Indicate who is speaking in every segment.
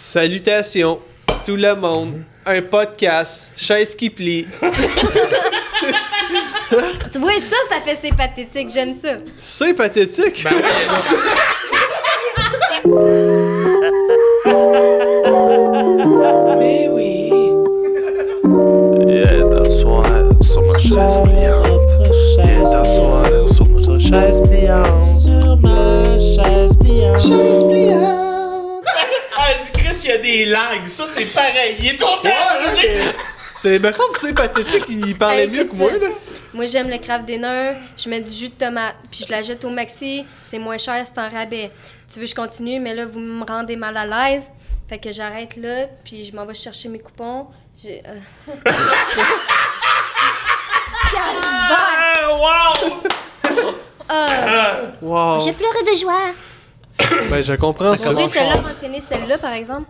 Speaker 1: Salutations, tout le monde. Un podcast, chaise qui plie.
Speaker 2: Tu vois, ça, ça fait c'est pathétique, j'aime ça.
Speaker 1: C'est pathétique. Mais oui.
Speaker 3: Viens t'asseoir sur ma chaise pliante. Viens t'asseoir sur ma chaise pliante.
Speaker 4: Sur ma chaise pliante.
Speaker 5: Ah, dis Chris, il y a des langues. Ça, c'est pareil. Il est trop tard.
Speaker 1: C'est, me semble que c'est pathétique, il parlait
Speaker 2: Hey,
Speaker 1: mieux que moi,
Speaker 2: petite.
Speaker 1: là.
Speaker 2: Moi, j'aime le craft dinner, je mets du jus de tomate, puis je la jette au maxi, c'est moins cher, c'est en rabais. Tu veux que je continue, mais là, vous me rendez mal à l'aise. Fait que j'arrête là, puis je m'en vais chercher mes coupons. J'ai. euh, Calvaire!
Speaker 5: Ah, wow!
Speaker 2: Ah!
Speaker 1: Wow.
Speaker 6: J'ai pleuré de joie.
Speaker 1: Ben, je comprends
Speaker 2: Euh, On
Speaker 1: ça.
Speaker 2: pourrait celle-là, entraîner celle-là, par exemple.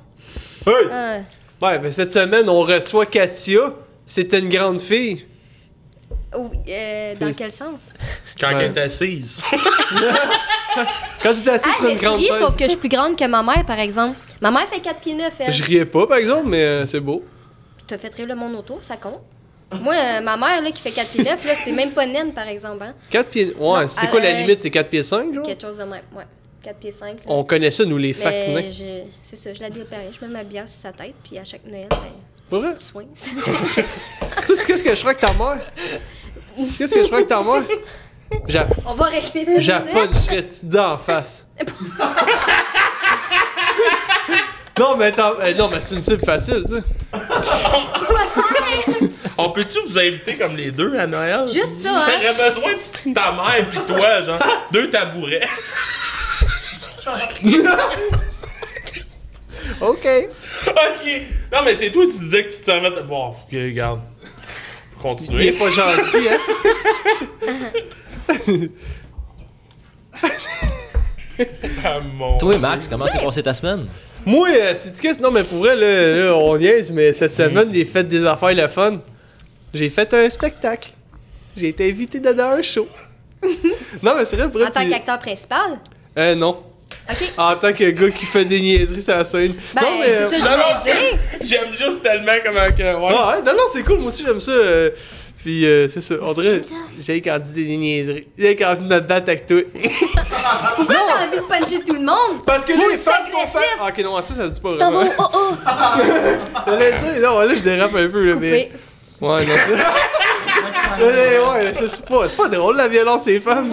Speaker 1: Hey!
Speaker 2: Ah.
Speaker 1: Ouais, ben, cette semaine, on reçoit Katia. C'était une grande fille.
Speaker 2: Oh, euh, dans quel sens?
Speaker 5: Quand
Speaker 1: Ouais.
Speaker 5: elle est assise.
Speaker 1: Quand tu t'es assis sur
Speaker 2: Ah,
Speaker 1: une
Speaker 2: mais
Speaker 1: grande
Speaker 2: riez,
Speaker 1: chaise.
Speaker 2: sauf que je suis plus grande que ma mère, par exemple. Ma mère fait 4 pieds 9, elle.
Speaker 1: Je riais pas, par exemple, mais euh, c'est beau.
Speaker 2: T'as fait rire le monde autour, ça compte. Moi, euh, ma mère, là, qui fait 4 pieds 9, là, c'est même pas naine, par exemple, hein.
Speaker 1: 4 pieds. Ouais,
Speaker 2: Non,
Speaker 1: c'est quoi la
Speaker 2: euh,
Speaker 1: limite? C'est 4 pieds 5, genre?
Speaker 2: Quelque chose de même, ouais. 4 pieds 5.
Speaker 1: On connaît ça, nous, les facs,
Speaker 2: Mais
Speaker 1: nains.
Speaker 2: je- c'est ça, je la déparais. Je mets ma bière sur sa tête, puis à chaque Noël, ben,
Speaker 1: Pour vrai?
Speaker 2: du soin.
Speaker 1: Tu sais, c'est qu'est-ce que je ferais avec ta mère? C'est qu'est-ce que je ferais avec ta mère? J'a-
Speaker 2: On va régler ça. tout de suite.
Speaker 1: J'appuncherais-tu d'en face? non, mais attends, euh, non, mais c'est une cible facile, tu sais.
Speaker 5: On peut-tu vous inviter comme les deux à Noël?
Speaker 2: Juste ça, hein.
Speaker 5: J'aurais besoin de ta mère pis toi, genre. Deux tabourets.
Speaker 1: OK.
Speaker 5: ok. Non, mais c'est toi, tu disais que tu te servais de. Bon, ok, regarde.
Speaker 1: Il
Speaker 5: Faut
Speaker 1: est
Speaker 5: Continuer.
Speaker 1: pas gentil, hein?
Speaker 5: Ah, mon.
Speaker 7: Toi, Max, comment s'est passée ta semaine?
Speaker 1: Moi, euh, c'est-tu qu'est-ce? Non, mais pour vrai, là, là, on niaise, mais cette semaine, j'ai fait des affaires le fun. J'ai fait un spectacle. J'ai été invité dans un show. non, mais c'est vrai, pour vrai,
Speaker 2: En tant
Speaker 1: puis-
Speaker 2: qu'acteur principal.
Speaker 1: Euh, non.
Speaker 2: OK.
Speaker 1: En tant que gars qui fait des niaiseries sur la scène.
Speaker 2: Ben,
Speaker 1: non, mais... euh,
Speaker 2: c'est ça,
Speaker 5: non,
Speaker 2: je voulais dire.
Speaker 5: J'aime juste tellement comment que. ouais.
Speaker 1: Ah ouais, non, non, c'est cool, moi aussi j'aime ça. euh, Puis euh, c'est ça, on
Speaker 6: aussi,
Speaker 1: dirait.
Speaker 6: j'aime ça.
Speaker 1: J'ai quand tu dis des niaiseries. J'ai quand envie de me battre avec toi.
Speaker 2: Pourquoi t'as envie de puncher tout le monde?
Speaker 1: Parce que
Speaker 2: Moi,
Speaker 1: les fans
Speaker 2: c'est
Speaker 1: sont fans.
Speaker 2: agressif.
Speaker 1: Ah, ok, non, ça, ça se dit pas
Speaker 2: Tu t'en vas
Speaker 1: vraiment.
Speaker 2: au oh oh.
Speaker 1: J'allais dire, non, là, je dérape un peu, là, mais.
Speaker 2: Coupé.
Speaker 1: Ouais, non. Allez, ouais, là, ça, c'est pas, c'est pas drôle la violence des femmes.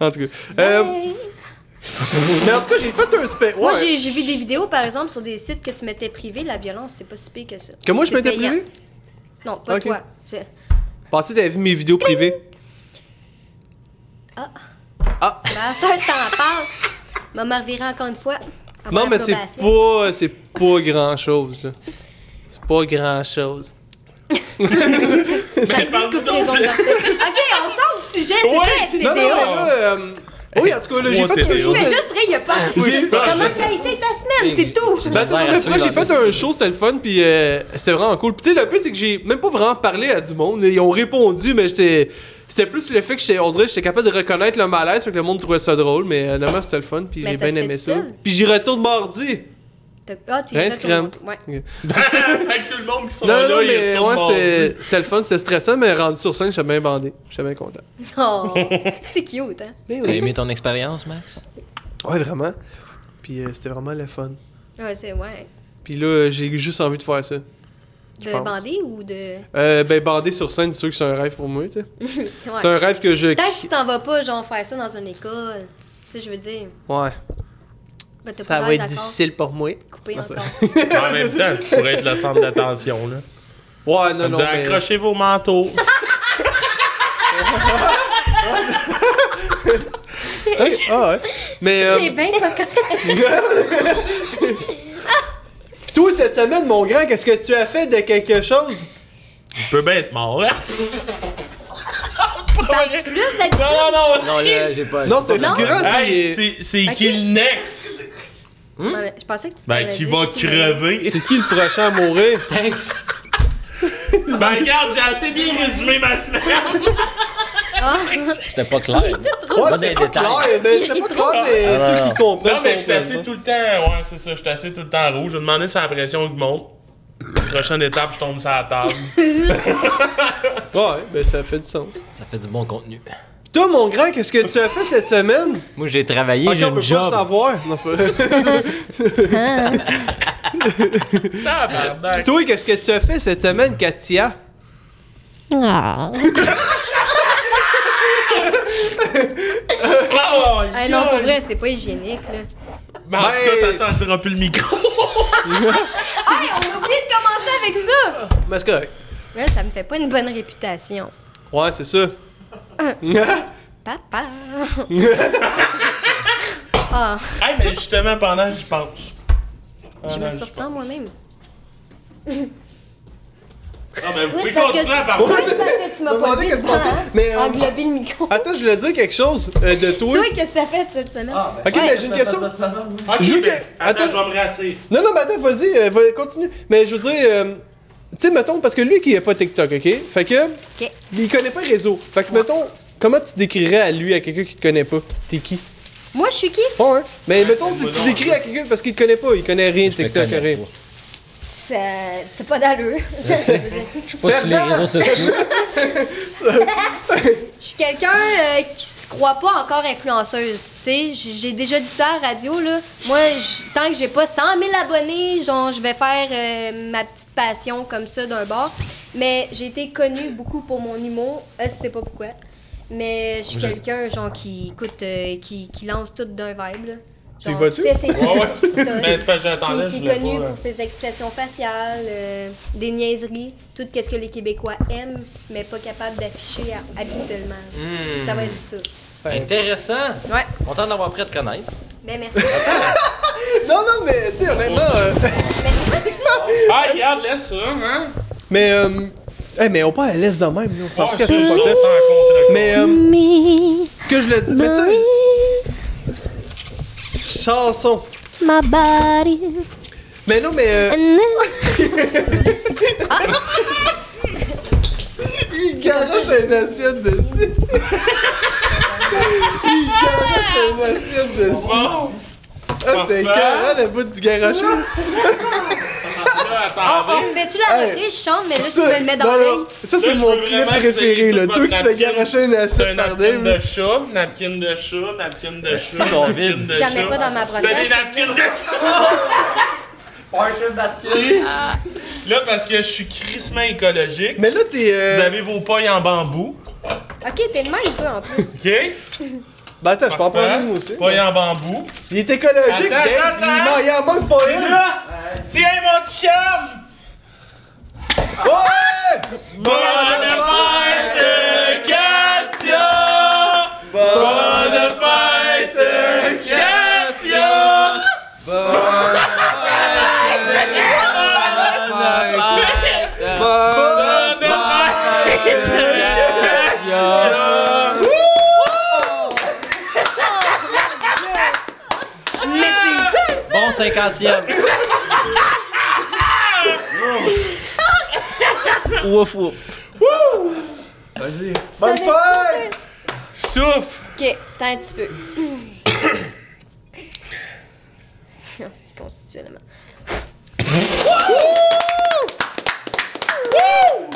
Speaker 1: en tout cas. Euh,
Speaker 2: Hey.
Speaker 1: mais en tout cas, j'ai fait un spectacle.
Speaker 2: Moi,
Speaker 1: Ouais.
Speaker 2: j'ai j'ai vu des vidéos, par exemple, sur des sites que tu m'étais privé. La violence, c'est pas si pire que ça.
Speaker 1: Que moi, je
Speaker 2: C'est
Speaker 1: m'étais
Speaker 2: payant.
Speaker 1: privé.
Speaker 2: Non, pas
Speaker 1: Ok.
Speaker 2: toi. ben, C'est-
Speaker 1: Pensez que t'avais vu mes vidéos privées.
Speaker 2: Ma soeur t'en parle. Maman reviendra encore une fois. après
Speaker 1: Non, mais c'est
Speaker 2: l'approbation.
Speaker 1: pas, c'est pas grand chose, là. C'est pas grand chose.
Speaker 2: Ça
Speaker 5: Mais
Speaker 2: te
Speaker 5: parle-nous
Speaker 2: coupe les ongles
Speaker 5: donc de-
Speaker 2: dans le tête. OK, on sort du sujet,
Speaker 5: Ouais,
Speaker 2: c'est
Speaker 5: c'est
Speaker 2: ça,
Speaker 1: Non,
Speaker 2: la
Speaker 1: non, mais
Speaker 2: TDA.
Speaker 1: là, euh, oui, en tout cas, là, j'ai
Speaker 5: Trois
Speaker 1: fait un
Speaker 5: TDA.
Speaker 2: Je
Speaker 1: show.
Speaker 2: fais
Speaker 1: ça-
Speaker 2: juste rire, il a pas.
Speaker 1: J'ai-
Speaker 2: Comment ça a été ta semaine? C'est tout.
Speaker 1: Ben, attends, non, mais moi, j'ai fait un show, c'était le fun, puis euh, c'était vraiment cool. Puis tu sais, le plus, c'est que j'ai même pas vraiment parlé à du monde. Ils ont répondu, mais j'étais. C'était plus le fait que j'étais, on dirait que j'étais capable de reconnaître le malaise, fait que le monde trouvait ça drôle, mais euh, normalement, c'était le fun, puis
Speaker 2: Mais
Speaker 1: j'ai
Speaker 2: ça se
Speaker 1: bien aimé
Speaker 2: fait
Speaker 1: ça.
Speaker 2: seul.
Speaker 1: Puis j'y retourne mardi.
Speaker 2: T'as- Ah, tu y
Speaker 1: Rien
Speaker 2: es
Speaker 1: se crame.
Speaker 2: Ouais.
Speaker 5: Avec tout le monde qui sont
Speaker 1: Ah. Non,
Speaker 5: là,
Speaker 1: non, non,
Speaker 5: il est
Speaker 1: mais
Speaker 5: tout
Speaker 1: ouais,
Speaker 5: mordu.
Speaker 1: c'était, c'était le fun, c'était stressant, mais rendu sur scène, j'étais bien bandé. J'étais bien content.
Speaker 2: Oh, c'est cute, hein?
Speaker 1: Mais
Speaker 7: T'as
Speaker 1: oui.
Speaker 7: aimé ton expérience, Max?
Speaker 1: Ouais, vraiment. Puis euh, c'était vraiment le fun.
Speaker 2: Ouais, c'est ouais.
Speaker 1: Puis là, euh, j'ai juste envie de faire ça.
Speaker 2: De
Speaker 1: pense.
Speaker 2: bander ou de.
Speaker 1: Euh, ben, bandé sur scène, c'est sûr que c'est un rêve pour moi, tu sais. C'est
Speaker 2: Ouais.
Speaker 1: un rêve que je.
Speaker 2: Tant que tu t'en vas pas, genre, faire ça dans une école. Tu sais, je veux dire,
Speaker 1: Ouais.
Speaker 2: Ben, t'as pas l'air d'accord.
Speaker 1: pour moi.
Speaker 2: couper
Speaker 1: Non, ça-
Speaker 2: encore.
Speaker 5: En même temps, tu pourrais être le centre d'attention, là.
Speaker 1: Ouais, non,
Speaker 5: Comme
Speaker 1: non.
Speaker 5: dire,
Speaker 1: mais-
Speaker 5: accrochez vos manteaux.
Speaker 1: Ok, ah ouais. Mais. euh,
Speaker 2: C'est bien pas correct.
Speaker 1: Toi, cette semaine, mon grand, qu'est-ce que tu as fait de quelque chose?
Speaker 5: Il peut bien être mort, hein.
Speaker 2: Parle plus d'habitude.
Speaker 5: Non, non, non.
Speaker 7: Non, là, j'ai pas.
Speaker 1: Non, c'est un
Speaker 2: Non.
Speaker 1: figurant, ça, il
Speaker 5: Hey,
Speaker 1: est-
Speaker 5: c'est c'est
Speaker 2: Ok.
Speaker 5: qui le next?
Speaker 2: Ouais, Je pensais que tu
Speaker 5: Ben,
Speaker 2: t'en
Speaker 5: qui
Speaker 2: as
Speaker 5: va
Speaker 2: dit, c'est
Speaker 5: crever.
Speaker 1: C'est qui le prochain à mourir?
Speaker 7: Thanks!
Speaker 5: Ben, regarde, j'ai assez bien résumé ma semaine.
Speaker 2: Ah,
Speaker 7: C'était pas clair.
Speaker 1: Ouais,
Speaker 7: Pas des
Speaker 1: c'était pas
Speaker 7: détails.
Speaker 1: clair, mais c'était pas clair, mais
Speaker 7: Ah, non,
Speaker 1: ceux
Speaker 7: non.
Speaker 1: qui comprennent.
Speaker 5: Non, mais j'étais
Speaker 1: comprennent,
Speaker 5: assis
Speaker 1: hein.
Speaker 5: tout le temps. Ouais, c'est ça. J'étais assis tout le temps en rouge. Je demandais si la pression qui monte. Prochaine étape, je tombe sur la table.
Speaker 1: Ouais, ben ça fait du sens.
Speaker 7: Ça fait du bon contenu.
Speaker 1: Toi, mon grand, qu'est-ce que tu as fait cette semaine?
Speaker 7: Moi, j'ai travaillé,
Speaker 1: Encore,
Speaker 7: j'ai
Speaker 1: on peut
Speaker 7: une
Speaker 1: pas le
Speaker 7: job.
Speaker 1: savoir. Non, c'est pas vrai.
Speaker 5: Tabarnak.
Speaker 1: Toi, qu'est-ce que tu as fait cette semaine, Katia?
Speaker 5: Oh, my
Speaker 2: ah non, pour
Speaker 5: God.
Speaker 2: vrai, c'est pas hygiénique, là.
Speaker 5: Mais Ben, en tout cas, ça sentira plus le micro.
Speaker 2: Hey, on a oublié de commencer avec ça!
Speaker 1: Mais Ben, c'est correct.
Speaker 2: Là, ça me fait pas une bonne réputation.
Speaker 1: Ouais, c'est ça.
Speaker 2: Papa! Ah,
Speaker 5: hey, mais justement, pendant que j'y pense.
Speaker 2: je
Speaker 5: Pendant
Speaker 2: me
Speaker 5: que j'y
Speaker 2: surprends moi-même.
Speaker 5: pense. Ah, mais vous
Speaker 2: Oui,
Speaker 5: pouvez
Speaker 2: parce que
Speaker 5: continuer
Speaker 2: tu-
Speaker 5: à
Speaker 2: oui,
Speaker 5: parler.
Speaker 2: parce que tu m'as
Speaker 1: Je me
Speaker 2: pas
Speaker 1: demandais
Speaker 2: dit
Speaker 1: qu'est-ce
Speaker 2: de
Speaker 1: qui se passait,
Speaker 2: prendre-
Speaker 1: mais, euh,
Speaker 2: englober le micro.
Speaker 1: Attends, je voulais dire quelque chose euh, de toi.
Speaker 2: Toi, qu'est-ce que t'as fait cette semaine?
Speaker 1: Ok,
Speaker 2: Ouais.
Speaker 1: mais j'ai une question.
Speaker 5: Ok,
Speaker 1: Je-
Speaker 5: ben, attends,
Speaker 1: attends.
Speaker 5: je vais me rasser.
Speaker 1: Non, non, mais attends, vas-y, euh, va- continue. Mais je veux dire, euh, tu sais, mettons, parce que lui qui a pas TikTok, ok? Fait que,
Speaker 2: Ok.
Speaker 1: il connaît pas le réseau. Fait que, mettons, comment tu décrirais à lui, à quelqu'un qui te connaît pas? T'es qui?
Speaker 2: Moi, je suis qui?
Speaker 1: Bon, hein? Mais mettons, si
Speaker 5: Moi
Speaker 1: tu
Speaker 5: non,
Speaker 1: décris
Speaker 5: hein.
Speaker 1: à quelqu'un parce qu'il te connaît pas, il connaît rien de
Speaker 7: Je te
Speaker 1: TikTok,
Speaker 7: connais
Speaker 1: rien.
Speaker 7: pas.
Speaker 2: Ça- T'as pas d'allure. Ça
Speaker 7: sais.
Speaker 2: veut dire-
Speaker 7: Je suis pas sur les réseaux sociaux.
Speaker 2: Je suis quelqu'un euh, qui se croit pas encore influenceuse. Tu sais, j- j'ai déjà dit ça à la radio, là. Moi, j- tant que j'ai pas 100 000 abonnés, genre, je vais faire euh, ma petite passion comme ça d'un bord. Mais j'ai été connue beaucoup pour mon humour. Euh, Je sais pas pourquoi. Mais je suis quelqu'un, genre, qui écoute, euh, qui, qui lance tout d'un vibe, là.
Speaker 1: Tu y
Speaker 2: Genre,
Speaker 1: vas-tu?
Speaker 2: fait ses-
Speaker 5: Ouais, ouais. Mais Ben, c'est parce que j'attendais, je
Speaker 2: qui est
Speaker 5: voulais
Speaker 2: connu
Speaker 5: pas, euh.
Speaker 2: pour ses expressions faciales, euh, des niaiseries, tout ce que les Québécois aiment, mais pas capable d'afficher à- habituellement.
Speaker 5: Hmm.
Speaker 2: Ça va être ça.
Speaker 7: Intéressant.
Speaker 2: Ouais,
Speaker 7: Content d'avoir pris à te connaître.
Speaker 2: ben merci.
Speaker 1: Non, non, mais, tu sais, honnêtement. euh,
Speaker 5: Ah, regarde, laisse ça, hein.
Speaker 1: mais, euh, hey, mais on parle à l'aise de même, nous, on s'en
Speaker 5: Ouais,
Speaker 1: fout qu'elle soit
Speaker 5: ça,
Speaker 1: pas
Speaker 5: ça,
Speaker 1: belle.
Speaker 5: ça rencontre.
Speaker 1: Mais, euh, ce que je voulais dire, mais ça. Chanson.
Speaker 6: My body.
Speaker 1: Mais non, mais. euh, Il garoche une assiette dessus. Il garoche une assiette dessus.
Speaker 5: Bon,
Speaker 1: Ah, c'était
Speaker 5: Parfait.
Speaker 1: écœurant, le bout du garochon.
Speaker 5: là,
Speaker 1: Ah,
Speaker 2: On,
Speaker 5: attendez.
Speaker 2: on fait-tu la
Speaker 1: Hey.
Speaker 2: reprise? Je chante, mais là, tu me le mets dans
Speaker 5: ben
Speaker 1: non,
Speaker 2: l'œil.
Speaker 1: non, ça, c'est
Speaker 5: je
Speaker 1: mon
Speaker 5: veux
Speaker 1: clip
Speaker 5: vraiment que
Speaker 1: préféré,
Speaker 5: tu
Speaker 1: là.
Speaker 5: écoutes
Speaker 1: Toi, qui
Speaker 5: votre
Speaker 1: fais
Speaker 5: napkin.
Speaker 1: garocher une
Speaker 5: C'est un
Speaker 1: assiette par
Speaker 5: napkin
Speaker 1: Dave, là.
Speaker 5: de chat, napkin de chat, napkin de chat,
Speaker 7: sont
Speaker 5: napkin
Speaker 7: vides.
Speaker 5: de
Speaker 2: J'en mets
Speaker 5: chat.
Speaker 2: pas dans ma
Speaker 5: T'as des
Speaker 2: brochette.
Speaker 5: napkins de chat! Oui. Là, parce que je suis crissement écologique,
Speaker 1: Mais là, t'es.
Speaker 5: vous
Speaker 1: euh,
Speaker 5: avez vos pailles en bambou,
Speaker 2: Ok, t'es le même, toi, en plus.
Speaker 5: ok? Je
Speaker 1: Ben attends, je peux en parler de moi aussi.
Speaker 5: Pailles en bambou.
Speaker 1: Il est écologique,
Speaker 5: Attends,
Speaker 1: Dave.
Speaker 5: attends,
Speaker 1: Il m'en- il en manque pas une.
Speaker 5: Là, tiens mon chum!
Speaker 1: Ouais!
Speaker 5: Bonne fête, Katia! Bonne fête, Katia! Bonne fête, Katia!
Speaker 2: Mais c'est quoi?
Speaker 7: Bon 50e. Ouf, ouf.
Speaker 1: Bonne fête!
Speaker 5: Souffle!
Speaker 2: Ok, attends un petit peu. Non, c'est constitutionnellement.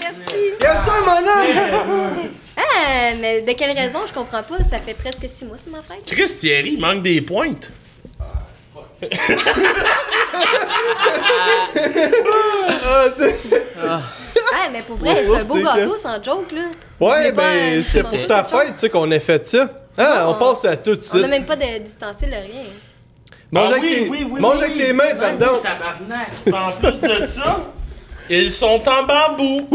Speaker 2: Merci.
Speaker 1: Yes, sir, mon homme!
Speaker 2: Ah, mais de quelle raison? Je comprends pas. Ça fait presque six mois, c'est mon frère.
Speaker 5: Chris Thierry, il manque des pointes.
Speaker 1: Ah, t'es-
Speaker 2: Ah, mais pour vrai, c'est
Speaker 1: Ouais,
Speaker 2: un beau
Speaker 1: c'est
Speaker 2: gâteau, sans joke, là.
Speaker 1: Ouais,
Speaker 2: Mais ben,
Speaker 1: ben,
Speaker 2: c'est
Speaker 1: c'est
Speaker 2: mon
Speaker 1: pour
Speaker 2: jeu
Speaker 1: ta
Speaker 2: de chance.
Speaker 1: fête, tu sais, qu'on a fait ça. Ah, on
Speaker 2: on-
Speaker 1: passe à tout de
Speaker 2: On
Speaker 1: suite.
Speaker 2: n'a même pas de- d'ustensile, rien.
Speaker 1: Mange
Speaker 5: Ah
Speaker 1: avec
Speaker 5: oui,
Speaker 1: tes-
Speaker 5: oui, oui,
Speaker 1: mange
Speaker 5: oui,
Speaker 1: avec
Speaker 5: oui.
Speaker 1: tes mains, pardon.
Speaker 5: Tabarnak! En plus de ça, ils sont en bambou.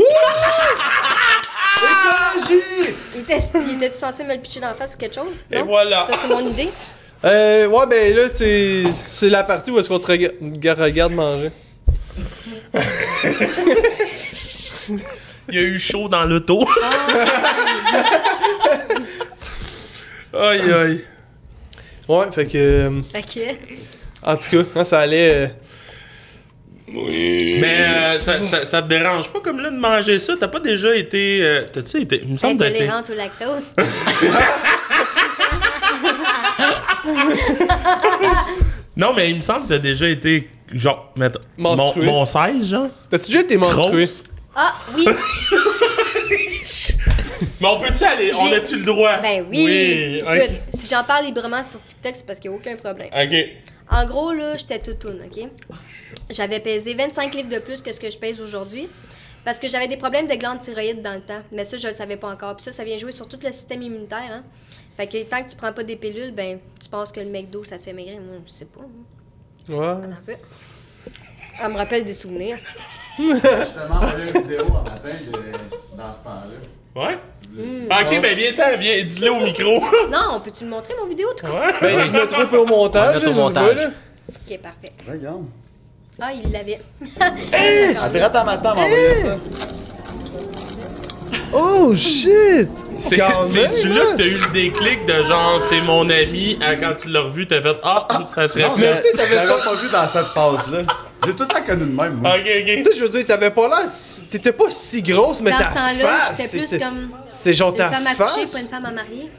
Speaker 1: Écologie!
Speaker 2: Il était- il était-tu censé me le pitcher dans la face ou quelque chose?
Speaker 5: Et
Speaker 2: Non?
Speaker 5: voilà.
Speaker 2: Ça, c'est mon idée.
Speaker 1: Euh, ouais, ben là, c'est c'est la partie où est-ce qu'on te rega- ga- regarde manger.
Speaker 5: Il y a eu chaud dans l'auto. aïe aïe.
Speaker 1: Ouais, fait que. euh,
Speaker 2: Ok.
Speaker 1: En tout cas, hein, ça allait. euh,
Speaker 5: Mais euh, ça, ça, ça te dérange pas comme là de manger ça? T'as pas déjà été. euh, T'as-tu été. Il me semble que t'as été.
Speaker 2: Intolérante au lactose.
Speaker 5: Non, mais il me semble que t'as déjà été. Genre, mettons. Mon,
Speaker 1: Menstruée.
Speaker 5: mon 16, genre.
Speaker 1: T'as-tu déjà été menstrué?
Speaker 5: Grosse.
Speaker 2: Ah oui,
Speaker 5: Mais on peut-tu aller? On
Speaker 2: J'ai-
Speaker 5: a-tu le droit?
Speaker 2: ben oui.
Speaker 5: ok.
Speaker 2: Écoute, si j'en parle librement sur TikTok, c'est parce qu'il n'y a aucun problème.
Speaker 5: Ok.
Speaker 2: En gros, là, j'étais toutoune, OK? J'avais pesé 25 livres de plus que ce que je pèse aujourd'hui parce que j'avais des problèmes de glandes thyroïdes dans le temps. Mais ça, je le savais pas encore. Puis ça, ça vient jouer sur tout le système immunitaire, hein? Fait que tant que tu prends pas des pilules, ben, tu penses que le McDo, ça te fait maigrir. Moi, je sais pas. hein.
Speaker 1: Ouais.
Speaker 2: Un peu. Elle me rappelle des souvenirs.
Speaker 8: justement envoyé une vidéo un matin de- dans ce temps-là.
Speaker 5: Ouais?
Speaker 2: Hmm.
Speaker 5: Ah, Ok, ben viens-t'en, viens, dis-le au micro.
Speaker 2: Non, on peut-tu le montrer, mon vidéo, tout court?
Speaker 5: Ouais.
Speaker 1: Ben, tu me trompes au montage, là,
Speaker 7: On va mettre au
Speaker 1: je vous vois,
Speaker 7: montage.
Speaker 1: là.
Speaker 2: OK, parfait.
Speaker 8: Regarde.
Speaker 2: Ah, il l'avait.
Speaker 8: Ah, direct en matin, m'a envoyé ça.
Speaker 1: Oh shit!
Speaker 5: C'est-
Speaker 1: Quand même,
Speaker 5: C'est-tu là
Speaker 1: hein?
Speaker 5: que t'as eu le déclic de genre, c'est mon ami, à quand tu l'as revu, t'as fait Ah, ça serait
Speaker 8: Non,
Speaker 5: bien.
Speaker 8: mais tu sais, t'avais pas, pas vu dans cette passe-là. J'ai tout le temps connu de même, moi.
Speaker 5: Ok,
Speaker 1: Tu
Speaker 5: ok.
Speaker 1: sais, je veux dire, t'avais pas l'air. si- T'étais pas si grosse, mais
Speaker 2: Dans
Speaker 1: ta
Speaker 2: ce temps-là,
Speaker 1: face.
Speaker 2: j'étais plus
Speaker 1: c'était-
Speaker 2: comme
Speaker 1: C'est genre
Speaker 2: une
Speaker 1: ta
Speaker 2: femme à coucher, pas
Speaker 1: face.
Speaker 2: une femme à marier.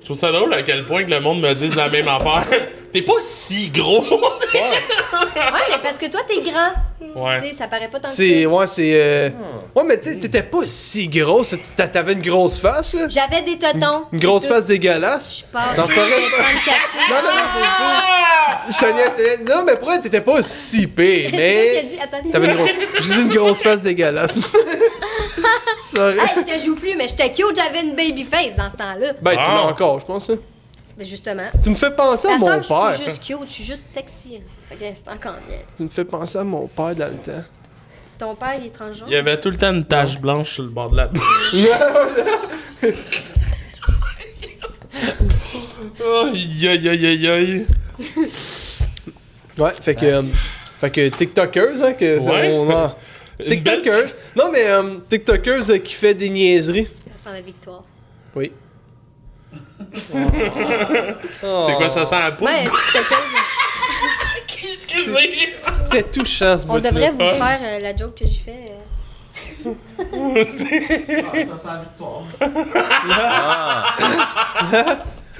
Speaker 5: Je trouve ça drôle à quel point que le monde me dise la même affaire. T'es pas si gros.
Speaker 2: Ouais, mais parce que toi, t'es grand. Tu
Speaker 5: ouais.
Speaker 2: sais, ça paraît pas tant que ça.
Speaker 1: C'est. Ouais, c'est. euh, Ouais, mais t'sais, t'étais pas si grosse. t'a- T'avais une grosse face, là.
Speaker 2: J'avais des totons.
Speaker 1: Une grosse
Speaker 2: c'est tout.
Speaker 1: face dégueulasse.
Speaker 2: Je passe
Speaker 1: Non, c'est pas vrai.
Speaker 2: de 34 ans.
Speaker 1: Non, non, non.
Speaker 2: Ah,
Speaker 1: Je te niaise, je te niaise. Non, mais pour elle, t'étais pas si pire,
Speaker 2: Mais...
Speaker 1: mais. T'avais une grosse. J'ai dit une grosse face dégueulasse. Sorry.
Speaker 2: Hey, j'étais joufflue, mais j'étais cute, j'avais une baby face dans ce temps-là.
Speaker 1: Ben, tu l'as
Speaker 5: Ah.
Speaker 1: encore, je pense. hein.
Speaker 2: Ben, justement.
Speaker 1: Tu me fais penser à
Speaker 2: À
Speaker 1: mon
Speaker 2: ce temps, je
Speaker 1: père.
Speaker 2: suis juste cute, je suis juste sexy. Fait que c'est encore bien.
Speaker 1: Tu me fais penser à mon père dans le temps.
Speaker 2: Ton père, il est transgenre?
Speaker 5: Il y avait tout le temps une tache blanche sur le bord de la bouche. Aïe, aïe, aïe, aïe, aïe.
Speaker 1: Ouais, fait que. euh, fait que TikTokers, hein, que c'est
Speaker 5: Ouais.
Speaker 1: mon nom.
Speaker 5: Une belle
Speaker 1: TikTokers. Non, mais euh, TikTokers euh, qui fait des niaiseries.
Speaker 2: Ça sent la victoire.
Speaker 1: Oui.
Speaker 5: C'est quoi, ça sent la peau?
Speaker 2: Ouais, c'est quelque
Speaker 5: Excusez.
Speaker 1: C'était Oh, touchant, ce
Speaker 2: On
Speaker 1: bout-là.
Speaker 2: devrait vous
Speaker 5: Ouais.
Speaker 2: faire euh, la joke que j'ai fait. euh.
Speaker 8: Ah, ça sent la victoire.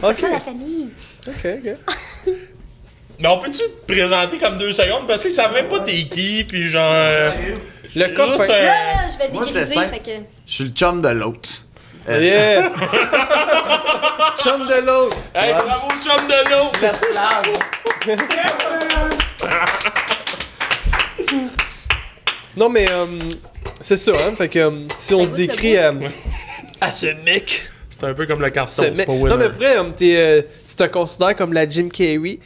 Speaker 1: Ok,
Speaker 6: la famille.
Speaker 1: ok, ok.
Speaker 5: Mais on peut-tu te présenter comme deux secondes? Parce qu'ils savent même pas t'es qui, puis genre. euh,
Speaker 1: Le
Speaker 5: juste,
Speaker 1: copain.
Speaker 5: euh,
Speaker 2: Là, là, je vais
Speaker 8: Moi, c'est
Speaker 2: dégriser,
Speaker 8: simple.
Speaker 2: fait que...
Speaker 8: Je suis le chum de l'autre.
Speaker 1: Yeah! Chum de l'autre!
Speaker 5: Hey, bravo, chum de l'eau!
Speaker 1: Non, mais euh, c'est ça, hein. Fait que euh, si on
Speaker 2: goûte le
Speaker 1: décrit
Speaker 2: bois.
Speaker 1: euh, à ce mec,
Speaker 5: C'est un peu comme le carton,
Speaker 1: ce
Speaker 5: c'est
Speaker 1: mec.
Speaker 5: pas hein.
Speaker 1: Non, mais
Speaker 5: winner.
Speaker 1: après, euh, t'es, euh, tu te considères comme la Jim Carrey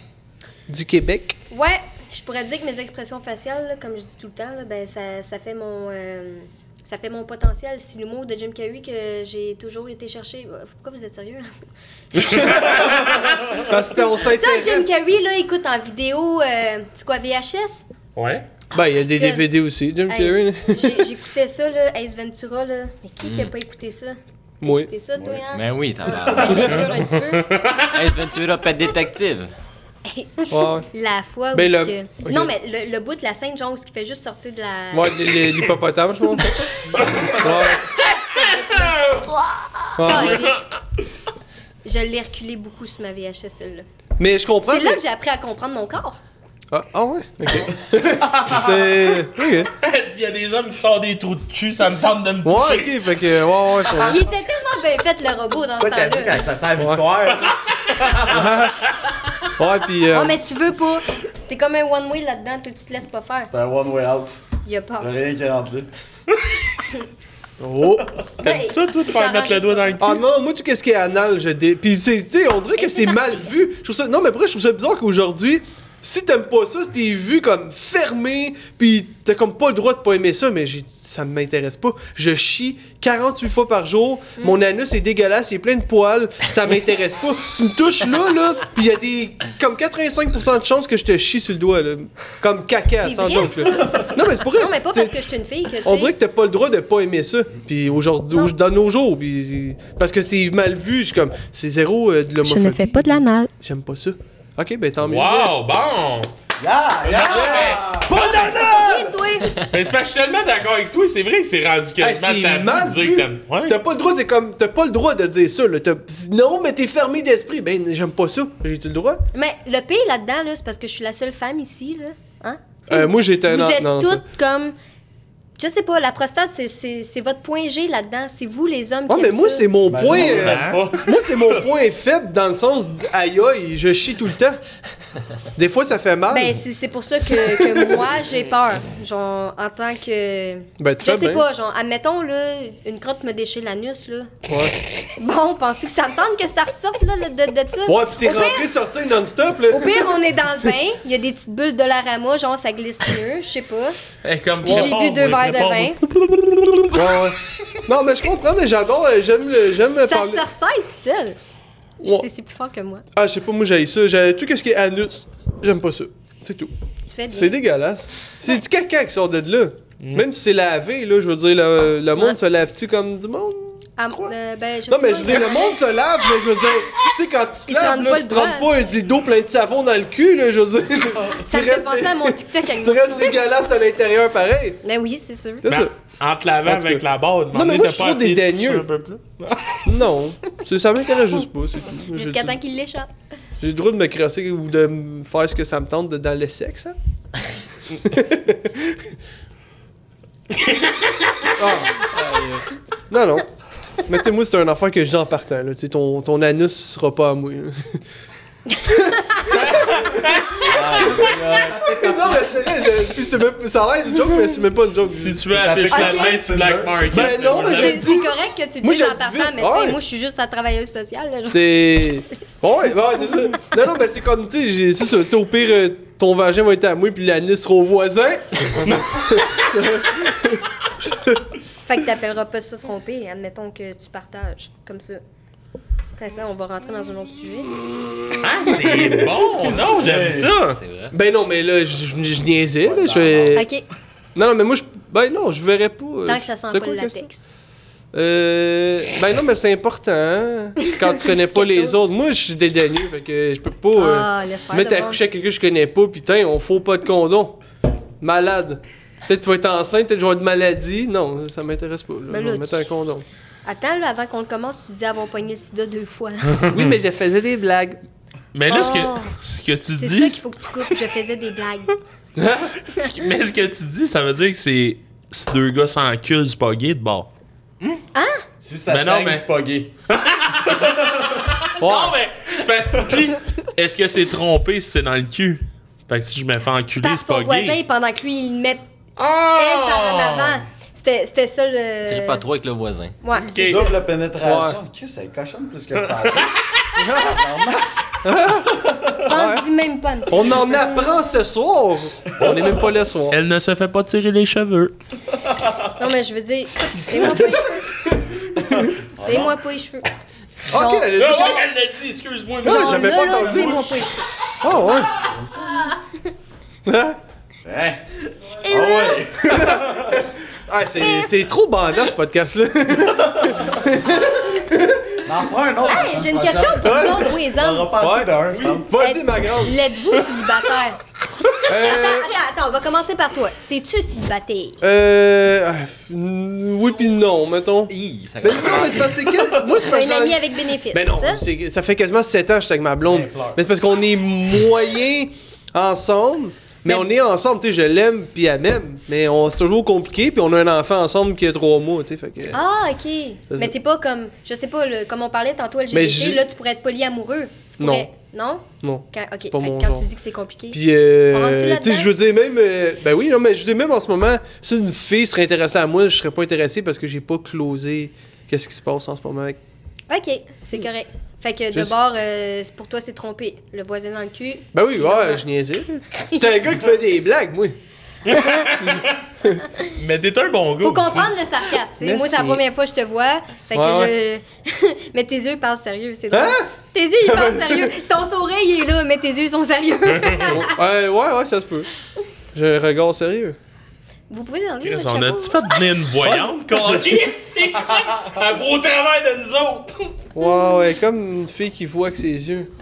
Speaker 1: du Québec.
Speaker 2: Ouais, je pourrais dire que mes expressions faciales, là, comme je dis tout le temps, là, ben, ça, ça fait mon... euh, Ça fait mon potentiel. Si le mot de Jim Carrey que j'ai toujours été chercher. Pourquoi vous êtes sérieux?
Speaker 1: Parce que on
Speaker 2: Ça, Jim
Speaker 1: s'intéresse.
Speaker 2: Carrey, là, écoute en vidéo, euh, c'est quoi, VHS?
Speaker 5: Ouais.
Speaker 1: Ben, il y a des
Speaker 2: Good.
Speaker 1: DVD aussi, Jim
Speaker 2: Hey,
Speaker 1: Carrey. là.
Speaker 2: j'ai- J'écoutais ça, là, Ace Ventura, là. Mais qui qui a pas écouté ça?
Speaker 1: Oui.
Speaker 2: T'écouté ça, toi, hein?
Speaker 7: Ben oui, t'as
Speaker 2: Ah, ben, t'es sûr un petit peu.
Speaker 7: Ace Ventura, pet détective.
Speaker 1: Ouais,
Speaker 2: La fois où
Speaker 1: Ben,
Speaker 2: est-ce
Speaker 1: le-
Speaker 2: que...
Speaker 1: ok.
Speaker 2: Non, mais le, le bout de la scène, genre, où ce qui fait juste sortir de la...
Speaker 1: ouais l- l- l'hippopotame, je pense. Ouais.
Speaker 2: Ah,
Speaker 1: Ouais.
Speaker 2: il est- Je l'ai reculé beaucoup sur ma VHS, celle-là.
Speaker 1: Mais je comprends.
Speaker 2: C'est là
Speaker 1: que-
Speaker 2: que j'ai appris à comprendre mon corps.
Speaker 1: Ah, ah ouais, ok. C'est. Ok.
Speaker 5: Elle dit, il y a des hommes qui sortent des trous de cul, ça me tente de
Speaker 1: Ouais,
Speaker 5: me toucher.
Speaker 1: ok, fait que. Ouais, ouais, faut-
Speaker 2: Il était tellement bien fait, le robot, dans ce
Speaker 8: Ça, t'as dit
Speaker 2: temps-là.
Speaker 8: quand ça sent la victoire.
Speaker 1: Ouais, pis. euh,
Speaker 2: Oh, mais tu veux pas. T'es comme un one-way là-dedans, toi, tu te laisses pas faire.
Speaker 8: C'est un one way out.
Speaker 2: Il a peur.
Speaker 8: Y'a rien qui est rentré.
Speaker 1: Oh!
Speaker 5: T'as dit ça, toi, de faire mettre le doigt dans le cul?
Speaker 1: Ah non, moi, tout qu'est-ce qui est anal, je dé... Puis, c'est- tu sais, on dirait que
Speaker 2: Et
Speaker 1: c'est
Speaker 2: c'est
Speaker 1: mal vu. Je trouve ça... Non, mais après, je trouve ça bizarre qu'aujourd'hui, si t'aimes pas ça, t'es vu comme fermé, puis t'as comme pas le droit de pas aimer ça, mais j'ai... ça m'intéresse pas. Je chie 48 fois par jour,
Speaker 2: Mm.
Speaker 1: mon anus est dégueulasse, il est plein de poils, ça m'intéresse pas. Tu me touches là, là, puis il y a des... comme 85% de chances que je te chie sur le doigt, là. Comme caca,
Speaker 2: C'est
Speaker 1: sans
Speaker 2: vrai,
Speaker 1: doute, là. Non, mais c'est pour
Speaker 2: Non, mais pas parce que je suis une fille que tu
Speaker 1: on
Speaker 2: sais,
Speaker 1: dirait que t'as pas le droit de pas aimer ça. Puis aujourd'hui, au- dans nos jours, puis parce que c'est mal vu, je suis comme c'est zéro euh, de l'homophobie.
Speaker 6: de l'anal.
Speaker 1: Ah, J'aime pas ça. Ok, ben tant mieux.
Speaker 5: Wow, bon!
Speaker 8: Yeah, yeah!
Speaker 1: Pas d'anal!
Speaker 5: Mais c'est parce que je suis tellement d'accord avec toi, c'est vrai que c'est rendu
Speaker 1: Hey,
Speaker 5: quasiment
Speaker 1: c'est
Speaker 5: tabou de
Speaker 1: mal
Speaker 5: dire
Speaker 1: vu.
Speaker 5: que t'aimes. Ouais.
Speaker 1: T'as pas le droit, c'est comme. T'as pas le droit de dire ça, là. T'as- Non, mais t'es fermé d'esprit. Ben, j'aime pas ça. J'ai-tu le droit?
Speaker 2: Mais le pire là-dedans, là, c'est parce que je suis la seule femme ici, là. Hein?
Speaker 1: Euh, moi, j'étais
Speaker 2: Vous
Speaker 1: non,
Speaker 2: êtes
Speaker 1: non,
Speaker 2: toutes comme. Je sais pas, la prostate, c'est- c'est c'est votre point G là-dedans. C'est vous, les hommes, qui
Speaker 1: Non, mais
Speaker 2: aiment
Speaker 1: moi,
Speaker 2: ça.
Speaker 1: c'est mon point.
Speaker 5: non,
Speaker 1: euh,
Speaker 5: ben,
Speaker 1: moi, c'est mon point faible dans le sens. d- Aïe, aïe, je chie tout le temps. Des fois, ça fait mal.
Speaker 2: Ben, c'est c'est pour ça que, que moi, j'ai peur. Genre, en tant que.
Speaker 1: Ben, tu fais
Speaker 2: Je sais
Speaker 1: bien.
Speaker 2: pas, genre, admettons, là, une crotte me déchire l'anus, là.
Speaker 1: Ouais.
Speaker 2: Bon, pensez que ça me tente que ça ressorte, là, le- de, de ça?
Speaker 1: Ouais, pis c'est
Speaker 2: Au pire-
Speaker 1: rentré, sorti non-stop, là.
Speaker 2: Au pire, on est dans le bain, il y a des petites bulles de la rama, genre, ça glisse mieux, je sais pas.
Speaker 5: hey, comme
Speaker 2: Puis J'ai
Speaker 5: prépare,
Speaker 2: bu deux
Speaker 5: moi,
Speaker 2: verres de
Speaker 5: prépare.
Speaker 2: vin.
Speaker 1: Ouais, ouais. Non, mais je comprends, mais j'adore, euh, j'aime le- j'aime
Speaker 2: Ça
Speaker 1: parler.
Speaker 2: se ressort tout seul. Je
Speaker 1: Ouais.
Speaker 2: sais, c'est plus fort que moi.
Speaker 1: Ah, je sais pas, moi, j'ai ça. J'ai tout ce qui est anus. J'aime pas ça. C'est tout.
Speaker 2: Tu fais bien.
Speaker 1: C'est dégueulasse. C'est du caca qui sort de là. Même si c'est lavé, là, je veux dire, le, le monde
Speaker 2: Ouais.
Speaker 1: se lave-tu comme du monde?
Speaker 2: Ah,
Speaker 1: crois?
Speaker 2: euh, ben, je
Speaker 1: Non,
Speaker 2: sais
Speaker 1: mais
Speaker 2: pas,
Speaker 1: je veux dire, le monde se lave, mais je veux dire, tu sais, quand tu te
Speaker 2: Ils se
Speaker 1: laves,
Speaker 2: rendent
Speaker 1: là,
Speaker 2: pas
Speaker 1: tu
Speaker 2: le
Speaker 1: te rentres
Speaker 2: droit.
Speaker 1: pas un dildo plein de savon dans le cul, là, je veux dire.
Speaker 2: Ça
Speaker 1: tu
Speaker 2: me fait
Speaker 1: restes-
Speaker 2: penser à mon TikTok avec
Speaker 1: Tu
Speaker 2: moi.
Speaker 1: restes dégueulasse à l'intérieur pareil.
Speaker 2: Ben oui, c'est sûr.
Speaker 1: C'est ça.
Speaker 5: Ben, en te lavant
Speaker 1: En tout cas.
Speaker 5: avec la barre,
Speaker 1: Non, mais moi, je trouve dédaigneux.
Speaker 5: Un peu plus.
Speaker 1: Non, c'est- ça m'intéresse juste pas, c'est tout.
Speaker 2: Jusqu'à
Speaker 1: J'ai-
Speaker 2: temps qu'il l'échappe.
Speaker 1: J'ai le droit de me crasser ou de me faire ce que ça me tente de- dans le sexe, hein? Ah, euh, Non, non. Mais tu sais, moi, c'est un enfant que je dis en partant. Là. Tu sais, Ton, ton anus sera pas à moi. là. non, mais c'est vrai. je- Puis c'est même- ça a l'air une joke, mais c'est même pas une joke.
Speaker 5: Si tu veux afficher la
Speaker 2: Ok.
Speaker 5: main sur Black Market.
Speaker 1: Ben non, mais
Speaker 5: voilà.
Speaker 1: j'ai-
Speaker 2: C'est c'est correct que tu le
Speaker 1: Moi,
Speaker 2: dises
Speaker 1: je le
Speaker 2: en
Speaker 1: dis
Speaker 2: partant,
Speaker 1: vite.
Speaker 2: mais tu sais,
Speaker 1: Ouais.
Speaker 2: moi, je suis juste la travailleuse sociale. là, genre.
Speaker 1: T'es. Ouais, ouais, c'est ça. Non, non, mais c'est comme, tu sais, j'ai- c'est ça. Tu sais, au pire, euh, ton vagin va être à moi, puis l'anus sera au voisin.
Speaker 2: Fait que t'appelleras pas ça tromper, admettons que tu partages, comme ça. Après ça, on va rentrer dans un autre sujet.
Speaker 5: Ah, c'est bon! Non, j'aime ça!
Speaker 7: C'est vrai.
Speaker 1: Ben non, mais là, je, je, je niaisais, là. Je...
Speaker 2: Ok,
Speaker 1: Non, non, mais moi, je... Ben non, je verrais pas. euh,
Speaker 2: tant que ça sent
Speaker 1: c'est
Speaker 2: pas
Speaker 1: quoi
Speaker 2: le
Speaker 1: la question?
Speaker 2: latex.
Speaker 1: Euh... Ben non, mais c'est important, hein, quand tu connais pas les autres. Moi, je suis dédaigné, fait que je peux pas... euh,
Speaker 2: Ah, laisse faire
Speaker 1: mettre
Speaker 2: de
Speaker 1: à
Speaker 2: bon.
Speaker 1: coucher à quelqu'un que je connais pas, putain, on faut pas de condom. Malade. Peut-être tu vas être enceinte, peut-être que je vais avoir une maladie. Non, ça m'intéresse pas. Là.
Speaker 2: Ben
Speaker 1: je vais
Speaker 2: là,
Speaker 1: mettre
Speaker 2: tu-
Speaker 1: un condom.
Speaker 2: Attends, là, avant qu'on le commence, tu dis avoir pogné le sida deux fois.
Speaker 1: Oui, mais je faisais des blagues.
Speaker 5: Mais là, ce que,
Speaker 2: Oh.
Speaker 5: ce que tu
Speaker 2: C'est ça
Speaker 5: dis,
Speaker 2: qu'il faut que tu coupes, je faisais des blagues.
Speaker 5: ce que- mais ce que tu dis, ça veut dire que c'est si deux gars sans cul, c'est pas gay de bord.
Speaker 8: Si ça
Speaker 5: Ben non,
Speaker 8: saigne,
Speaker 5: mais-
Speaker 8: c'est pas gay.
Speaker 5: Non, mais c'est parce que tu dis, est-ce que c'est trompé si c'est dans le cul? Fait que si je me fais enculer,
Speaker 2: Par
Speaker 5: c'est pas
Speaker 2: son voisin,
Speaker 5: gay.
Speaker 2: pendant que lui, il met elle par en
Speaker 5: Ah!
Speaker 2: avant. C'était c'était ça le.
Speaker 7: T'es
Speaker 1: Euh.
Speaker 7: pas trop avec le voisin.
Speaker 2: Ouais, c'est ça.
Speaker 8: Double pénétration. Qu'est-ce que c'est cochonne plus que je pensais? Tabarnak.
Speaker 2: Pense-y même pas. une petite.
Speaker 1: Ah On en apprend ce soir. On est même pas le soir.
Speaker 5: Elle ne se fait pas tirer les cheveux.
Speaker 2: Non, mais je veux dire, c'est moi pas les cheveux. C'est moi pas les cheveux.
Speaker 1: Ok, elle a dit-
Speaker 5: elle l'a dit, excuse-moi.
Speaker 1: Ah,
Speaker 2: Genre,
Speaker 1: j'avais
Speaker 2: là,
Speaker 1: pas
Speaker 2: là,
Speaker 1: entendu.
Speaker 2: tu es moi pas les cheveux.
Speaker 1: Ah ouais. Hein?
Speaker 8: Hein? Ah ouais!
Speaker 1: Ah, c'est c'est trop bandant ce podcast-là.
Speaker 8: N'en prends un autre! la
Speaker 2: Hey,
Speaker 8: semaine
Speaker 2: J'ai une
Speaker 8: prochaine.
Speaker 2: question pour vous autres, vous
Speaker 8: On
Speaker 2: les hommes.
Speaker 8: aura pas
Speaker 1: Ouais.
Speaker 8: assez d'un, je pense.
Speaker 1: Vas-y, ma grande.
Speaker 2: L'êtes-vous célibataire?
Speaker 1: Euh,
Speaker 2: Attends, attends, on va commencer par toi. T'es-tu célibataire?
Speaker 1: euh, ah, f- oui pis non, mettons.
Speaker 7: Hi, ça
Speaker 1: Ben
Speaker 7: commence.
Speaker 1: non, mais c'est parce que... Moi, c'est
Speaker 2: T'as
Speaker 1: parce
Speaker 2: une
Speaker 1: que... j'en-
Speaker 2: amie avec bénéfice,
Speaker 1: Ben non,
Speaker 2: c'est ça?
Speaker 1: c'est que ça fait quasiment 7 ans que j'étais avec ma blonde.
Speaker 8: Ben,
Speaker 5: Elle pleure.
Speaker 1: Mais c'est parce qu'on est moyen ensemble. Mais
Speaker 2: Ben-
Speaker 1: on est ensemble, tu sais, je l'aime puis elle m'aime. Mais on c'est toujours compliqué puis on a un enfant ensemble qui a trois mois, tu sais, fait que...
Speaker 2: Ah, ok.
Speaker 1: ça.
Speaker 2: Mais t'es pas comme, je sais pas, le- comme on parlait tantôt, LGBT,
Speaker 1: Mais j'ai-
Speaker 2: là, tu pourrais être polyamoureux. Tu
Speaker 1: Ben, Non.
Speaker 2: pourrais... Non?
Speaker 1: Non.
Speaker 2: Quand, ok,
Speaker 1: Pas
Speaker 2: fait que
Speaker 1: mon
Speaker 2: quand
Speaker 1: genre.
Speaker 2: tu dis que c'est compliqué.
Speaker 1: Puis,
Speaker 2: On rentre-tu
Speaker 1: euh,
Speaker 2: là-dedans?
Speaker 1: tu sais, je veux dire, même. euh, ben oui, non, mais je veux dire, même en ce moment, si une fille serait intéressée à moi, je serais pas intéressé parce que j'ai pas closé qu'est-ce qui se passe en ce moment. avec-
Speaker 2: Ok, c'est correct. Fait que de
Speaker 1: Juste-
Speaker 2: bord, euh, c'est- pour toi, c'est trompé. Le voisin dans le cul.
Speaker 1: Ben oui,
Speaker 2: Puis
Speaker 1: ouais,
Speaker 2: le-
Speaker 1: je niaisais. là. J'étais un gars qui fait des blagues, moi.
Speaker 5: Mais t'es un bon gars.
Speaker 2: Faut
Speaker 5: aussi.
Speaker 2: comprendre le sarcasme. tu sais.
Speaker 1: Merci.
Speaker 2: Moi, c'est la première fois que je te vois. Fait que
Speaker 1: Ouais,
Speaker 2: je. mais tes yeux parlent sérieux, c'est
Speaker 1: Hein?
Speaker 2: drôle. Tes yeux, ils parlent sérieux. Ton sourire, il est là, mais tes yeux sont sérieux.
Speaker 1: ouais, ouais, ouais, ça se peut. J'ai un regard sérieux.
Speaker 2: Vous pouvez l'enlever,
Speaker 5: Chris,
Speaker 2: votre
Speaker 5: On
Speaker 2: chapeau?
Speaker 5: a-tu fait venir une voyante, Calice? Un gros travail de nous autres!
Speaker 1: Wow, ouais, comme une fille qui voit avec ses yeux.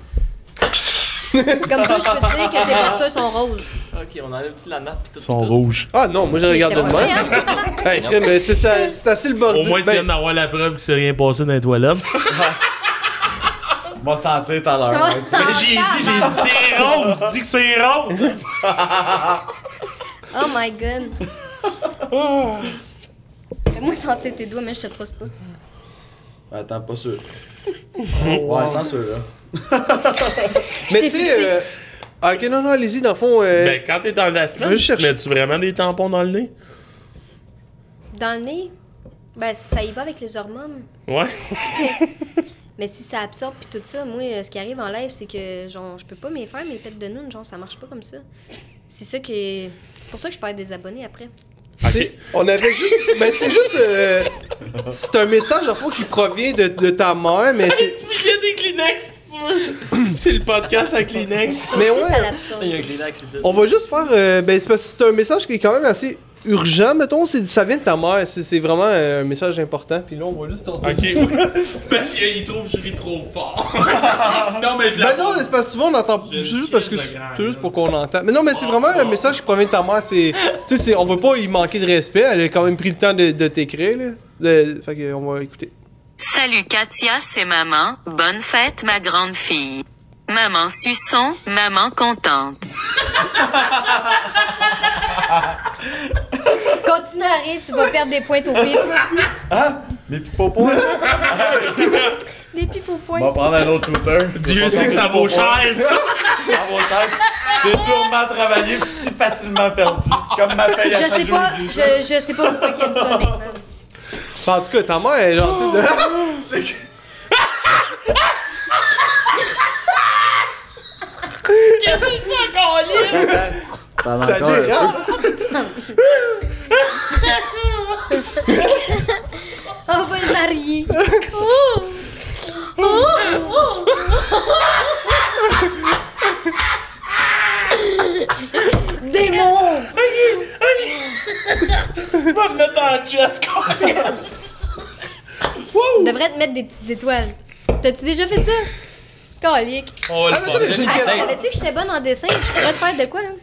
Speaker 2: Comme ça, je peux te dire que tes boxeurs sont roses.
Speaker 7: ok, on enlève toute la nappe pis tout.
Speaker 5: Ils
Speaker 7: pis
Speaker 5: sont
Speaker 7: tout.
Speaker 5: rouges.
Speaker 1: Ah non, moi j'ai regardé de
Speaker 2: J'étais pas
Speaker 1: même. Hey, mais c'est ça- c'est assez le bordel.
Speaker 5: Au moins, tu
Speaker 1: Ben,
Speaker 5: viens d'avoir la preuve qu'il s'est rien passé dans les toilettes.
Speaker 8: M'a sentir tout à l'heure.
Speaker 2: Ouais.
Speaker 8: ouais, tu-
Speaker 5: Mais j'ai dit, j'ai dit, c'est rose! Tu dis que c'est rose!
Speaker 1: Euh,
Speaker 2: Oh my god.
Speaker 5: Oh.
Speaker 2: Fais-moi sentir tes doigts, mais je te trosse pas.
Speaker 8: Attends, pas sûr. Ouais, sans sûr, là.
Speaker 1: mais
Speaker 2: t'ai
Speaker 1: tu sais.
Speaker 2: fixé.
Speaker 1: euh, ah, Ok, non, non, allez-y, dans le fond. euh,
Speaker 5: Ben, quand t'es dans la semaine,
Speaker 1: Je cherche-
Speaker 5: mets-tu vraiment des tampons dans le nez?
Speaker 2: Dans le nez, ben ça y va avec les hormones.
Speaker 5: Ouais.
Speaker 2: Mais si ça absorbe puis tout ça, moi, euh, ce qui arrive en live, c'est que genre, je peux pas m'y faire mes pètes de noun, genre, ça marche pas comme ça. C'est ça qui est- C'est pour ça que je perds des abonnés après.
Speaker 1: Tu sais, On avait juste. Ben, c'est juste. euh, c'est un message, à fond, qui provient de, de ta mère, mais c'est.
Speaker 5: Tu peux jeter des Kleenex si tu veux. c'est le podcast à Kleenex.
Speaker 1: Mais
Speaker 2: Aussi, ça
Speaker 1: ouais,
Speaker 2: l'absorbe.
Speaker 7: Il y a un Kleenex ici.
Speaker 1: on va juste faire. euh, ben, c'est parce que c'est un message qui est quand même assez urgent, mettons. c'est- Ça vient de ta mère. C'est c'est vraiment euh, un message important. Puis là, on va juste.
Speaker 5: Ok, Parce qu'il trouve que je ris trop fort. non, mais je
Speaker 1: Ben non, mais c'est parce que souvent on entend.
Speaker 5: Je
Speaker 1: C'est juste parce que
Speaker 5: le grand,
Speaker 1: c'est juste
Speaker 5: là.
Speaker 1: pour qu'on entende. Mais non, mais c'est vraiment un message qui provient de ta mère. C'est, tu sais, c'est- on veut pas y manquer de respect. Elle a quand même pris le temps de, de t'écrire. Là. De- fait que on va écouter.
Speaker 9: Salut Katia, c'est maman. Bonne fête ma grande fille. Maman suçon, maman contente.
Speaker 2: Continue à rire, tu vas perdre des points au pire.
Speaker 1: Hein?
Speaker 8: Mais puis pas pour
Speaker 2: Des pipes au
Speaker 8: On va
Speaker 2: point.
Speaker 8: prendre un autre shooter.
Speaker 5: Dieu sait que ça vaut cher, ça.
Speaker 8: Ça vaut cher. C'est purement travaillé pis si facilement perdu. C'est comme ma paye
Speaker 2: Je
Speaker 8: à chaque
Speaker 2: sais pas,
Speaker 8: jeudi.
Speaker 2: je, je sais pas pourquoi qu'elle aime ça maintenant.
Speaker 1: Fait, Bah, en tout cas, ta mère, elle est gentille de. C'est que-
Speaker 8: T'en as
Speaker 1: Ça ah,
Speaker 8: encore un peu.
Speaker 1: dérape.
Speaker 2: On va le marier. Démon!
Speaker 5: Va me mettre dans le chest, quoi.
Speaker 2: On devrait te mettre des petites étoiles. T'as-tu déjà fait ça? Calique.
Speaker 5: On
Speaker 1: Ah, mais attends, mais j'ai une
Speaker 2: Hey,
Speaker 1: question.
Speaker 2: savais-tu que j'étais bonne en dessin? Je pourrais te faire de quoi? hein?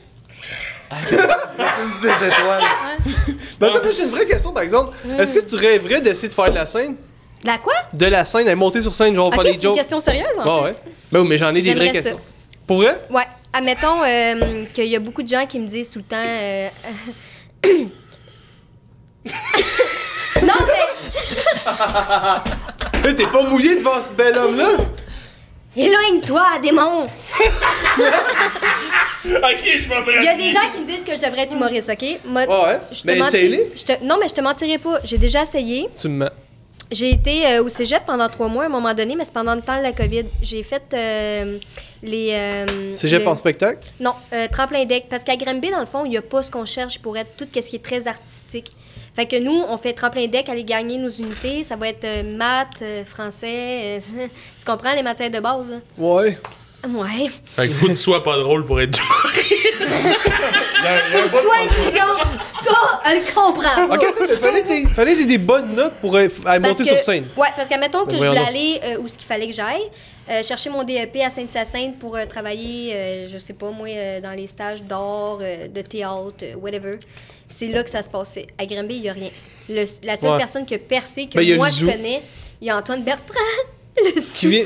Speaker 8: des étoiles.
Speaker 1: Mais attends, mais j'ai une vraie question par exemple.
Speaker 2: Mm.
Speaker 1: Est-ce que tu rêverais d'essayer de faire de la scène
Speaker 2: De la quoi?
Speaker 1: De la scène, à monter sur scène, genre
Speaker 2: Ok,
Speaker 1: faire
Speaker 2: c'est
Speaker 1: des
Speaker 2: une
Speaker 1: jokes.
Speaker 2: question sérieuse en
Speaker 1: Ah
Speaker 2: fait.
Speaker 1: ouais. Ben oui, mais j'en ai des vraies
Speaker 2: J'aimerais ça.
Speaker 1: questions. Pour vrai
Speaker 2: Ouais. Admettons euh, qu'il y a beaucoup de gens qui me disent tout le temps. euh, non, mais.
Speaker 1: Hey, Eh, T'es pas mouillé devant ce bel homme-là
Speaker 2: Éloigne-toi, démon!
Speaker 5: Ok, je vais me
Speaker 2: Il y a des gens qui me disent que je devrais être humoriste, ok? Moi,
Speaker 1: Ah Ouais, ouais.
Speaker 2: je te
Speaker 1: Mais
Speaker 2: menti-
Speaker 1: essaye-les.
Speaker 2: je te- Non, mais je te mentirai pas. J'ai déjà essayé.
Speaker 1: Tu me mens.
Speaker 2: J'ai été euh, au cégep pendant trois mois à un moment donné, mais c'est pendant le temps de la COVID. J'ai fait euh, les. euh,
Speaker 1: Cégep
Speaker 2: le-
Speaker 1: en spectacle
Speaker 2: Non, euh, tremplin deck. Parce qu'à Granby, dans le fond, il n'y a pas ce qu'on cherche pour être tout ce qui est très artistique. Fait que nous, on fait tremplin deck, aller gagner nos unités. Ça va être euh, maths, euh, français. euh, tu comprends les matières de base? hein? là?
Speaker 1: Ouais.
Speaker 2: Ouais.
Speaker 5: Fait que faut que tu sois pas drôle pour être
Speaker 8: Il y a- il y a un bout-
Speaker 2: Sois intelligent! Ça, elle comprend! pas.
Speaker 1: Ok, attends, mais fallait des, fallait des, des bonnes notes pour euh, f- aller
Speaker 2: Parce
Speaker 1: monter
Speaker 2: que-
Speaker 1: sur scène.
Speaker 2: Ouais, parce que mettons que
Speaker 1: Ben
Speaker 2: je voulais
Speaker 1: voyons
Speaker 2: aller euh, où ce qu'il fallait que j'aille, euh, chercher mon DEP à Sainte-Sainte pour euh, travailler, euh, je sais pas moi, euh, dans les stages d'art, euh, de théâtre, euh, whatever. C'est là que ça se passait. À Granby, il y a rien. Le- la seule
Speaker 1: Ouais.
Speaker 2: personne qui a percé, que
Speaker 1: Ben, il y a
Speaker 2: moi
Speaker 1: le
Speaker 2: je
Speaker 1: zoo.
Speaker 2: connais, il y a Antoine Bertrand. Le
Speaker 1: Qui vient.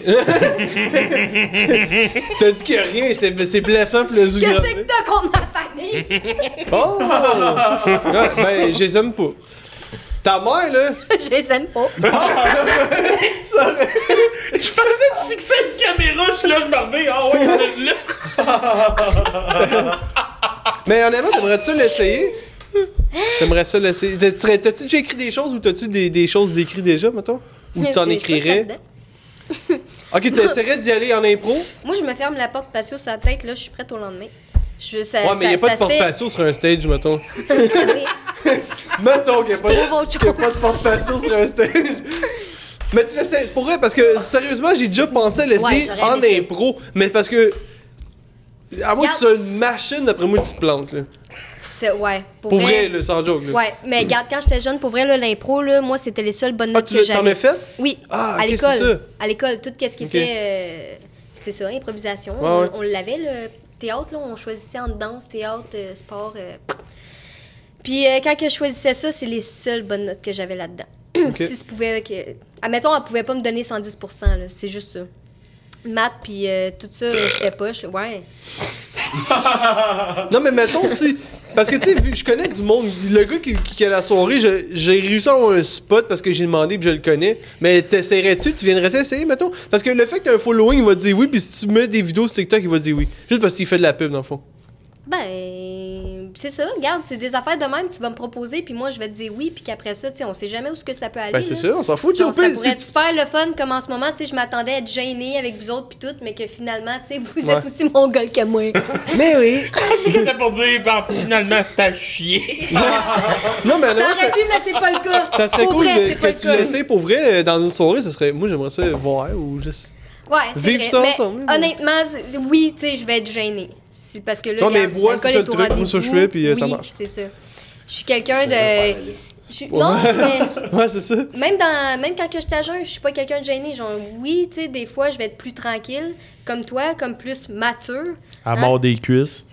Speaker 1: T'as dit qu'il y a rien, c'est c'est blessant pour le zoo.
Speaker 2: Qu'est-ce que t'as contre ma famille?
Speaker 1: Oh! Ah, ben, je les aime pas. Ta mère, là.
Speaker 2: je les aime pas.
Speaker 5: Je pensais que tu fixais une caméra, je suis là, je me reviens. Ah ouais, là.
Speaker 1: Mais honnêtement, t'aimerais-tu l'essayer? T'aimerais ça l'essayer? T'as- tu serais- T'as-tu déjà écrit des choses ou t'as-tu des, des choses d'écrit déjà, mettons? Ou
Speaker 2: Mais
Speaker 1: t'en
Speaker 2: c'est- c'est
Speaker 1: écrirais?
Speaker 2: là-dedans.
Speaker 1: Ok, tu essaierais d'y aller en impro?
Speaker 2: Moi, je me ferme la porte patio sur la tête, là, je suis prête au lendemain. Je, ça,
Speaker 1: Ouais, mais
Speaker 2: ça-
Speaker 1: y a pas
Speaker 2: ça
Speaker 1: de
Speaker 2: se fait-
Speaker 1: porte-patio sur un stage, mettons.
Speaker 2: Oui.
Speaker 1: Mettons qu'il n'y a, pas
Speaker 2: trouves autre
Speaker 1: de- qu'il y a pas de porte-passion sur un stage. Mais tu l'essayes pour vrai, parce que sérieusement, j'ai déjà pensé à l'essayer
Speaker 2: Ouais,
Speaker 1: en
Speaker 2: j'aurais aimé
Speaker 1: impro. Mais parce que. À moins que
Speaker 2: Regarde.
Speaker 1: tu sois une machine, d'après moi, tu te plantes. Là.
Speaker 2: C'est- Ouais, pour,
Speaker 1: Pour vrai, là, sans joke. Là.
Speaker 2: Ouais, mais regarde, quand j'étais jeune, pour vrai, là, l'impro, là, moi, c'était les seules bonnes
Speaker 1: Ah,
Speaker 2: notes
Speaker 1: tu
Speaker 2: que
Speaker 1: l'as-
Speaker 2: j'avais.
Speaker 1: t'en as fait?
Speaker 2: Oui,
Speaker 1: Ah,
Speaker 2: à
Speaker 1: ok,
Speaker 2: l'école.
Speaker 1: c'est ça.
Speaker 2: À l'école, tout ce qui
Speaker 1: Ok.
Speaker 2: était... euh, c'est ça, improvisation.
Speaker 1: Ouais, ouais.
Speaker 2: On, on l'avait, le théâtre, là, on choisissait entre danse, théâtre, euh, sport. euh. Puis euh, quand que je choisissais ça, c'est les seules bonnes notes que j'avais là-dedans. si je pouvais. Que... Admettons, elle pouvait pas me donner 110 là, c'est juste ça. Maths, puis euh, tout ça, j'étais poche. là, Ouais.
Speaker 1: Non, mais mettons si. Parce que, tu sais, vu que je connais du monde, le gars qui, qui, qui a la soirée, je- j'ai réussi à avoir un spot parce que j'ai demandé puis je le connais. Mais t'essaierais-tu, tu viendrais essayer, mettons? Parce que le fait que t'as un following, il va te dire oui, puis si tu mets des vidéos sur TikTok, il va te dire oui. Juste parce qu'il fait de la pub, dans le fond.
Speaker 2: Ben, c'est ça, regarde, c'est des affaires de même, tu vas me proposer, puis moi je vais te dire oui, puis qu'après ça, tu sais, on sait jamais où ce que ça peut aller.
Speaker 1: Ben, c'est
Speaker 2: là.
Speaker 1: ça, on s'en fout. tu sais,
Speaker 2: Genre,
Speaker 1: au
Speaker 2: ça
Speaker 1: pire,
Speaker 2: pourrait
Speaker 1: si
Speaker 2: être super le fun, comme en ce moment, tu sais, je m'attendais à être gênée avec vous autres, puis tout, mais que finalement, tu sais, vous
Speaker 1: Ouais.
Speaker 2: êtes aussi mon gars que moi.
Speaker 1: tu- Mais oui!
Speaker 5: C'est que t'as pour dire, bah, finalement, c'est à chier.
Speaker 1: Non, mais
Speaker 2: ça
Speaker 1: alors,
Speaker 2: aurait
Speaker 1: ça,
Speaker 2: pu, mais c'est pas le cas.
Speaker 1: ça serait
Speaker 2: Pour
Speaker 1: cool
Speaker 2: vrai,
Speaker 1: de-
Speaker 2: c'est pas
Speaker 1: que
Speaker 2: le
Speaker 1: tu
Speaker 2: cas.
Speaker 1: l'essayes pour vrai euh, dans une soirée. Ça serait... Moi, j'aimerais ça voir ou juste.
Speaker 2: Ouais, c'est
Speaker 1: Vivre
Speaker 2: vrai,
Speaker 1: ça
Speaker 2: mais
Speaker 1: ensemble, là.
Speaker 2: Honnêtement, c'est- oui, tu sais, je vais être gênée. C'est parce que là,
Speaker 1: Non, mais
Speaker 2: regarde,
Speaker 1: bois, c'est
Speaker 2: l'alcool
Speaker 1: ça
Speaker 2: est
Speaker 1: le
Speaker 2: au
Speaker 1: truc, moi, ça, je
Speaker 2: rendez-vous.
Speaker 1: fais, puis, euh, ça
Speaker 2: Oui,
Speaker 1: marche.
Speaker 2: C'est ça. Je suis quelqu'un
Speaker 8: Je vais faire la
Speaker 2: de.
Speaker 8: liste.
Speaker 2: je suis- Non, mais.
Speaker 1: Ouais, c'est ça.
Speaker 2: Même, dans, même quand que j'étais à jeun, je suis pas quelqu'un de gêné. Genre, oui, tu sais, des fois, je vais être plus tranquille, comme toi, comme plus mature.
Speaker 5: À mort des cuisses.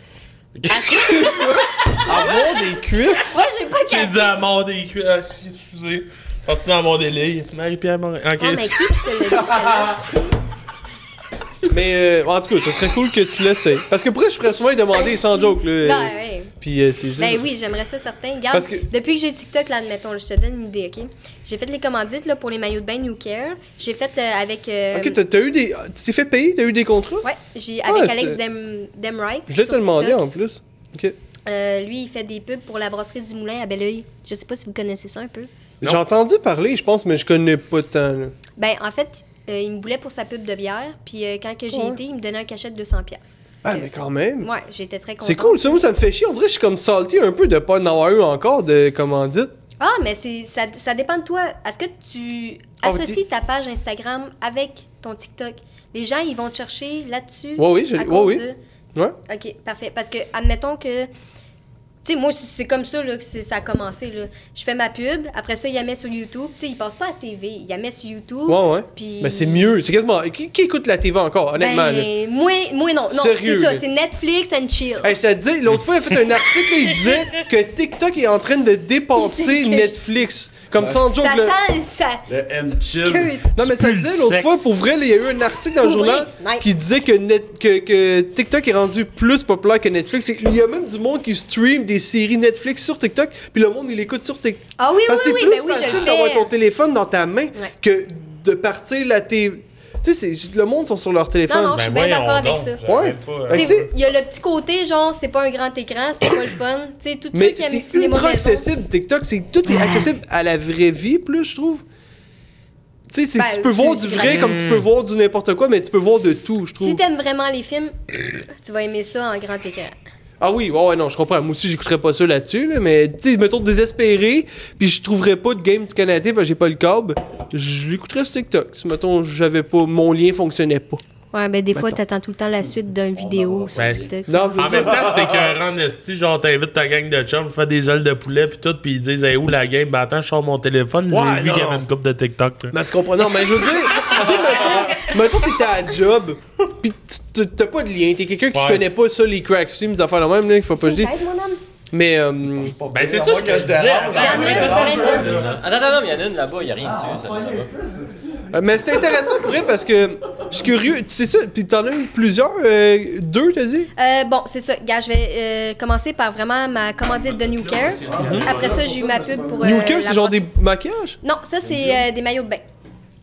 Speaker 1: Avoir des cuisses?
Speaker 2: Moi, j'ai pas qu'à
Speaker 5: J'ai
Speaker 2: dire.
Speaker 5: dit à mort des cuisses. Ah, excusez. Parti dans mon délire. Marie-Pierre Morin.
Speaker 2: Ah, mais
Speaker 5: Ok.
Speaker 2: qui qui te l'a dit, celle-là?
Speaker 1: Mais euh, en tout cas, ça serait cool que tu l'essayes. Parce que pourquoi je pourrais souvent lui demander sans joke, là.
Speaker 2: Ben, ouais.
Speaker 1: Puis euh, c'est
Speaker 2: Ben oui, j'aimerais ça, certain. Regarde,
Speaker 1: Parce que-
Speaker 2: depuis que j'ai TikTok, là, admettons, là, je te donne une idée, OK? J'ai fait les commandites là, pour les maillots de bain New Care. J'ai fait euh, avec... euh,
Speaker 1: Ok, t'as t'as eu des. Tu t'es fait payer, t'as eu des contrats?
Speaker 2: Ouais, j'ai
Speaker 1: Ouais,
Speaker 2: avec Alex
Speaker 1: c'est-
Speaker 2: Dem, Demright.
Speaker 1: Je l'ai hein.
Speaker 2: sur
Speaker 1: te demandé
Speaker 2: TikTok.
Speaker 1: en plus. Ok.
Speaker 2: Euh, lui, il fait des pubs pour la brasserie du Moulin à Belleuil. Je sais pas si vous connaissez ça un peu.
Speaker 5: Non.
Speaker 1: J'ai entendu parler, je pense, mais je connais pas tant. là.
Speaker 2: Ben, en fait, euh, il me voulait pour sa pub de bière, puis euh, quand que j'ai
Speaker 1: Ouais.
Speaker 2: été, il me donnait un cachet de 200 pièces.
Speaker 1: Ah, mais quand même.
Speaker 2: Ouais, j'étais très contente.
Speaker 1: C'est cool, ça, moi, ça me fait chier. On dirait que je suis comme salty un peu de pas en avoir eu encore de commandite.
Speaker 2: Ah, mais c'est ça, ça dépend de toi. Est-ce que tu
Speaker 1: Ah,
Speaker 2: associes ta page Instagram avec ton TikTok? Les gens, ils vont te chercher là-dessus.
Speaker 1: Ouais, oui, je-
Speaker 2: à
Speaker 1: ouais,
Speaker 2: cause
Speaker 1: oui.
Speaker 2: de-
Speaker 1: Ouais.
Speaker 2: OK, parfait. Parce que, admettons que... Tu sais, moi, c'est- c'est comme ça là, que c'est- ça a commencé. Là. Je fais ma pub, après ça, il la met sur YouTube. Tu sais, il passe pas à TV, il la met sur YouTube.
Speaker 1: Ouais, ouais.
Speaker 2: Puis...
Speaker 1: Mais c'est mieux. C'est quasiment. Qui, qui écoute la TV encore, honnêtement? là?
Speaker 2: Ben, moi, moi, non. Non,
Speaker 1: Sérieux,
Speaker 2: c'est ça,
Speaker 1: là.
Speaker 2: c'est Netflix and chill.
Speaker 1: Hey, ça dit, l'autre fois, il a fait un article, là, il disait que TikTok est en train de
Speaker 2: C'est
Speaker 1: dépasser
Speaker 2: ce que
Speaker 1: Netflix. Comme sans joke.
Speaker 2: ça
Speaker 1: là.
Speaker 2: sent... Ça...
Speaker 8: Le M-Chill.
Speaker 2: Excuse.
Speaker 1: Non, mais ça
Speaker 5: Tu
Speaker 1: disait
Speaker 5: le
Speaker 1: l'autre
Speaker 5: sexe.
Speaker 1: fois, pour vrai, là, il y a eu un article dans le
Speaker 2: Pour vrai,
Speaker 1: journal
Speaker 2: ouais.
Speaker 1: qui disait que, Net- que, que TikTok est rendu plus populaire que Netflix. Et Il y a même du monde qui stream des séries Netflix sur TikTok, puis le monde, il écoute sur TikTok.
Speaker 2: Ah oui,
Speaker 1: Parce que
Speaker 2: oui, oui,
Speaker 1: c'est plus
Speaker 2: ben oui, je le
Speaker 1: facile
Speaker 2: fais.
Speaker 1: d'avoir ton téléphone dans ta main
Speaker 2: Ouais.
Speaker 1: que de partir la télé. Tu sais, c'est- le monde sont sur leur téléphone.
Speaker 2: Non, non, je suis bien
Speaker 5: Ben, voyons
Speaker 2: d'accord avec
Speaker 5: donc,
Speaker 2: ça.
Speaker 5: j'arrête
Speaker 1: Ouais.
Speaker 5: pas, hein.
Speaker 1: Fait que Ah, tu sais-
Speaker 2: C'est- Il y a le petit côté, genre, c'est pas un grand écran, c'est pas le fun. Tu sais, tout de
Speaker 1: Mais
Speaker 2: suite, il y a mis
Speaker 1: c'est ultra accessible, TikTok. C'est, tout est accessible à la vraie vie, plus, je trouve. Tu sais, c'est-
Speaker 2: Ben,
Speaker 1: tu peux
Speaker 2: tu-
Speaker 1: voir
Speaker 2: tu
Speaker 1: du
Speaker 2: fais
Speaker 1: vrai
Speaker 2: la-
Speaker 1: comme tu peux voir du n'importe quoi, mais tu peux voir de tout, je trouve.
Speaker 2: Si t'aimes vraiment les films, tu vas aimer ça en grand écran.
Speaker 1: Ah oui, ouais, ouais, non, je comprends. Moi aussi, j'écouterais pas ça là-dessus, là, mais tu sais, mettons désespéré, puis je trouverais pas de game du Canadien parce que j'ai pas le câble, je l'écouterais sur TikTok. Si, mettons, j'avais pas, mon lien fonctionnait pas.
Speaker 2: Ouais, ben des
Speaker 1: fois,
Speaker 2: fois,
Speaker 1: Mettons.
Speaker 2: t'attends tout le temps la suite d'une vidéo sur
Speaker 5: Ben,
Speaker 2: TikTok.
Speaker 1: Non, c'est
Speaker 5: En
Speaker 1: ça.
Speaker 5: même temps, c'était écœurant, Nesti. Genre, t'invites ta gang de chums, fais des ailes de poulet, pis tout, pis ils disent, hey, où la game? Ben, attends, je sors mon téléphone.
Speaker 1: Ouais,
Speaker 5: J'ai vu
Speaker 1: non.
Speaker 5: qu'il y avait une coupe de TikTok. là.
Speaker 1: Mais Ben, tu comprends, non, mais je veux dire, tu sais, mettons, mettons, t'es à la job, puis tu- tu- t'as pas de lien, t'es quelqu'un qui
Speaker 5: Ouais.
Speaker 1: connaît pas ça, les crack streams, des affaires la même, là, qu'il faut pas que je dise.
Speaker 2: mon homme?
Speaker 1: Mais, euh,
Speaker 5: Ben, c'est ça, je te
Speaker 2: Il y en a,
Speaker 5: disais.
Speaker 2: il y en a.
Speaker 7: Attends, attends, attends, il y en a une là-bas, il n'y a rien dessus. Ça, là-bas.
Speaker 1: euh, mais c'est intéressant pour vrai parce que je suis curieux, c'est ça, puis t'en as eu plusieurs, euh, deux, t'as dit?
Speaker 2: Euh, bon, c'est ça. Gars, je vais euh, commencer par vraiment ma commandite de New Care. Après ça, j'ai eu ma pub pour. euh,
Speaker 1: New Cube,
Speaker 2: la
Speaker 1: c'est genre des
Speaker 2: brosse-
Speaker 1: maquillages?
Speaker 2: Non, ça, c'est euh, des maillots de bain.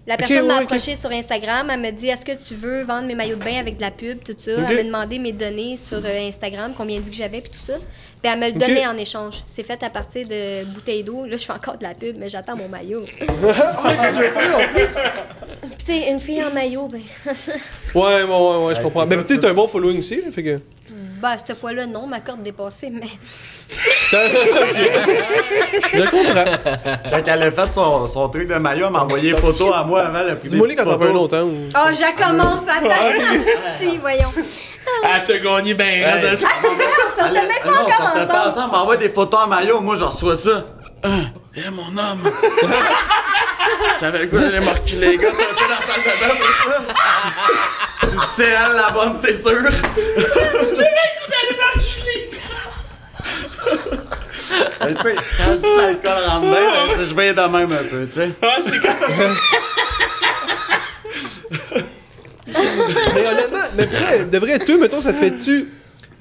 Speaker 2: La personne
Speaker 1: ouais,
Speaker 2: m'a
Speaker 1: ok.
Speaker 2: approché sur Instagram. Elle me dit Est-ce que tu veux vendre mes maillots de bain avec de la pub, tout ça
Speaker 1: Ok.
Speaker 2: Elle m'a demandé mes données sur euh, Instagram, combien de vues que j'avais, puis tout ça. Puis elle me le
Speaker 1: Ok.
Speaker 2: donnait en échange. C'est fait à partir de bouteilles d'eau. Là, je fais encore de la pub, mais j'attends mon maillot. puis c'est une fille en maillot, ben.
Speaker 1: Ouais, ouais, ouais, ouais, je comprends. Mais tu sais, t'as un bon following aussi, là, fait que.
Speaker 2: bah, cette fois-là, non, ma corde dépassée, mais.
Speaker 1: je comprends.
Speaker 8: Quand elle a fait son, son truc de maillot, elle m'a envoyé une photo à moi avant le premier.
Speaker 1: Dis-moi les quand t'en fais un autre, hein. ou-
Speaker 2: Oh, je commence à
Speaker 1: Ah,
Speaker 2: si, voyons.
Speaker 5: Elle t'a gagné ben raide,
Speaker 8: Hey.
Speaker 5: hein, ça.
Speaker 2: Ah, c'est vrai, on sortait même pas encore ensemble.
Speaker 10: Hein?
Speaker 8: ensemble. Elle m'envoie des photos à maillot, moi je reçois ça. Ah, eh mon homme!
Speaker 10: J'avais le goût d'aller me reculer, les gars, c'est un peu dans la salle de bain, tout ça. C'est elle la bonne, c'est sûr. J'ai le goût d'aller me reculer. tu sais, quand je dis que l'alcool rentre bien, ben, c'est- je vais de même un peu, tu sais.
Speaker 5: Ah, c'est quand
Speaker 1: Mais honnêtement, mais pour vrai, de vrai, toi, mettons, ça te fait-tu.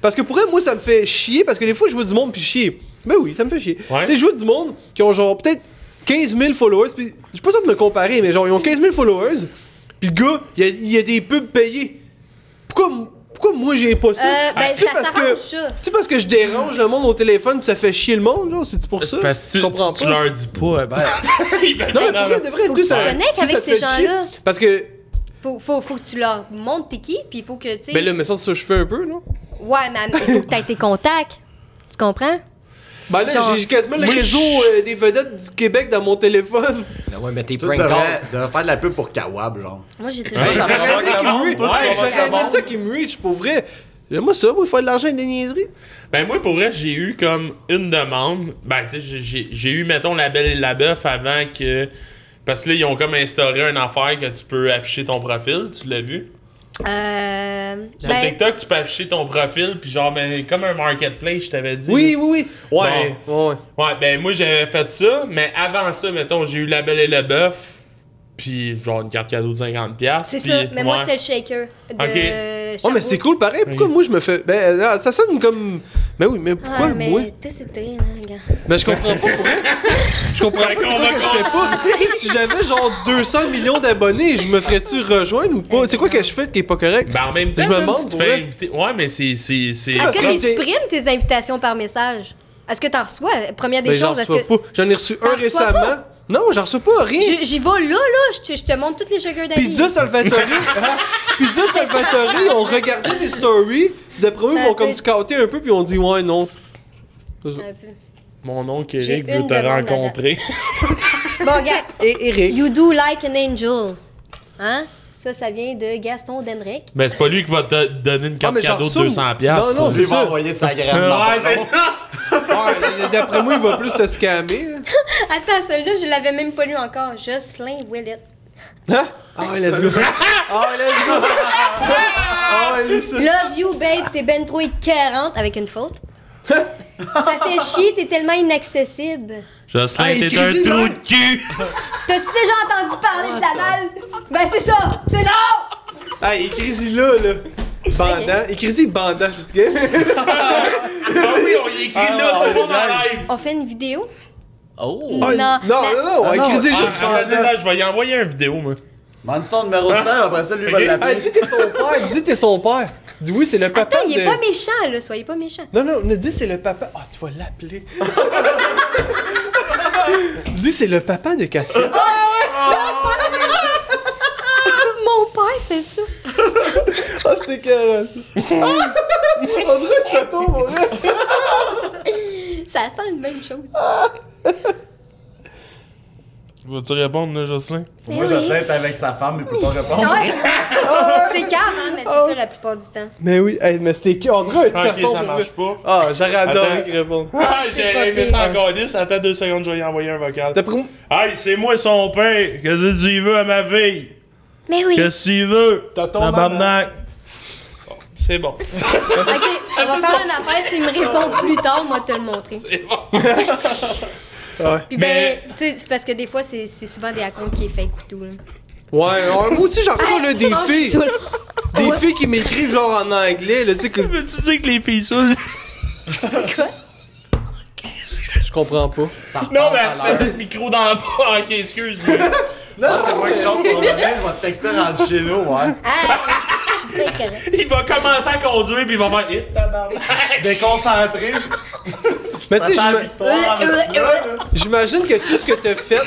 Speaker 1: Parce que pour vrai, moi, ça me fait chier, parce que des fois, je vois du monde puis chier. Ben oui, ça me fait chier.
Speaker 5: Ouais.
Speaker 1: Tu sais, je vois du monde qui ont genre peut-être 15 000 followers, puis je suis pas sûr de me comparer, mais genre, ils ont 15 000 followers, puis le gars, il y a, il y a des pubs payés. Pourquoi, m- pourquoi moi, j'ai pas ça?
Speaker 2: Euh, ben,
Speaker 1: C'est-tu
Speaker 2: ça
Speaker 1: parce que.
Speaker 2: s'arrange, ça.
Speaker 1: C'est parce que je dérange le monde au téléphone puis ça fait chier le monde, genre? C'est-tu pour ça?
Speaker 5: C'est parce que
Speaker 1: Je
Speaker 5: tu,
Speaker 1: comprends
Speaker 5: tu
Speaker 1: pas.
Speaker 5: leur dis pas, ben. ils veulent
Speaker 1: Non, mais pour
Speaker 5: pas dans
Speaker 1: vrai,
Speaker 5: leur-
Speaker 1: de vrai,
Speaker 2: Faut
Speaker 1: tout
Speaker 2: que tu
Speaker 1: ça.
Speaker 2: te connectes
Speaker 1: tout ça
Speaker 2: avec
Speaker 1: te
Speaker 2: ces
Speaker 1: fait chier.
Speaker 2: gens-là.
Speaker 1: Parce que.
Speaker 2: Faut, faut, faut que tu leur montres t'es qui, puis il faut que, tu sais...
Speaker 1: Ben là, mais ça, ça, je fais un peu, non?
Speaker 2: Ouais, mais il faut que t'aies tes contacts. Tu comprends?
Speaker 1: Ben là,
Speaker 2: Genre-
Speaker 1: j'ai- j'ai quasiment le
Speaker 5: Moi,
Speaker 1: réseau
Speaker 5: je-
Speaker 1: euh, des vedettes du Québec dans mon téléphone.
Speaker 7: Ben ouais, mais tes
Speaker 10: Tu devrais,
Speaker 7: prank calls.
Speaker 10: devrais faire de la pub pour Kawab, genre.
Speaker 2: Moi, j'ai toujours...
Speaker 10: Ouais,
Speaker 1: J'aurais
Speaker 10: ça provoque
Speaker 1: aimé
Speaker 10: le
Speaker 1: qu'il me
Speaker 10: monde,
Speaker 1: reach.
Speaker 10: toi, tu
Speaker 1: Ouais,
Speaker 10: provoques
Speaker 1: j'aurais
Speaker 10: le
Speaker 1: aimé
Speaker 10: monde.
Speaker 1: ça qu'il me reach, pour vrai. Là, Moi, ça, moi, il faut de l'argent et des niaiseries.
Speaker 5: Ben moi pour vrai j'ai eu comme une demande. Ben tu sais j'ai- j'ai- j'ai eu mettons la belle et la bœuf avant que parce que là ils ont comme instauré une affaire que tu peux afficher ton profil, tu l'as vu?
Speaker 2: Euh...
Speaker 5: Sur
Speaker 2: Ben,
Speaker 5: TikTok tu peux afficher ton profil puis genre ben comme un marketplace je t'avais dit.
Speaker 1: Oui, oui, oui.
Speaker 5: Ouais.
Speaker 1: Bon. Ouais.
Speaker 5: Ouais ben moi j'avais fait ça mais avant ça mettons j'ai eu la belle et la bœuf puis genre une carte cadeau de 50 pièces.
Speaker 2: c'est ça. Mais moi, c'était le shaker. De...
Speaker 5: Ok.
Speaker 1: Oh, mais c'est cool, pareil. Pourquoi
Speaker 5: Oui.
Speaker 1: moi, je me fais. Ben, euh, ça sonne comme. Ben oui, mais pourquoi
Speaker 2: Ouais, mais
Speaker 1: moi?
Speaker 2: toi, c'était, là, regarde.
Speaker 1: Ben, je comprends pas. pour vrai. Je comprends pas
Speaker 5: Fait
Speaker 1: c'est
Speaker 5: qu'on
Speaker 1: quoi
Speaker 5: va
Speaker 1: que je fais pas. Tu sais, si j'avais genre 200 millions d'abonnés, je me ferais-tu rejoindre ou pas? C'est quoi que je fais qui est pas correct?
Speaker 5: Ben en même temps
Speaker 1: Je me
Speaker 5: même
Speaker 1: demande,
Speaker 5: si tu te
Speaker 1: pour
Speaker 5: fais
Speaker 1: vrai.
Speaker 5: inviter. Ouais mais c'est c'est c'est
Speaker 1: Ah,
Speaker 2: Est-ce
Speaker 1: comme
Speaker 2: que tu
Speaker 1: t'es-
Speaker 2: supprimes tes invitations par message? Est-ce que t'en reçois? Première des
Speaker 1: Ben, j'en
Speaker 2: choses, est-ce
Speaker 1: reçois
Speaker 2: que...
Speaker 1: pas. J'en ai reçu
Speaker 2: T'en
Speaker 1: un
Speaker 2: reçois
Speaker 1: récemment. Non, j'en reçois pas, rien.
Speaker 2: J- J'y vais là, là, je te, je te montre toutes les sugar d'amis.
Speaker 1: Pizza Salvatore. hein? Pizza Salvatore, ils ont regardé mes stories. D'après moi, ils m'ont comme scouté un peu, puis ils ont dit ouais, non.
Speaker 2: Un peu.
Speaker 5: mon oncle
Speaker 2: J'ai
Speaker 5: Eric
Speaker 2: une
Speaker 5: veut te
Speaker 2: demande là-dedans.
Speaker 5: rencontrer.
Speaker 2: Bon, regarde,
Speaker 1: Et Eric.
Speaker 2: You Do Like an Angel. Hein? Ça, ça vient de Gaston Denrick.
Speaker 5: Mais c'est pas lui qui va te donner une
Speaker 1: Ah,
Speaker 5: carte
Speaker 1: mais genre
Speaker 5: cadeau de
Speaker 1: ça,
Speaker 5: 200
Speaker 1: Non, non,
Speaker 10: Tu
Speaker 1: c'est
Speaker 10: vas
Speaker 1: ça. Ouais,
Speaker 10: envoyer sa graine dans
Speaker 5: Ouais,
Speaker 10: ton
Speaker 5: c'est ça.
Speaker 1: D'après moi, il va plus te scammer. là.
Speaker 2: Attends, celui-là, je l'avais même pas lu encore. Jocelyn Willett.
Speaker 1: Hein? Ah ouais, let's go. Ah ouais, let's go. Ah ouais, lui, ça.
Speaker 2: Love you, babe, t'es ben trop écœurante. Avec une faute. ça fait chier, t'es tellement inaccessible.
Speaker 5: Jocelyn,
Speaker 1: Hey,
Speaker 5: t'es un
Speaker 1: Chrissy,
Speaker 5: trou
Speaker 1: man.
Speaker 5: de cul!
Speaker 2: T'as-tu déjà entendu parler de la balle? Ben, c'est ça! C'est non!
Speaker 1: Ah, écris-y là, là. Bandant. Écris-y bandant, tu sais.
Speaker 5: Ah oui, on y écrit là, tout le monde en live!
Speaker 2: On fait une vidéo?
Speaker 10: Oh!
Speaker 1: Ah,
Speaker 2: Non, Ben,
Speaker 1: Non,
Speaker 2: mais-
Speaker 1: non, non,
Speaker 10: Ah, non.
Speaker 1: écris-y
Speaker 5: Ah,
Speaker 1: juste
Speaker 5: attendez,
Speaker 1: bandant.
Speaker 5: là, je vais y envoyer une vidéo, moi.
Speaker 10: Mande son numéro de serre, après ça, lui va
Speaker 5: Ok.
Speaker 1: Ah,
Speaker 10: l'appeler.
Speaker 1: dis t'es son père, dis t'es son père. Dis oui, c'est le papa
Speaker 2: Attends, il est
Speaker 1: de-
Speaker 2: pas méchant, là, soyez pas méchant.
Speaker 1: Non, non, ne dis c'est le papa. Ah, tu vas l'appeler. dis c'est le papa de Katia.
Speaker 2: Mon père fait ça.
Speaker 1: Ah, c'était carré, ça. Ah! On dirait une photo, mon gars.
Speaker 2: Ça sent la même chose.
Speaker 5: Vas-tu répondre, là, Jocelyn?
Speaker 10: Moi, Jocelyn est avec sa femme, il peut pas répondre.
Speaker 2: Ben Ouais, c'est ça. c'est calme, hein, mais c'est ça la plupart du temps.
Speaker 1: Mais oui, hey, mais c'était carré. On dirait un
Speaker 5: Ok,
Speaker 1: tonton,
Speaker 5: ça
Speaker 1: mon
Speaker 5: marche
Speaker 1: gars.
Speaker 5: pas.
Speaker 1: Ah, j'aurais adoré
Speaker 5: Attends.
Speaker 1: qu'il réponde.
Speaker 5: Ah, j'ai
Speaker 2: c'est pas
Speaker 5: aimé
Speaker 2: pire.
Speaker 5: ça encore 10. Attends deux secondes, je vais y envoyer un vocal.
Speaker 1: D'après moi,
Speaker 5: Hey, c'est moi son père! Qu'est-ce que tu veux à ma fille?
Speaker 2: Mais Ben oui.
Speaker 5: Qu'est-ce que tu veux?
Speaker 1: Tonton
Speaker 5: Tabarnak. Bon, C'est bon.
Speaker 2: Ok, on va faire une affaire. S'il me répond plus tard, moi, te le montrer.
Speaker 5: C'est bon.
Speaker 2: Puis
Speaker 5: Mais-
Speaker 2: ben, tu sais, c'est parce que des fois, c'est c'est souvent des accounts qui est fake ou tout. Là.
Speaker 1: ouais, ouais, moi aussi, j'en reçois là, des
Speaker 2: Oh, je suis
Speaker 1: filles.
Speaker 2: saoule.
Speaker 1: Des filles qui m'écrivent genre en anglais, là, tu sais, que
Speaker 5: Veux-tu dire que les filles saoulent?
Speaker 1: je comprends pas.
Speaker 5: Non, mais elle se met le micro dans le bas. Ah, Ok, excuse-moi.
Speaker 10: Ah, c'est moi qui chante pour le moment, je vais te texter rendu chez nous, ouais.
Speaker 2: Hey, Ah, je suis bien correcte.
Speaker 5: Il va commencer à conduire, puis il va faire. Eh,
Speaker 10: Je suis déconcentré.
Speaker 1: Mais
Speaker 10: Ça
Speaker 1: tu sais,
Speaker 10: sent
Speaker 1: je
Speaker 10: la
Speaker 1: me-
Speaker 10: victoire avec ça, là.
Speaker 1: J'imagine que tout ce que t'as fait.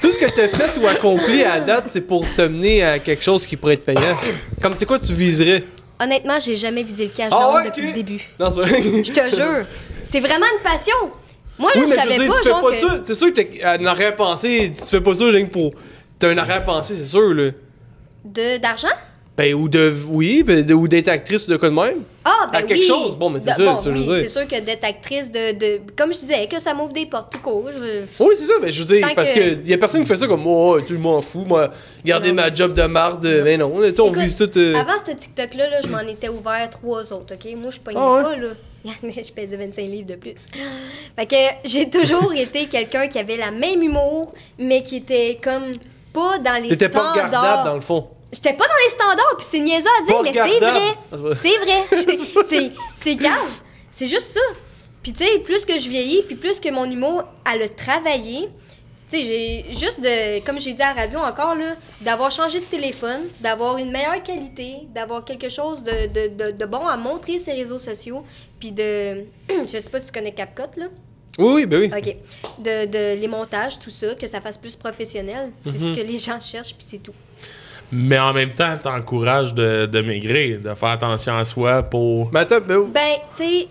Speaker 1: Tout ce que t'as fait ou accompli à date, c'est pour te mener à quelque chose qui pourrait être payant. Comme c'est quoi tu viserais?
Speaker 2: Honnêtement, j'ai jamais visé le cash
Speaker 1: Ah,
Speaker 2: d'or
Speaker 1: ouais,
Speaker 2: depuis
Speaker 1: ok.
Speaker 2: le début.
Speaker 1: Non, c'est vrai.
Speaker 2: Je te jure, c'est vraiment une passion. Moi, là,
Speaker 1: Oui,
Speaker 2: je
Speaker 1: mais je veux
Speaker 2: savais
Speaker 1: dire,
Speaker 2: pas,
Speaker 1: tu fais
Speaker 2: genre,
Speaker 1: pas
Speaker 2: que...
Speaker 1: ça. C'est sûr que t'as un arrière-pensée. Tu fais pas ça, rien que pour. T'as un arrière-pensée, c'est sûr, là.
Speaker 2: De d'argent?
Speaker 1: Ben, ou de. Oui, ben, de- ou d'être actrice ou de quoi de même.
Speaker 2: Ah, ben
Speaker 1: À quelque
Speaker 2: oui.
Speaker 1: chose, bon, mais c'est
Speaker 2: De-
Speaker 1: sûr,
Speaker 2: bon,
Speaker 1: c'est- je veux
Speaker 2: oui,
Speaker 1: dire.
Speaker 2: c'est sûr que d'être actrice, de, de, comme je disais, que ça m'ouvre des portes tout court. je-
Speaker 1: Oui, c'est ça, mais je veux dire,
Speaker 2: Tant
Speaker 1: parce
Speaker 2: que-
Speaker 1: que y a personne qui fait ça comme moi, tu m'en fous, moi, garder ma job de marde, euh, mais non, tu sais, on
Speaker 2: Écoute,
Speaker 1: vise tout. euh,
Speaker 2: Avant ce TikTok-là, là, je m'en étais ouvert trois autres, OK? Moi, je pognais
Speaker 1: Ah ouais?
Speaker 2: pas, là. Mais je pesais 25 livres de plus. Fait que j'ai toujours été quelqu'un qui avait la même humour, mais qui était comme pas dans les
Speaker 1: T'étais pas
Speaker 2: standards.
Speaker 1: regardable dans le fond.
Speaker 2: J'étais pas dans les standards, puis c'est niaiseux à dire,
Speaker 1: Pas
Speaker 2: mais c'est
Speaker 1: regardable. Ah,
Speaker 2: vrai. C'est vrai. c'est, c'est grave. C'est juste ça. Puis tu sais, plus que je vieillis, puis plus que mon humour a le travailler, tu sais, j'ai juste de, comme j'ai dit à la radio encore, là, d'avoir changé de téléphone, d'avoir une meilleure qualité, d'avoir quelque chose de, de, de, de bon à montrer sur les réseaux sociaux, puis de, je sais pas si tu connais CapCut, là.
Speaker 1: Oui, oui, ben oui.
Speaker 2: OK. De, de les montages, tout ça, que ça fasse plus professionnel. C'est ce que les gens cherchent, puis c'est tout.
Speaker 5: Mais en même temps, t'encourages de, de maigrir, de faire attention à soi pour.
Speaker 1: Mais attends, ben,
Speaker 2: Ben, tu sais,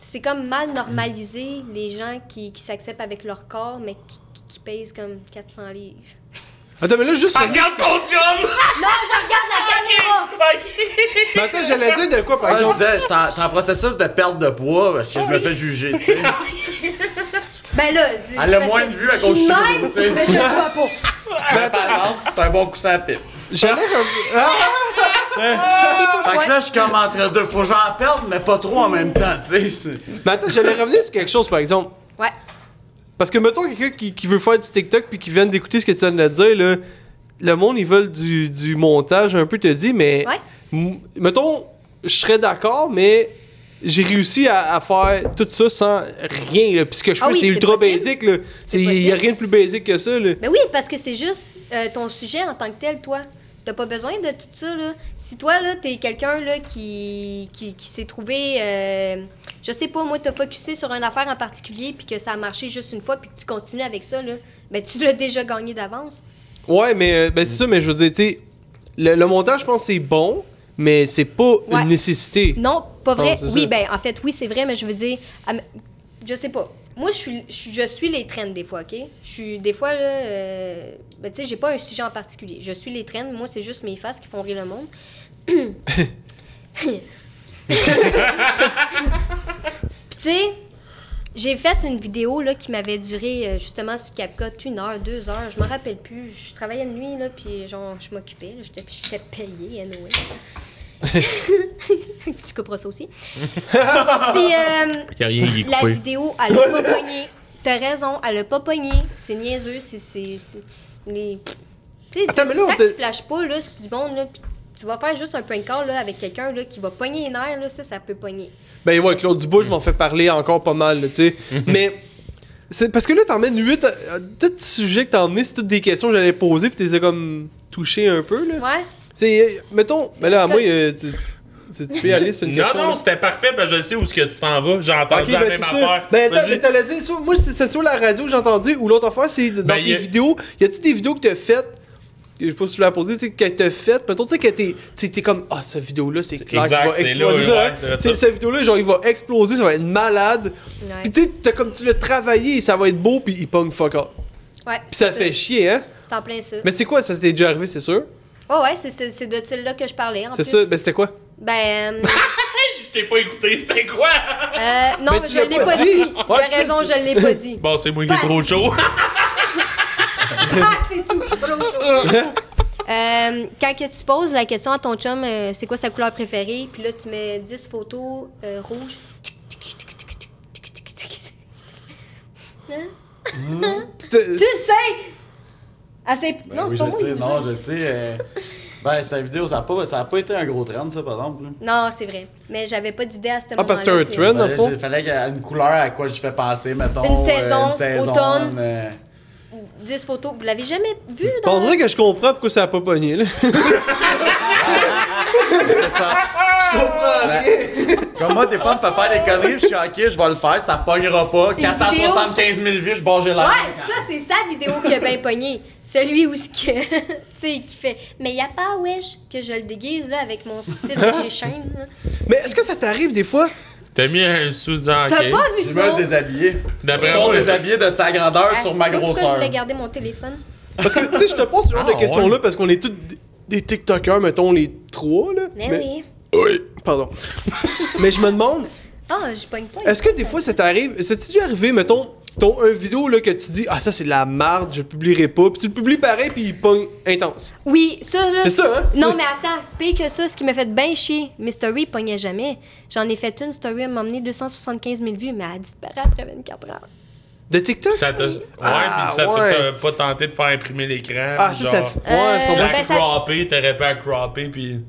Speaker 2: c'est comme mal normalisé les gens qui, qui s'acceptent avec leur corps, mais qui, qui- qui pèsent comme 400 livres.
Speaker 1: attends, mais là, juste.
Speaker 5: Regarde ton chum!
Speaker 2: Non, je regarde la caméra!
Speaker 1: Mais attends, j'allais dire de quoi, par
Speaker 10: Ça, je
Speaker 1: exemple.
Speaker 10: disais, j'étais en, j'étais en processus de perte de poids parce que je me fais juger, tu sais.
Speaker 2: Ben là, c'est.
Speaker 10: Elle a moins de vues à cause
Speaker 2: de
Speaker 10: du
Speaker 2: même,
Speaker 10: cheveu, tu sais.
Speaker 2: mais je le vois pas.
Speaker 8: Ben,
Speaker 10: Mais par exemple, t'as un bon coussin à pipe.
Speaker 1: J'allais comme. Ah!
Speaker 10: tu sais. Fait que là, je suis comme entre deux. Faut que j'en perde, mais pas trop en même temps, tu sais. c'est-
Speaker 1: Mais attends, j'allais revenir sur quelque chose, par exemple.
Speaker 2: Ouais.
Speaker 1: Parce que mettons quelqu'un qui, qui veut faire du TikTok puis qui vient d'écouter ce que tu viens de dire, là, le monde, ils veulent du, du montage, un peu, te dit, mais.
Speaker 2: Ouais.
Speaker 1: m- Mettons, je serais d'accord, mais j'ai réussi à, à faire tout ça sans rien, là. Puis ce que je fais,
Speaker 2: Ah oui,
Speaker 1: c'est
Speaker 2: c'est
Speaker 1: ultra
Speaker 2: possible.
Speaker 1: basique, là.
Speaker 2: C'est
Speaker 1: Il n'y a
Speaker 2: possible.
Speaker 1: rien de plus basique que ça, là.
Speaker 2: Ben oui, parce que c'est juste euh, ton sujet en tant que tel, toi. T'as pas besoin de tout ça, là. Si toi, là, t'es quelqu'un, là, qui, qui, qui s'est trouvé... euh, je sais pas, moi, t'as focusé sur une affaire en particulier puis que ça a marché juste une fois puis que tu continues avec ça, là, ben tu l'as déjà gagné d'avance.
Speaker 1: Ouais, mais euh, ben, c'est ça, mais je veux dire, tu sais, le, le montage, je pense, c'est bon, mais c'est pas
Speaker 2: Ouais.
Speaker 1: une nécessité.
Speaker 2: Non, pas
Speaker 1: Non,
Speaker 2: vrai.
Speaker 1: c'est
Speaker 2: oui,
Speaker 1: ça.
Speaker 2: ben en fait, oui, c'est vrai, mais je veux dire, ah, mais- je sais pas. Moi, je suis, je, suis- je suis les trends des fois, ok? Je suis des fois là, euh, ben, tu sais, j'ai pas un sujet en particulier. Je suis les trends. Moi, c'est juste mes faces qui font rire le monde. Puis, tu sais, j'ai fait une vidéo là qui m'avait duré euh, justement sur CapCut une heure, deux heures, je me rappelle plus. Je travaillais de nuit là, puis genre je m'occupais, là, j'étais, j'étais payée, anyway. tu couperas ça aussi. Puis euh,
Speaker 5: Y'a rien qui est
Speaker 2: la
Speaker 5: coupé.
Speaker 2: vidéo, elle a pas pogné. T'as raison, elle a pas pogné. C'est niaiseux, c'est. c'est, c'est- les... Tu sais,
Speaker 1: Attends, mais là, on
Speaker 2: tant
Speaker 1: t'a-
Speaker 2: que tu flashes pas là, sur du monde, là, puis tu vas faire juste un prank call là, avec quelqu'un là, qui va pogner les nerfs, là, ça, ça peut pogner.
Speaker 1: Ben ouais, Claude Dubois, je m'en fais parler encore pas mal, là, tu sais.
Speaker 5: Mhm.
Speaker 1: Mais c'est parce que là, t'emmènes 8. euh, Tout sujet que t'as emmené, c'est toutes des questions que j'allais poser, puis t'es comme touché un peu, là.
Speaker 2: Ouais?
Speaker 1: C'est. euh, mettons, mais là, à
Speaker 2: comme-
Speaker 1: moi, euh, tu, tu- tu peux y aller sur une
Speaker 5: Non,
Speaker 1: question.
Speaker 5: non,
Speaker 1: là.
Speaker 5: c'était parfait, parce que je sais où est-ce que tu t'en vas. J'ai entendu
Speaker 1: Ok,
Speaker 5: la
Speaker 1: ben
Speaker 5: même
Speaker 1: c'est ça.
Speaker 5: affaire.
Speaker 1: Ben attends,
Speaker 5: Vas-y.
Speaker 1: mais t'allais dire, sur- moi c'est c'est sur la radio que j'ai entendu, ou l'autre affaire c'est dans
Speaker 5: Ben,
Speaker 1: tes
Speaker 5: y a-
Speaker 1: vidéos. Y a-tu des vidéos que t'as faites, que je sais pas si tu l'as posé, tu sais, que t'as faites, mettons, tu sais, que t'es t'sais, t'es comme, ah, cette vidéo-là, c'est clair qu'il
Speaker 5: exact,
Speaker 1: va
Speaker 5: c'est
Speaker 1: exploser.
Speaker 5: là,
Speaker 1: ça,
Speaker 5: ouais,
Speaker 1: hein.
Speaker 5: t'as fait
Speaker 1: Tu sais,
Speaker 5: ça.
Speaker 1: cette vidéo-là, genre, il va exploser, ça va être malade.
Speaker 2: Ouais.
Speaker 1: Pis tu sais, t'as comme tu l'as travaillé, ça va être beau, pis il pogne fuck up.
Speaker 2: Ouais,
Speaker 1: Pis ça
Speaker 2: c'est
Speaker 1: fait chier, hein.
Speaker 2: C'est en plein ça.
Speaker 1: Mais c'est quoi, ça t'est déjà arrivé, c'est sûr?
Speaker 2: Ouais, ouais, c'est- c'est c'est de celle-là que je parlais. en
Speaker 1: C'est
Speaker 2: plus.
Speaker 1: ça, ben c'était quoi?
Speaker 2: Ben. euh,
Speaker 5: Je t'ai pas écouté, c'était quoi?
Speaker 2: euh, non,
Speaker 1: Mais tu
Speaker 2: je
Speaker 1: l'as
Speaker 2: l'ai
Speaker 1: pas
Speaker 2: pas
Speaker 1: dit.
Speaker 2: dit.
Speaker 1: Ouais,
Speaker 2: T'as
Speaker 1: c'est-
Speaker 2: raison, je l'ai pas dit.
Speaker 5: Bon, c'est moi qui ai trop chaud.
Speaker 2: Ah, c'est sous. Euh, quand que tu poses la question à ton chum, euh, c'est quoi sa couleur préférée, puis là tu mets 10 photos euh, rouges.
Speaker 1: C'était-
Speaker 2: Tu sais! Ah, c'est...
Speaker 11: Ben
Speaker 2: non,
Speaker 8: oui,
Speaker 2: c'est pas
Speaker 8: je
Speaker 2: moi.
Speaker 8: sais,
Speaker 2: il-
Speaker 8: non, je sais. euh, ben, cette vidéo, ça n'a pas, ça a pas été un gros trend, ça, par exemple. là.
Speaker 2: Non, c'est vrai. Mais j'avais pas d'idée à ce moment-là.
Speaker 1: Ah, parce que t'as un
Speaker 2: puis-
Speaker 1: trend, dans le
Speaker 8: Fallait-
Speaker 1: fond?
Speaker 8: Ben, Il fallait qu'il y ait une couleur à quoi je fais passer, mettons.
Speaker 2: Une
Speaker 8: euh,
Speaker 2: saison, automne.
Speaker 8: euh,
Speaker 2: 10 photos. Vous l'avez jamais vu
Speaker 1: Ben,
Speaker 2: dans
Speaker 1: On dirait que je comprends pourquoi ça a pas pogné, là.
Speaker 10: C'est ça.
Speaker 1: Je comprends rien.
Speaker 10: Comme moi, des fois, on me fait faire des conneries, puis je suis ok, je vais le faire, ça pognera pas. 475 000 vues, je barge la
Speaker 2: Ouais, ça, c'est sa vidéo qui a bien pogné. Celui où ce que. tu sais, qui fait. Mais y a pas, wesh, que je le déguise, là, avec mon style de chez Shane. là.
Speaker 1: Mais est-ce que ça t'arrive des fois?
Speaker 5: T'as mis un sous dans
Speaker 2: T'as pas vu
Speaker 10: Je
Speaker 2: ça?
Speaker 10: me déshabiller.
Speaker 5: D'après
Speaker 10: Sont
Speaker 5: moi,
Speaker 10: déshabillés de sa grandeur
Speaker 2: Ah,
Speaker 10: sur ma
Speaker 2: tu vois Pourquoi je
Speaker 10: grosseur.
Speaker 2: voulais garder mon téléphone?
Speaker 1: Parce que, tu sais, je te pose ce genre
Speaker 5: Ah,
Speaker 1: de questions-là
Speaker 5: ouais.
Speaker 1: parce qu'on est tous d- des TikTokers, mettons les trois, là.
Speaker 2: Mais, Ben oui.
Speaker 1: Oui, pardon. mais je me demande,
Speaker 2: Ah, je pogne pas.
Speaker 1: est-ce que des fois ça t'arrive, c'est-tu déjà arrivé, mettons, ton un vidéo là, que tu dis, ah ça c'est de la merde, je le publierai pas, puis tu le publies pareil, puis il pogne intense.
Speaker 2: Oui, ça, là.
Speaker 1: C'est ça, hein?
Speaker 2: Non, mais attends, pire que ça, ce qui m'a fait bien chier, mes stories pognaient jamais. J'en ai fait une story, elle m'a emmené 275 000 vues, mais elle a disparu après 24 heures.
Speaker 1: De TikTok?
Speaker 5: Ça te... Ouais,
Speaker 1: Ah,
Speaker 5: puis ça te-
Speaker 1: ouais.
Speaker 5: t'as pas tenté de faire imprimer l'écran.
Speaker 1: Ah,
Speaker 5: puis
Speaker 1: ça, ça
Speaker 5: genre,
Speaker 1: fait. Ouais, je
Speaker 2: Euh,
Speaker 1: comprends.
Speaker 5: La
Speaker 2: ben, ça-
Speaker 5: cropper, t'aurais pas à cropper, puis...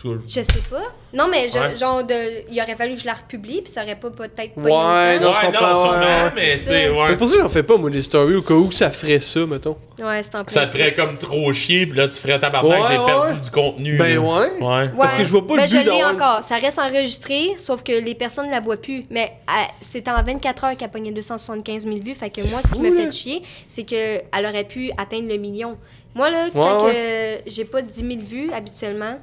Speaker 5: Tu vois,
Speaker 2: Je sais pas. Non, mais je-
Speaker 5: Ouais.
Speaker 2: genre, de, il aurait fallu que je la republie, puis ça aurait pas peut-être pogné
Speaker 1: Ouais,
Speaker 2: autant.
Speaker 1: non, je comprends,
Speaker 5: sûrement,
Speaker 1: ouais, ouais.
Speaker 5: mais
Speaker 2: C'est
Speaker 5: tu sais,
Speaker 2: ça.
Speaker 5: ouais.
Speaker 1: C'est pour ça que j'en fais pas, moi, des stories, au cas où que ça ferait ça, mettons.
Speaker 2: Ouais, c'est en plein
Speaker 5: Ça te ferait comme trop chier, puis là, tu ferais tabarnak,
Speaker 1: Ouais,
Speaker 5: j'ai perdu
Speaker 1: ouais.
Speaker 5: du contenu.
Speaker 1: Ben
Speaker 5: là.
Speaker 1: ouais.
Speaker 5: Ouais.
Speaker 2: Ouais.
Speaker 1: Parce que je vois pas le
Speaker 2: Ben,
Speaker 1: but
Speaker 2: je l'ai
Speaker 1: d'avoir une-
Speaker 2: encore. Ça reste enregistré, sauf que les personnes ne la voient plus. Mais euh, c'est en 24 heures qu'elle a pogné 275 000 vues. Fait que
Speaker 1: C'est
Speaker 2: moi, ce
Speaker 1: fou,
Speaker 2: qui me
Speaker 1: là.
Speaker 2: fait chier, c'est qu'elle aurait pu atteindre le million. Moi, là, quand
Speaker 1: Ouais,
Speaker 2: que j'ai pas 10 000 vues habituellement,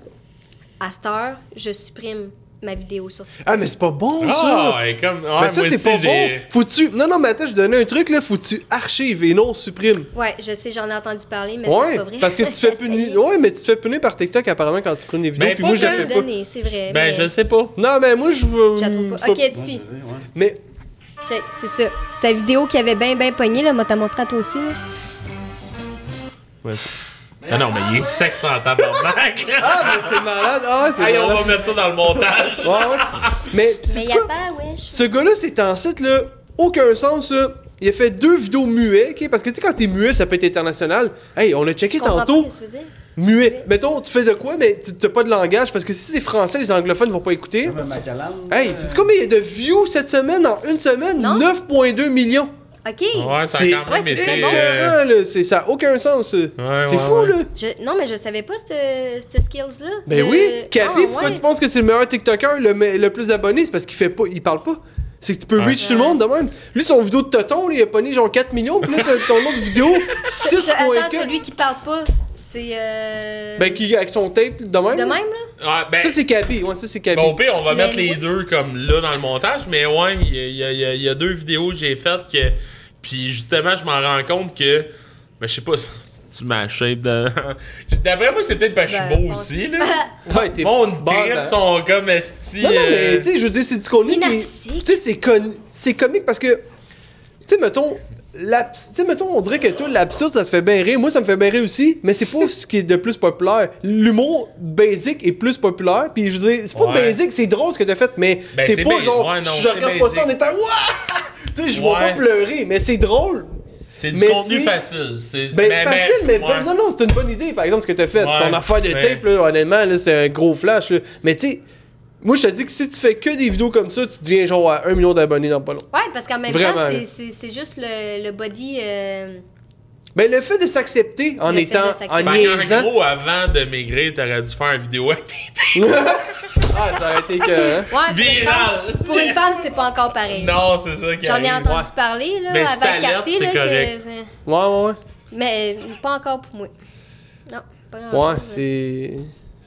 Speaker 2: à cette heure, je supprime ma vidéo sur TikTok.
Speaker 1: Ah, mais c'est pas bon, ça!
Speaker 5: Ah, et comme...
Speaker 1: Ben
Speaker 5: Ouais,
Speaker 1: ça,
Speaker 5: moi
Speaker 1: c'est
Speaker 5: aussi,
Speaker 1: pas
Speaker 5: j'ai-
Speaker 1: bon! Faut-tu... Non, non, mais attends, je donnais un truc, là. Faut-tu archives et non supprime.
Speaker 2: Ouais, je sais, j'en ai entendu parler, mais ça, c'est
Speaker 1: ouais,
Speaker 2: pas vrai.
Speaker 1: parce que tu te fais punir... Ouais, mais tu te fais punir par TikTok, apparemment, quand tu prends des vidéos,
Speaker 5: Ben,
Speaker 1: puis moi, je
Speaker 5: pas
Speaker 1: le fais pas.
Speaker 2: donné, c'est vrai. mais
Speaker 5: Ben, je sais pas.
Speaker 1: Non, mais moi, je veux...
Speaker 2: je la trouve pas.
Speaker 1: faut-
Speaker 2: Ok, si.
Speaker 1: Mais...
Speaker 2: Check, C'est ça. Sa vidéo qui avait bien, bien pogné, là, m'a t'as montré à toi aussi, là.
Speaker 5: Ouais, ça- Ah non, mais il est sexe en tabarnak!
Speaker 1: Ah, mais c'est malade! Ah, c'est
Speaker 5: Hey, on
Speaker 1: malade!
Speaker 5: va mettre ça dans le montage!
Speaker 1: Ouais, ouais. Mais, pis
Speaker 2: Mais
Speaker 1: c'est
Speaker 2: y a
Speaker 1: quoi?
Speaker 2: pas, wesh.
Speaker 1: Ce gars-là, c'est en site, là, aucun sens, là. Il a fait deux vidéos muets, ok? Parce que, tu sais, quand t'es muet, ça peut être international. Hey, on a checké
Speaker 2: Je comprends pas
Speaker 1: tantôt.
Speaker 2: ce que tu veux dire.
Speaker 1: Muet. Mettons, tu fais de quoi, mais tu t'as pas de langage, parce que si c'est français, les anglophones vont pas écouter.
Speaker 8: Comme un Macallan.
Speaker 1: Hey, c'est combien il y a de views cette semaine, en une semaine?
Speaker 2: Non.
Speaker 1: 9,2 millions.
Speaker 2: OK.
Speaker 5: Ouais, ça a
Speaker 1: C'est-
Speaker 5: quand même
Speaker 2: Ouais,
Speaker 5: été...
Speaker 2: c'est
Speaker 1: C'est
Speaker 2: bon.
Speaker 5: euh,
Speaker 1: écœurant, là. C'est- Ça a aucun sens, ça.
Speaker 5: Ouais,
Speaker 1: C'est
Speaker 5: ouais,
Speaker 1: fou,
Speaker 5: ouais.
Speaker 1: là.
Speaker 2: Je- Non, mais je savais pas cette, cette skills-là.
Speaker 1: Ben
Speaker 2: De-
Speaker 1: oui, Cathy,
Speaker 2: Ah,
Speaker 1: pourquoi
Speaker 2: ouais.
Speaker 1: tu penses que c'est le meilleur TikToker, le, me- le plus abonné? C'est parce qu'il fait pas, il parle pas. C'est que tu peux
Speaker 5: Ouais.
Speaker 1: reach tout le monde de même. Lui, son vidéo de Toton, là, il a pogné genre 4 millions, puis là, t'as ton autre vidéo,
Speaker 2: Je- Attends,
Speaker 1: 6.4.
Speaker 2: celui qui parle pas, c'est... euh,
Speaker 1: Ben, qui, avec son tape, de même.
Speaker 2: De
Speaker 1: là.
Speaker 2: même, là?
Speaker 5: ouais, ben,
Speaker 1: Ça, c'est Cabi. Ouais, ça, c'est Cabi.
Speaker 5: Bon, au pire, on va
Speaker 2: Tu
Speaker 5: mettre
Speaker 2: l'as
Speaker 5: les
Speaker 2: mis?
Speaker 5: deux comme là dans le montage, mais ouais, il y, a- il y a- il y a- il y a deux vidéos que j'ai faites que. Puis justement, je m'en rends compte que. Ben, je sais pas si tu ma shape de. D'après moi, c'est peut-être parce que je suis
Speaker 2: Ben,
Speaker 5: beau
Speaker 2: on-
Speaker 5: aussi, là.
Speaker 1: ouais, t'es
Speaker 5: Mon
Speaker 1: bon,
Speaker 5: drip
Speaker 1: hein.
Speaker 5: sont comme esti.
Speaker 1: Non, non,
Speaker 5: euh,
Speaker 1: mais tu sais, je veux dire, c'est du contenu.
Speaker 2: Il est
Speaker 1: qui-
Speaker 2: narcissique.
Speaker 1: Tu sais, c'est con- c'est comique parce que, tu sais, mettons, l'abs- tu sais, mettons, on dirait que toi, l'absurde, ça te fait bien rire. Moi, ça me fait bien rire aussi, mais c'est pas ce qui est de plus populaire. L'humour basic est plus populaire, puis je veux dire, c'est pas
Speaker 5: Ouais.
Speaker 1: basic, c'est drôle ce que t'as fait, mais
Speaker 5: Ben,
Speaker 1: c'est
Speaker 5: c'est
Speaker 1: pas
Speaker 5: ba-
Speaker 1: genre,
Speaker 5: ouais, non,
Speaker 1: je
Speaker 5: c'est
Speaker 1: regarde pas ça en
Speaker 5: basic.
Speaker 1: étant, Ouah! tu sais, je vois
Speaker 5: Ouais.
Speaker 1: pas pleurer, mais c'est drôle.
Speaker 5: C'est du
Speaker 1: mais
Speaker 5: contenu
Speaker 1: c'est-
Speaker 5: facile. c'est-
Speaker 1: Ben, facile, mais
Speaker 5: ouais.
Speaker 1: ben, non, non, c'est une bonne idée, par exemple, ce que t'as fait.
Speaker 5: Ouais,
Speaker 1: Ton affaire de
Speaker 5: mais-
Speaker 1: tape, là, honnêtement, là, c'est un gros flash. là. Mais tu sais, moi, je te dis que si tu fais que des vidéos comme ça, tu deviens genre à 1 million d'abonnés dans pas long.
Speaker 2: Ouais, parce qu'en même
Speaker 1: Vraiment,
Speaker 2: temps,
Speaker 1: là.
Speaker 2: c'est- c'est c'est juste le, le body... euh,
Speaker 1: Ben, le fait de s'accepter en
Speaker 2: Le fait
Speaker 1: étant,
Speaker 2: de s'accepter.
Speaker 1: en
Speaker 5: Fait qu'en
Speaker 1: niaisant.
Speaker 5: gros, avant de maigrir, t'aurais dû faire une vidéo avec tes
Speaker 1: ah, ça aurait été que. hein.
Speaker 2: Ouais, pour une
Speaker 5: Viral.
Speaker 2: femme- Pour une femme, c'est pas encore pareil.
Speaker 5: Non, c'est ça qui
Speaker 2: J'en ai
Speaker 5: arrive.
Speaker 2: entendu parler, là,
Speaker 5: Mais si
Speaker 2: avant le
Speaker 5: t'alertes,
Speaker 2: quartier,
Speaker 5: c'est
Speaker 2: là, que...
Speaker 5: correct.
Speaker 2: c'est-
Speaker 1: Ouais, ouais,
Speaker 2: Mais euh, pas encore pour moi. Non, pas
Speaker 1: ouais. Ouais,
Speaker 2: grand-chose, là.
Speaker 1: c'est.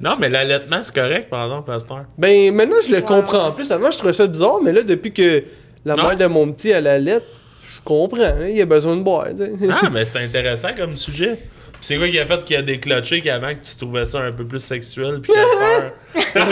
Speaker 5: Non, mais l'allaitement, c'est correct, par exemple, Pasteur.
Speaker 1: Ben, maintenant, je le
Speaker 2: Ouais.
Speaker 1: comprends plus. Avant, je trouvais ça bizarre, mais là, depuis que la
Speaker 5: Non.
Speaker 1: mère de mon petit, elle la lettre, je comprends. hein, il a besoin de boire, tu sais.
Speaker 5: Ah, mais c'est intéressant comme sujet. Puis c'est quoi qui a fait qu'il a déclenché qu'avant que tu trouvais ça un peu plus sexuel puis qu'à cette heure-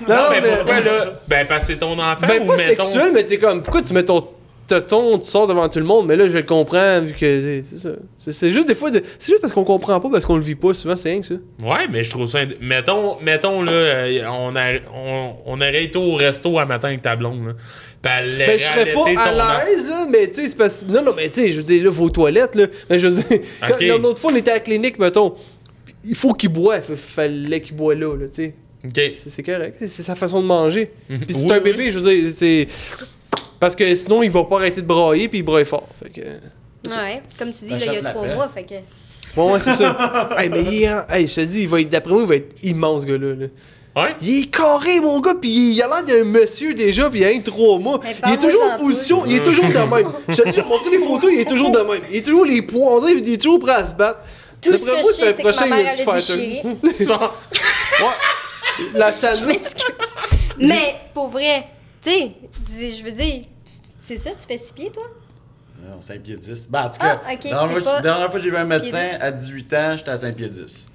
Speaker 5: non,
Speaker 1: non,
Speaker 5: mais,
Speaker 1: mais-
Speaker 5: pourquoi là Ben parce que c'est ton enfant
Speaker 1: Ben,
Speaker 5: ou
Speaker 1: pas
Speaker 5: mettons
Speaker 1: sexuel, mais t'es comme, pourquoi tu mets ton tonton, tu sors devant tout le monde, mais là, je le comprends, vu que c'est- c'est ça. C'est- C'est juste des fois, de- c'est juste parce qu'on comprend pas, parce qu'on le vit pas, souvent, c'est rien
Speaker 5: Ben,
Speaker 1: que ça.
Speaker 5: Ouais, mais je trouve ça ind- mettons mettons là euh, on, a, on on aurait été au resto un matin avec ta blonde. Là. Puis elle
Speaker 1: Ben, je serais pas à l'aise, là, mais tu sais, c'est parce Non, non, mais tu sais, je veux dire, là, vos toilettes, là. Mais je veux dire, quand-
Speaker 5: Ok.
Speaker 1: l'autre fois, on était à la clinique, mettons, il faut qu'il boit, il fallait qu'il boit là, là, tu sais.
Speaker 5: OK.
Speaker 1: C'est c'est correct, c'est c'est sa façon de manger. Puis c'est
Speaker 5: Mhm. Oui,
Speaker 1: un
Speaker 5: oui.
Speaker 1: bébé, je veux dire, c'est. Parce que sinon, il va pas arrêter de brailler, puis il braille fort. Fait que.
Speaker 2: Ouais, comme tu dis,
Speaker 8: Ça
Speaker 2: là, il y
Speaker 8: chope
Speaker 2: a
Speaker 8: la
Speaker 2: trois
Speaker 8: paix.
Speaker 2: mois, fait que...
Speaker 1: Ouais, ouais, c'est ça. hey, mais il est. en- Hey, je te dis, il va être, d'après moi, il va être immense, ce gars-là. là.
Speaker 5: Ouais.
Speaker 1: Il est carré, mon gars, pis il a l'air d'un monsieur déjà, pis il a un trois mois.
Speaker 2: Mais
Speaker 1: Il est
Speaker 2: parle-moi
Speaker 1: toujours en
Speaker 2: en
Speaker 1: position, il est toujours de même. Je te dis, je vais montrer les photos, il est toujours de même. Il est toujours les poids, on dirait qu'il est toujours prêt à se battre.
Speaker 2: Tout ce
Speaker 1: D'après
Speaker 2: que
Speaker 1: moi,
Speaker 2: je sais,
Speaker 1: un
Speaker 2: c'est que ma mère
Speaker 1: UFC
Speaker 2: allait
Speaker 1: fighter.
Speaker 2: déchirer.
Speaker 1: Ouais. La salle.
Speaker 2: Mais pour vrai, tu sais, dis- je veux dire, tu- c'est ça, tu fais six pieds, toi?
Speaker 8: Ouais,
Speaker 11: Euh,
Speaker 8: On 5 pieds 10. Ben, en tout
Speaker 2: Ah,
Speaker 8: cas,
Speaker 2: ok,
Speaker 8: la dernière
Speaker 2: t'es
Speaker 8: fois-
Speaker 2: pas
Speaker 8: dernière fois que j'ai vu un
Speaker 2: six pieds
Speaker 8: médecin à 18 ans, j'étais à 5 pieds 10.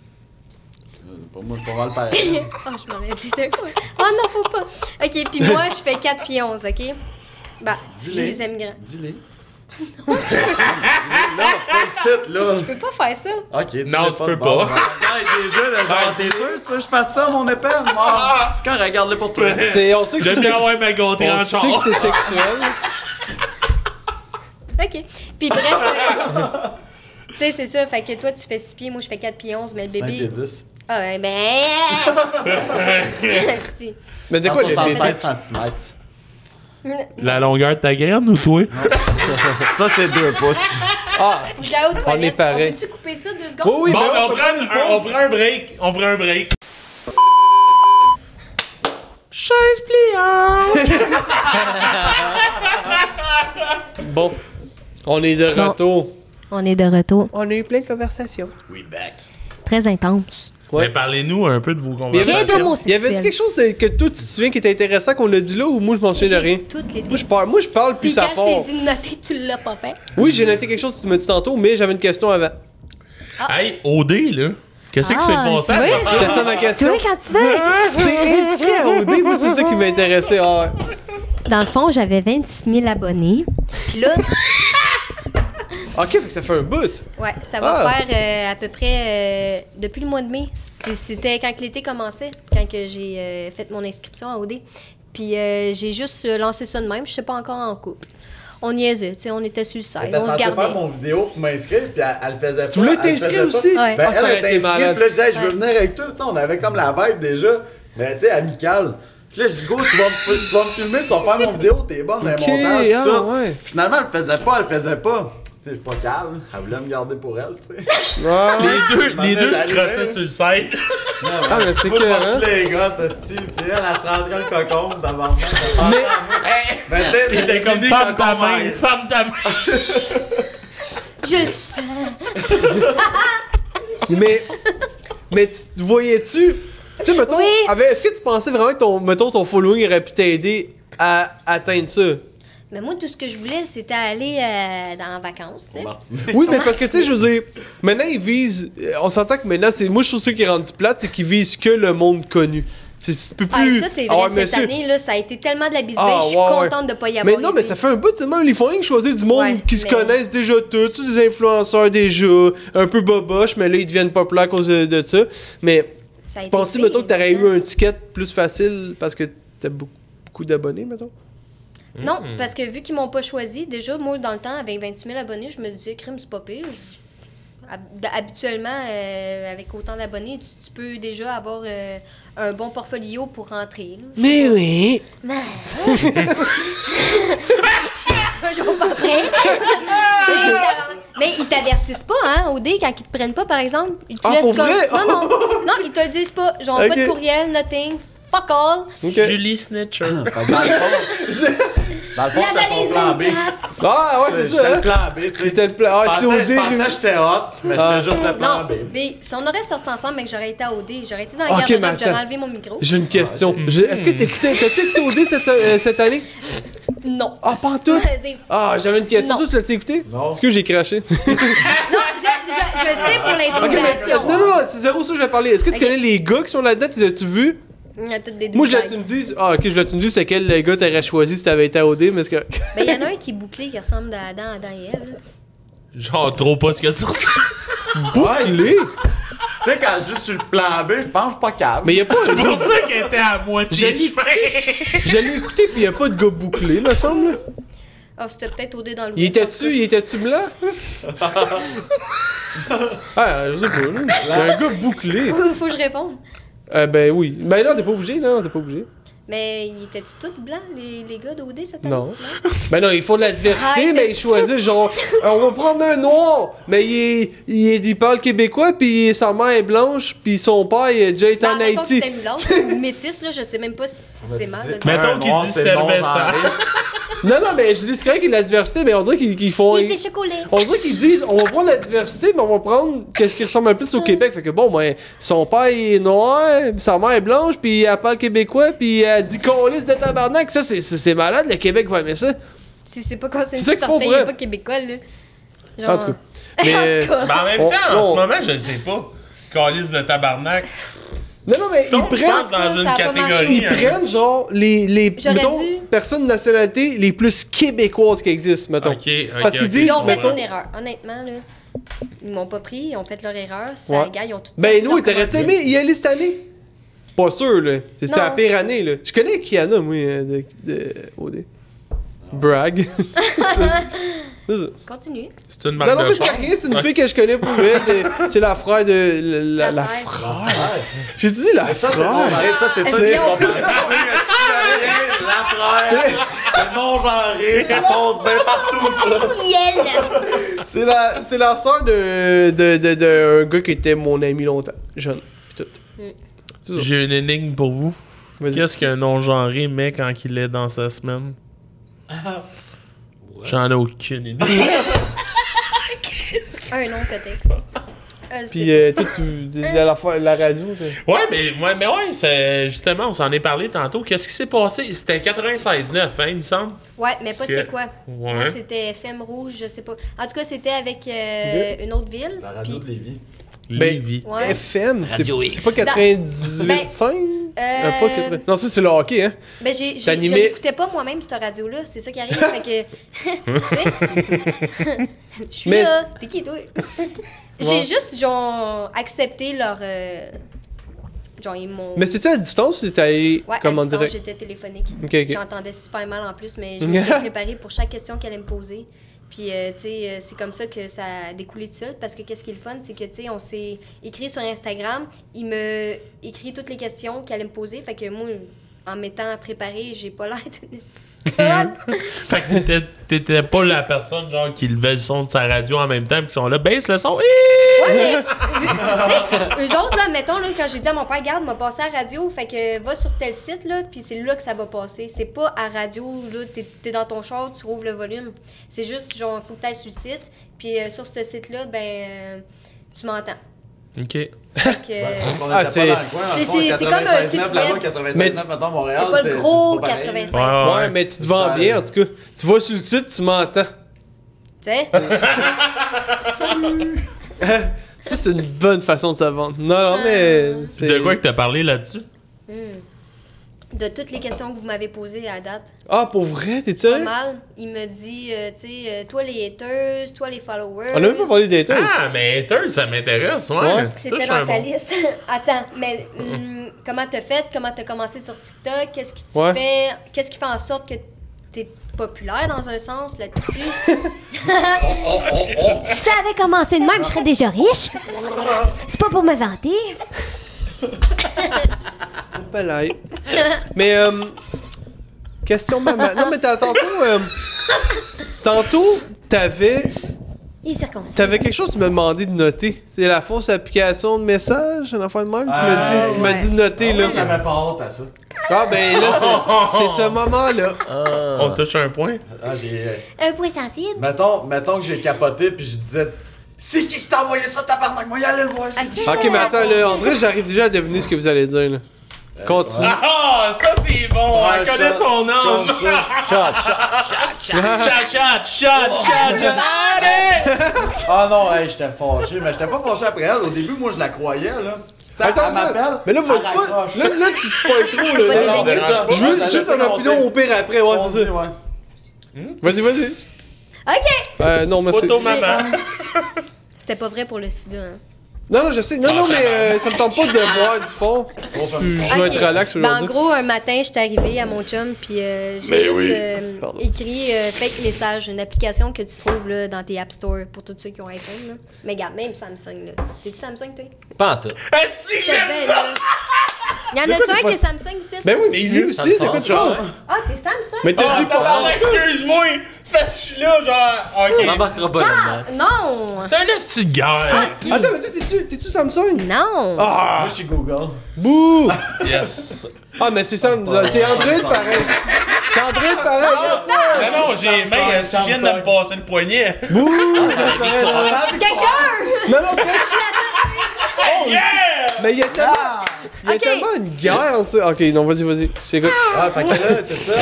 Speaker 11: Euh, Pour moi, c'est pas mal pareil.
Speaker 2: Oh, je m'en ai dit d'un coup. Oh non, faut pas. OK, puis moi, je fais 4 puis 11, OK? Bah, je
Speaker 11: Dis-les.
Speaker 2: les aime grands.
Speaker 11: Dis-les. Dis-les, là, pas ici, là.
Speaker 2: Je peux pas faire ça.
Speaker 11: Ok, dis-les
Speaker 5: Non, tu
Speaker 11: pas
Speaker 5: peux
Speaker 11: de bord.
Speaker 5: pas.
Speaker 11: Regarde, il est jeune, genre,
Speaker 5: Ben,
Speaker 11: t'es sûr, tu veux que je fasse ça, mon épée? Mort. Quand regarde-le pour toi.
Speaker 1: C'est- On sait que
Speaker 5: Je
Speaker 1: c'est
Speaker 5: sais
Speaker 1: sexu-
Speaker 5: avoir ma gantée
Speaker 1: on
Speaker 5: en
Speaker 1: sait que
Speaker 5: char.
Speaker 1: c'est sexuel.
Speaker 2: OK. Puis bref. euh, tu sais, c'est ça. Fait que toi, tu fais 6 pieds, moi, je fais 4 pieds 11, mais le
Speaker 11: 5 et
Speaker 2: bébé.
Speaker 11: 10.
Speaker 2: Ah, ouais, ben. Asti.
Speaker 1: Mais c'est quoi le bébé?
Speaker 11: 176 cm.
Speaker 5: La longueur de ta graine ou toi?
Speaker 11: Ça, c'est 2 pouces.
Speaker 1: Ah,
Speaker 2: Faut que j'aille aux toilettes.
Speaker 1: pareil.
Speaker 2: peut-tu couper ça deux secondes?
Speaker 1: oui, oui,
Speaker 5: Bon,
Speaker 1: mais
Speaker 5: ben,
Speaker 1: on
Speaker 5: on,
Speaker 1: peut
Speaker 5: prend
Speaker 1: prendre une
Speaker 5: un, on
Speaker 1: pause.
Speaker 5: prend un break. On prend un break.
Speaker 1: Bon, on est de
Speaker 12: Bon.
Speaker 1: retour.
Speaker 12: On est de retour.
Speaker 1: On a eu plein de conversations.
Speaker 11: We back.
Speaker 12: Très intense.
Speaker 1: Ouais.
Speaker 5: Mais parlez-nous un peu de vos
Speaker 1: Il y avait,
Speaker 5: conversations.
Speaker 12: Rien
Speaker 1: il y avait
Speaker 12: d'homosexuel.
Speaker 1: quelque chose de- que toi tu te souviens qui était intéressant qu'on a dit là ou moi je m'en souviens de rien?
Speaker 2: Toutes les
Speaker 1: Moi je parle, moi, je parle puis
Speaker 2: Puis
Speaker 1: ça
Speaker 2: quand
Speaker 1: part.
Speaker 2: je t'ai dit de noter, tu l'as pas fait.
Speaker 1: Oui, j'ai noté quelque chose que tu m'as dit tantôt, mais j'avais une question avant.
Speaker 5: Hey, OD, là. Qu'est-ce que c'est
Speaker 12: Ah,
Speaker 5: passé?
Speaker 12: tu
Speaker 5: après
Speaker 12: vois?
Speaker 5: ça?
Speaker 1: C'était ça ma
Speaker 12: Tu
Speaker 1: question.
Speaker 12: vois, quand tu veux.
Speaker 1: Tu t'es inscrit à OD, moi c'est ça qui m'intéressait. Ah, ouais.
Speaker 12: Dans le fond, j'avais 26 000 abonnés. Puis là,
Speaker 1: Ok, fait que ça fait un bout.
Speaker 2: Ouais, ça va
Speaker 1: Ah.
Speaker 2: faire euh, à peu près euh, depuis le mois de mai. C'est- C'était quand que l'été commençait, quand que j'ai euh, fait mon inscription à OD. Puis euh, j'ai juste euh, lancé ça de même. Je sais pas encore en couple. On niaisait, tu sais, on était sur le
Speaker 1: Eh
Speaker 2: site,
Speaker 11: Ben,
Speaker 2: on se
Speaker 11: censé faire
Speaker 2: gardait.
Speaker 11: mon vidéo pour m'inscrire, puis elle, elle le faisait pas.
Speaker 1: Tu voulais
Speaker 11: elle le faisait
Speaker 1: t'inscrire
Speaker 11: pas.
Speaker 1: aussi?
Speaker 2: Ouais.
Speaker 11: Ben,
Speaker 1: Ah, ça
Speaker 11: elle,
Speaker 1: aurait
Speaker 11: elle
Speaker 1: été
Speaker 11: t'inscrit,
Speaker 1: malade.
Speaker 11: puis là, je disais, je veux
Speaker 2: Ouais.
Speaker 11: venir avec toi. Tu sais, on avait comme la vibe déjà, mais tu sais, amicale. Puis là, je dis, go, tu vas, me, tu vas me filmer, tu vas faire mon vidéo, t'es bonne dans
Speaker 1: Ok,
Speaker 11: les montages,
Speaker 1: ah,
Speaker 11: tout.
Speaker 1: ouais.
Speaker 11: Finalement, elle le faisait pas, elle le faisait pas. Tu sais, je suis pas calme, elle voulait me garder pour elle, tu sais.
Speaker 1: Ah,
Speaker 5: Les deux, les
Speaker 11: M'en
Speaker 5: deux
Speaker 11: ai
Speaker 5: se
Speaker 11: allé.
Speaker 5: crossaient sur le site.
Speaker 1: ah, mais c'est
Speaker 11: Moi,
Speaker 1: que,
Speaker 11: je porte
Speaker 1: hein?
Speaker 11: les gars, ce style, puis elle, elle se rentrait le cocon d'abord. Mais tu sais,
Speaker 5: T'étais
Speaker 11: c'était
Speaker 5: comme
Speaker 11: fini
Speaker 5: femme
Speaker 11: quand
Speaker 5: ta
Speaker 11: on
Speaker 5: main,
Speaker 11: m'aide.
Speaker 5: femme ta main.
Speaker 2: Je le sais.
Speaker 1: Mais, mais tu te voyais-tu? Tu sais, mettons,
Speaker 2: Oui.
Speaker 1: avec- est-ce que tu pensais vraiment que ton, mettons, ton following aurait pu t'aider à atteindre ça?
Speaker 2: Mais moi, tout ce que je voulais, c'était aller euh, dans en vacances, tu sais.
Speaker 1: Oui, mais parce que tu sais, je veux dire, maintenant ils visent. euh, On s'entend que maintenant, c'est moi je trouve ça qui est rendu plate, c'est qu'ils visent que le monde connu. C'est tu peux
Speaker 2: Ah,
Speaker 1: plus.
Speaker 2: ça, c'est
Speaker 1: Ah
Speaker 2: vrai,
Speaker 1: ouais,
Speaker 2: cette
Speaker 1: monsieur.
Speaker 2: année, là, ça a été tellement de la bisbille,
Speaker 1: Ah,
Speaker 2: je suis
Speaker 1: ouais, ouais.
Speaker 2: contente de pas y avoir
Speaker 1: Mais non, mais ça fait un bout, tu sais, même les followings choisissent du monde
Speaker 2: Ouais,
Speaker 1: qui se
Speaker 2: mais-
Speaker 1: connaissent déjà tous, tu sais, des influenceurs déjà, un peu boboche, mais là ils deviennent populaires à cause de, de ça. Mais
Speaker 2: fait...
Speaker 1: penses-tu, mettons, que t'aurais eu un ticket plus facile parce que t'as beaucoup, beaucoup d'abonnés, mettons?
Speaker 2: Non, parce que vu qu'ils m'ont pas choisi, déjà, moi, dans le temps, avec 28 000 abonnés, je me disais, crime, c'est pas pire. Je- hab- Habituellement, euh, avec autant d'abonnés, tu, tu peux déjà avoir euh, un bon portfolio pour rentrer. là.
Speaker 1: Mais euh, oui!
Speaker 2: Toujours pas prêt. Mais ils t'aver- Mais ils t'avertissent pas, hein, au dé, quand ils te prennent pas, par exemple. Ils te
Speaker 1: Ah,
Speaker 2: laissent
Speaker 1: pour
Speaker 2: comme-
Speaker 1: vrai?
Speaker 2: Non, non, non, ils te le disent pas. Genre, pas de
Speaker 1: Ok.
Speaker 2: courriel, nothing, fuck all.
Speaker 1: Ok.
Speaker 5: Julie Snitcher.
Speaker 11: Fait que Dans le fond, dans le fond,
Speaker 2: La
Speaker 11: c'était son
Speaker 2: valise
Speaker 11: plan B.
Speaker 2: 24.
Speaker 1: Ah ouais, c'est
Speaker 11: J'étais
Speaker 1: ça,
Speaker 11: le
Speaker 1: hein?
Speaker 11: plan B, tu sais.
Speaker 1: C'était le plan. Ah,
Speaker 11: Je
Speaker 1: c'est au
Speaker 11: pensais-
Speaker 1: dé.
Speaker 11: Je pensais que j'étais hot, mais
Speaker 1: Ah.
Speaker 11: j'étais juste le plan
Speaker 2: Non,
Speaker 11: B.
Speaker 2: mais si on aurait sorti ensemble, mais que j'aurais été à OD, j'aurais été dans
Speaker 1: Ok,
Speaker 2: la
Speaker 1: mais
Speaker 2: garde-robe,
Speaker 1: attends.
Speaker 2: j'aurais enlevé mon micro.
Speaker 1: J'ai une question. Je- Est-ce que t'écoutais, t'as-tu écouté OD cette, euh, cette année?
Speaker 2: Non.
Speaker 1: Ah, pas en tout!
Speaker 2: Vas-y.
Speaker 1: Ah, j'avais une question.
Speaker 2: Non.
Speaker 1: Toi, tu l'as-tu écouté?
Speaker 11: Non.
Speaker 1: Est-ce que j'ai craché?
Speaker 2: Non, je, je, je le sais pour l'intimidation.
Speaker 1: non, non, non, c'est zéro ça que je vais parler. Est-ce que tu
Speaker 2: Ok.
Speaker 1: connais les gars qui sont là-dedans? Tu les as-tu vu?
Speaker 2: Il y a toutes des
Speaker 1: Moi, je voulais
Speaker 2: douchebags.
Speaker 1: que tu me dises. Ah, ok, je voulais que tu me dises c'est quel gars t'aurais choisi si t'avais été à OD, mais est-ce que.
Speaker 2: Ben, il y en a un qui est bouclé, qui ressemble à Adam, Adam et Ève. là.
Speaker 5: Genre, trop pas ce que tu ressens.
Speaker 1: Bouclé?
Speaker 11: Tu sais, quand je dis sur le plan B, je pense pas cave.
Speaker 1: Mais y a pas.
Speaker 5: C'est pour ça qu'elle était à moitié.
Speaker 1: Julie.
Speaker 5: chemin.
Speaker 1: Je l'ai écouté, pis y a pas de gars bouclé, me semble.
Speaker 2: Ah, c'était peut-être OD dans le
Speaker 1: Il
Speaker 2: bout.
Speaker 1: était-tu, il était-tu blanc? ah, je sais pas, là. Y a un gars bouclé.
Speaker 2: Faut, faut que je réponde.
Speaker 1: Euh, ben oui. Ben non, t'es pas obligé, non, t'es pas obligé.
Speaker 2: Mais ils étaient-tu tous blancs, les, les gars d'OD cette année?
Speaker 1: Non. Ben non, il faut de la diversité,
Speaker 2: Arrête,
Speaker 1: mais
Speaker 2: t'es
Speaker 1: ils choisissent genre, euh, on va prendre un noir, mais il, est- il, est- il parle québécois, puis sa mère est blanche, puis son père il est déjà été
Speaker 2: Ben,
Speaker 1: en
Speaker 2: mettons que
Speaker 1: Haïti.
Speaker 2: c'était blanche ou métisse, là, je sais même pas si c'est mal. de dire.
Speaker 5: Mais- Mettons
Speaker 11: Un
Speaker 5: qu'il
Speaker 11: noir,
Speaker 5: dit
Speaker 11: c'est le
Speaker 5: Sylvain
Speaker 11: bon genré.
Speaker 1: Non, non, mais je dis, c'est correct qu'il y a de la diversité, mais on dirait qu'ils qu'ils font.
Speaker 2: Il était chocolat.
Speaker 1: On dirait qu'ils disent, on va prendre la diversité, mais on va prendre qu'est-ce qui ressemble le plus
Speaker 2: Mm.
Speaker 1: au Québec. Fait que bon, ben, son père il est noir, puis sa mère est blanche, puis elle parle québécois, puis elle dit qu'on lisse de tabarnak. Ça, c'est- c'est c'est malade, le Québec va aimer ça.
Speaker 2: Si c'est pas quand c'est
Speaker 1: C'est ça
Speaker 2: une
Speaker 1: qu'il faut,
Speaker 2: tortille, il est
Speaker 1: vrai.
Speaker 2: pas québécois, là.
Speaker 1: En tout cas.
Speaker 2: en
Speaker 1: Mais- bah,
Speaker 2: tout cas.
Speaker 5: Mais en même
Speaker 1: On-
Speaker 5: temps, en
Speaker 1: on-
Speaker 5: ce moment, je le sais pas. Calice de tabarnak.
Speaker 1: Non, non, mais
Speaker 5: Donc,
Speaker 1: ils
Speaker 5: je pense
Speaker 1: prennent.
Speaker 5: dans
Speaker 2: ça
Speaker 5: une
Speaker 2: a pas marché.
Speaker 5: catégorie.
Speaker 1: Ils
Speaker 5: hein.
Speaker 1: prennent, genre, les, les
Speaker 2: J'aurais
Speaker 1: mettons,
Speaker 2: dû.
Speaker 1: personnes de nationalité les plus québécoises qui existent, mettons.
Speaker 5: Ok, ok,
Speaker 1: Parce qu'ils
Speaker 5: ok,
Speaker 1: disent,
Speaker 2: Ils ont
Speaker 5: je
Speaker 2: fait
Speaker 5: comprends.
Speaker 2: une erreur, honnêtement, là. Ils m'ont pas pris, ils ont fait leur erreur. Ça,
Speaker 1: Ouais.
Speaker 2: gars, ils ont tout
Speaker 1: Ben, nous,
Speaker 2: ils
Speaker 1: t'aurais aimé y aller cette année? Pas sûr, là. C'est c'était la
Speaker 2: Non.
Speaker 1: pire année, là. Je connais Kiana, moi, euh, de, de OD. Brag. C'est ça.
Speaker 2: Continue.
Speaker 5: C'est une
Speaker 1: Non,
Speaker 5: marque
Speaker 1: non,
Speaker 5: de
Speaker 1: mais je
Speaker 5: sport.
Speaker 1: connais rien, c'est une fille que je connais pour vrai. de- C'est la frère de. La, la,
Speaker 2: La
Speaker 1: frère.
Speaker 11: Ah,
Speaker 2: frère.
Speaker 1: J'ai dit la
Speaker 10: Ça, c'est mon
Speaker 1: frère.
Speaker 10: mari, ça, c'est ça.
Speaker 1: C'est-
Speaker 10: c'est mon mari. La frère.
Speaker 1: C'est-
Speaker 10: C'est non genré. Ça passe bien partout, ça.
Speaker 2: Yel!
Speaker 1: C'est la, c'est la sœur de, de, de, de un gars qui était mon ami longtemps, jeune, pis tout. C'est ça.
Speaker 5: J'ai une énigme pour vous.
Speaker 1: Vas-y.
Speaker 5: Qu'est-ce qu'un non-genré met quand il est dans sa semaine?
Speaker 1: Ah.
Speaker 5: J'en ai aucune idée.
Speaker 2: Un long contexte. Euh, c'est-
Speaker 1: Puis euh, toi, tu de- de la, la, la radio, t'es-
Speaker 5: ouais, mais ouais, mais ouais c'est- justement, on s'en est parlé tantôt. Qu'est-ce qui s'est passé? C'était 96-9, hein, il me semble.
Speaker 2: Ouais, mais pas
Speaker 5: Ok.
Speaker 2: c'est quoi.
Speaker 5: Ouais.
Speaker 2: Moi, c'était FM Rouge, je sais pas. En tout cas, c'était avec euh, une autre ville.
Speaker 8: La radio
Speaker 2: puis- euh,
Speaker 8: de Lévis.
Speaker 1: Ben,
Speaker 5: Lévis.
Speaker 2: Ouais.
Speaker 1: FM, c'est
Speaker 7: Radio X.
Speaker 1: c'est pas 98.5?
Speaker 2: Ben,
Speaker 1: Ah, pas 80. Non, ça, c'est le hockey, hein?
Speaker 2: Ben, j'ai, j'ai,
Speaker 1: T'animais-
Speaker 2: je l'écoutais pas moi-même, cette radio-là. C'est ça qui arrive. fait que. tu sais? Je suis
Speaker 1: Mais-
Speaker 2: là. T'es qui, toi? j'ai juste, genre, accepté leur. euh, Genre, ils m'ont.
Speaker 1: Mais c'est-tu à distance ou t'es allé,
Speaker 2: Ouais, à
Speaker 1: comment
Speaker 2: distance,
Speaker 1: dire?
Speaker 2: j'étais téléphonique.
Speaker 1: Ok, ok.
Speaker 2: J'entendais super mal en plus, mais je m'étais préparée pour chaque question qu'elle allait me poser. Puis, euh, tu sais, euh, c'est comme ça que ça a découlé tout seul. Parce que qu'est-ce qui est le fun, c'est que, tu sais, on s'est écrit sur Instagram. Il me écrit toutes les questions qu'elle allait me poser. Fait que moi, en m'étant préparée, j'ai pas l'air d'une esti de conne.
Speaker 5: Fait que t'étais- t'étais pas la personne genre qui levait le son de sa radio en même temps pis qui sont là, baisse le son. Hi!
Speaker 2: Ouais, mais, vu- tu sais, eux autres, là, mettons, là, quand j'ai dit à mon père, garde, m'a passé à la radio, fait que va sur tel site, là, puis c'est là que ça va passer. C'est pas à radio, là, t'es t'es dans ton char, tu rouvres le volume. C'est juste, genre, faut que t'ailles sur le site, puis euh, sur ce site-là, ben, euh, tu m'entends.
Speaker 5: Ok.
Speaker 2: Fait que,
Speaker 8: Ben,
Speaker 2: euh,
Speaker 8: on était
Speaker 1: Ah,
Speaker 8: pas
Speaker 1: c'est-
Speaker 8: dans le coin, en
Speaker 2: c'est-
Speaker 8: fond,
Speaker 2: c'est- c'est comme un
Speaker 8: 96,
Speaker 2: site
Speaker 8: là-bas,
Speaker 2: web.
Speaker 8: 96,
Speaker 1: Mais tu-
Speaker 8: mettons, Montréal,
Speaker 2: c'est pas le gros
Speaker 8: c'est pas pareil.
Speaker 2: 85.
Speaker 5: Ouais,
Speaker 1: Ouais, mais tu te vends
Speaker 8: Ça,
Speaker 1: bien,
Speaker 8: euh,
Speaker 1: en tout cas. Tu vas sur le site, tu m'entends.
Speaker 2: Tu sais?
Speaker 1: Ça, c'est une bonne façon de se vendre. Non, non, mais.
Speaker 2: Euh.
Speaker 1: c'est-
Speaker 5: De quoi que t'as parlé là-dessus?
Speaker 2: Hmm. De toutes les questions que vous m'avez posées à date,
Speaker 1: Ah, pour vrai, t'es
Speaker 2: pas
Speaker 1: sérieux?
Speaker 2: mal. Il me dit, euh, tu sais, euh, toi les haters, toi les followers.
Speaker 1: On a même pas parlé des haters.
Speaker 5: Ah, mais haters, ça m'intéresse, ouais.
Speaker 1: Ouais.
Speaker 5: Tu
Speaker 2: Ah, C'était
Speaker 5: touches
Speaker 2: dans
Speaker 5: un
Speaker 2: ta
Speaker 5: bon-
Speaker 2: liste. Attends, mais hum, comment t'as fait? Comment t'as commencé sur TikTok? Qu'est-ce qui te
Speaker 1: Ouais.
Speaker 2: fait. Qu'est-ce qui fait en sorte que t'es populaire dans un sens là-dessus?
Speaker 6: Si ça avait commencé de même, je serais déjà riche. C'est pas pour me vanter.
Speaker 1: Balaye. Mais, euh, question maman. Non, mais t'as- tantôt, euh, tantôt, t'avais,
Speaker 6: Les circonstances.
Speaker 1: t'avais quelque chose que tu me demandais de noter. C'est la fausse application de message, un enfant de même. Tu m'as
Speaker 8: Ah,
Speaker 1: dit, tu m'as
Speaker 2: Euh,
Speaker 8: ouais.
Speaker 1: dit de noter,
Speaker 8: Moi,
Speaker 1: là.
Speaker 8: j'avais pas honte à ça.
Speaker 1: Ah, ben là, c'est- c'est ce moment-là.
Speaker 5: On touche un point.
Speaker 8: Ah, j'ai... euh,
Speaker 6: Un point sensible.
Speaker 8: Mettons, mettons que j'ai capoté puis je disais C'est qui qui t'a envoyé ça tabarnak Moi allez le voir c'est qui?
Speaker 1: Ok, mais attends, là, on dirait que j'arrive déjà à deviner ce que vous allez dire, là. Continue.
Speaker 2: Euh,
Speaker 5: Ah, ça c'est bon,
Speaker 8: Ouais,
Speaker 5: elle connaît
Speaker 8: shot,
Speaker 5: son nom.
Speaker 8: comme ça.
Speaker 5: Chat, chat, chat,
Speaker 7: Oh!
Speaker 5: chat, chat. Allez!
Speaker 8: Ah non, hey, j'étais fâché, mais j'étais pas fâché après elle. Au début, moi je la croyais là. Ça,
Speaker 1: Attends,
Speaker 8: elle
Speaker 1: attends.
Speaker 8: m'appelle.
Speaker 1: Mais là, vas-y
Speaker 8: elle
Speaker 1: pas.
Speaker 8: raccroche.
Speaker 1: Là, là, tu spoil trop, là.
Speaker 2: Pas
Speaker 1: là.
Speaker 2: dédaigner.
Speaker 1: Je veux juste ton opinion au pire après, ouais, c'est ça.
Speaker 8: Ouais.
Speaker 1: Vas-y, vas-y.
Speaker 2: OK!
Speaker 1: Euh, non, merci.
Speaker 5: Photo maman.
Speaker 2: C'était pas vrai pour le sida. hein.
Speaker 1: Non, non, je sais. Non, non, mais euh, ça me tente pas de boire du fond. Je je vais
Speaker 2: Ok.
Speaker 1: être relax
Speaker 2: Ben, en
Speaker 1: aujourd'hui.
Speaker 2: gros, un matin, j'étais arrivée à mon chum, puis euh, j'ai juste euh,
Speaker 1: Pardon.
Speaker 2: écrit euh, Fake Message, une application que tu trouves là, dans tes App Store pour tous ceux qui ont iPhone. Là. Mais regarde, même Samsung. là. T'es-tu Samsung, toi?
Speaker 7: Pas en tout.
Speaker 5: Est-ce que j'aime ça?
Speaker 2: Il y en
Speaker 1: Mais
Speaker 2: a-tu
Speaker 1: quoi, t'es
Speaker 2: un
Speaker 1: pas-
Speaker 2: qui est Samsung ici?
Speaker 1: Ben oui, mais lui aussi, de quoi tu parles?
Speaker 2: Ah, t'es Samsung?
Speaker 1: Mais t'as
Speaker 5: Ah,
Speaker 1: dit pas.
Speaker 5: tabarnak, excuse-moi. Fait que je suis là,
Speaker 7: On
Speaker 5: genre, ok.
Speaker 7: embarquera pas là-dedans.
Speaker 2: Non!
Speaker 5: C'est un esti de guerre.
Speaker 2: Ok.
Speaker 1: Attends, mais toi, t'es-tu- t'es-tu Samsung?
Speaker 2: Non!
Speaker 1: Ah!
Speaker 8: Moi je suis Google.
Speaker 1: Bouh!
Speaker 5: Yes.
Speaker 1: Ah, mais c'est Samsung. C'est Ah, Android pareil. C'est Android pareil.
Speaker 5: Mais Ah non, j'ai même, elle
Speaker 8: Samsung.
Speaker 5: vient de me passer le poignet.
Speaker 1: Bouh! Ah, c'est vrai, là.
Speaker 2: Quelqu'un!
Speaker 1: Non, non, c'est vrai. Oh,
Speaker 5: Yeah!
Speaker 1: Mais il y a tellement. Il y a
Speaker 2: Ok.
Speaker 1: tellement une guerre, ça. Ok, non, vas-y, vas-y. C'est quoi?
Speaker 8: Ah, fait que là, c'est ça.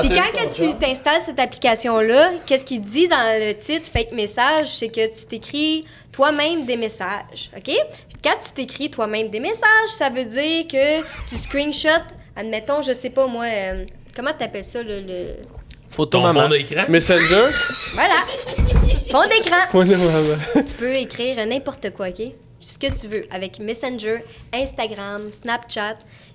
Speaker 2: Puis quand que tu t'installes cette application-là, qu'est-ce qu'il dit dans le titre fake message, c'est que tu t'écris toi-même des messages, OK? Puis quand tu t'écris toi-même des messages, ça veut dire que tu screenshots, admettons, je sais pas moi, euh, comment t'appelles ça, le... le...
Speaker 5: Ton fond d'écran?
Speaker 1: Messenger?
Speaker 2: Voilà! Fond d'écran!
Speaker 1: Point de maman.
Speaker 2: tu peux écrire n'importe quoi, OK? Ce que tu veux, avec Messenger, Instagram, Snapchat,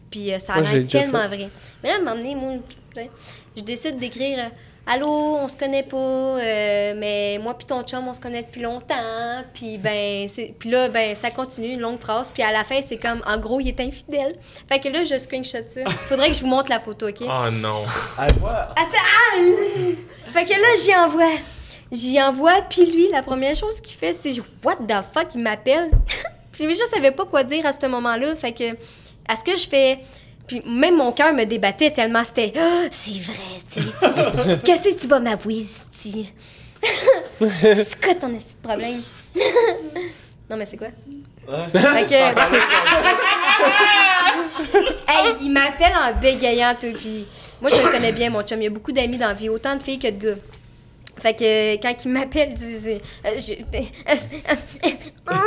Speaker 2: puis euh, ça a
Speaker 1: Moi, j'ai
Speaker 2: l'air
Speaker 1: déjà
Speaker 2: tellement
Speaker 1: fait.
Speaker 2: vrai. Mais là, m'emmener, moi, tu sais, je décide d'écrire euh, Allô, on se connaît pas, euh, mais moi puis ton chum, on se connaît depuis longtemps. Puis ben, c'est- puis là, ben, ça continue, une longue phrase. Puis à la fin, c'est comme, en gros, il est infidèle. Fait que là, je screenshot ça. Faudrait que je vous montre la photo, OK?
Speaker 5: Oh non.
Speaker 2: Fait que là, j'y envoie. J'y envoie, puis lui, la première chose qu'il fait, c'est What the fuck, il m'appelle. puis je savais pas quoi dire à ce moment-là. Fait que, à ce que je fais. Puis même mon cœur me débattait tellement c'était Ah, c'est vrai, tu sais. Qu'est-ce que tu vas m'avouer, si C'est quoi ton esti de problème? non, mais c'est quoi? Fait
Speaker 8: Ah,
Speaker 2: que.
Speaker 8: ben,
Speaker 2: hey, il m'appelle en bégayant, tout. Puis moi, je le connais bien, mon chum. Il y a beaucoup d'amis dans la vie, autant de filles que de gars. Fait que euh, quand il m'appelle, je disais. euh, je- Hein?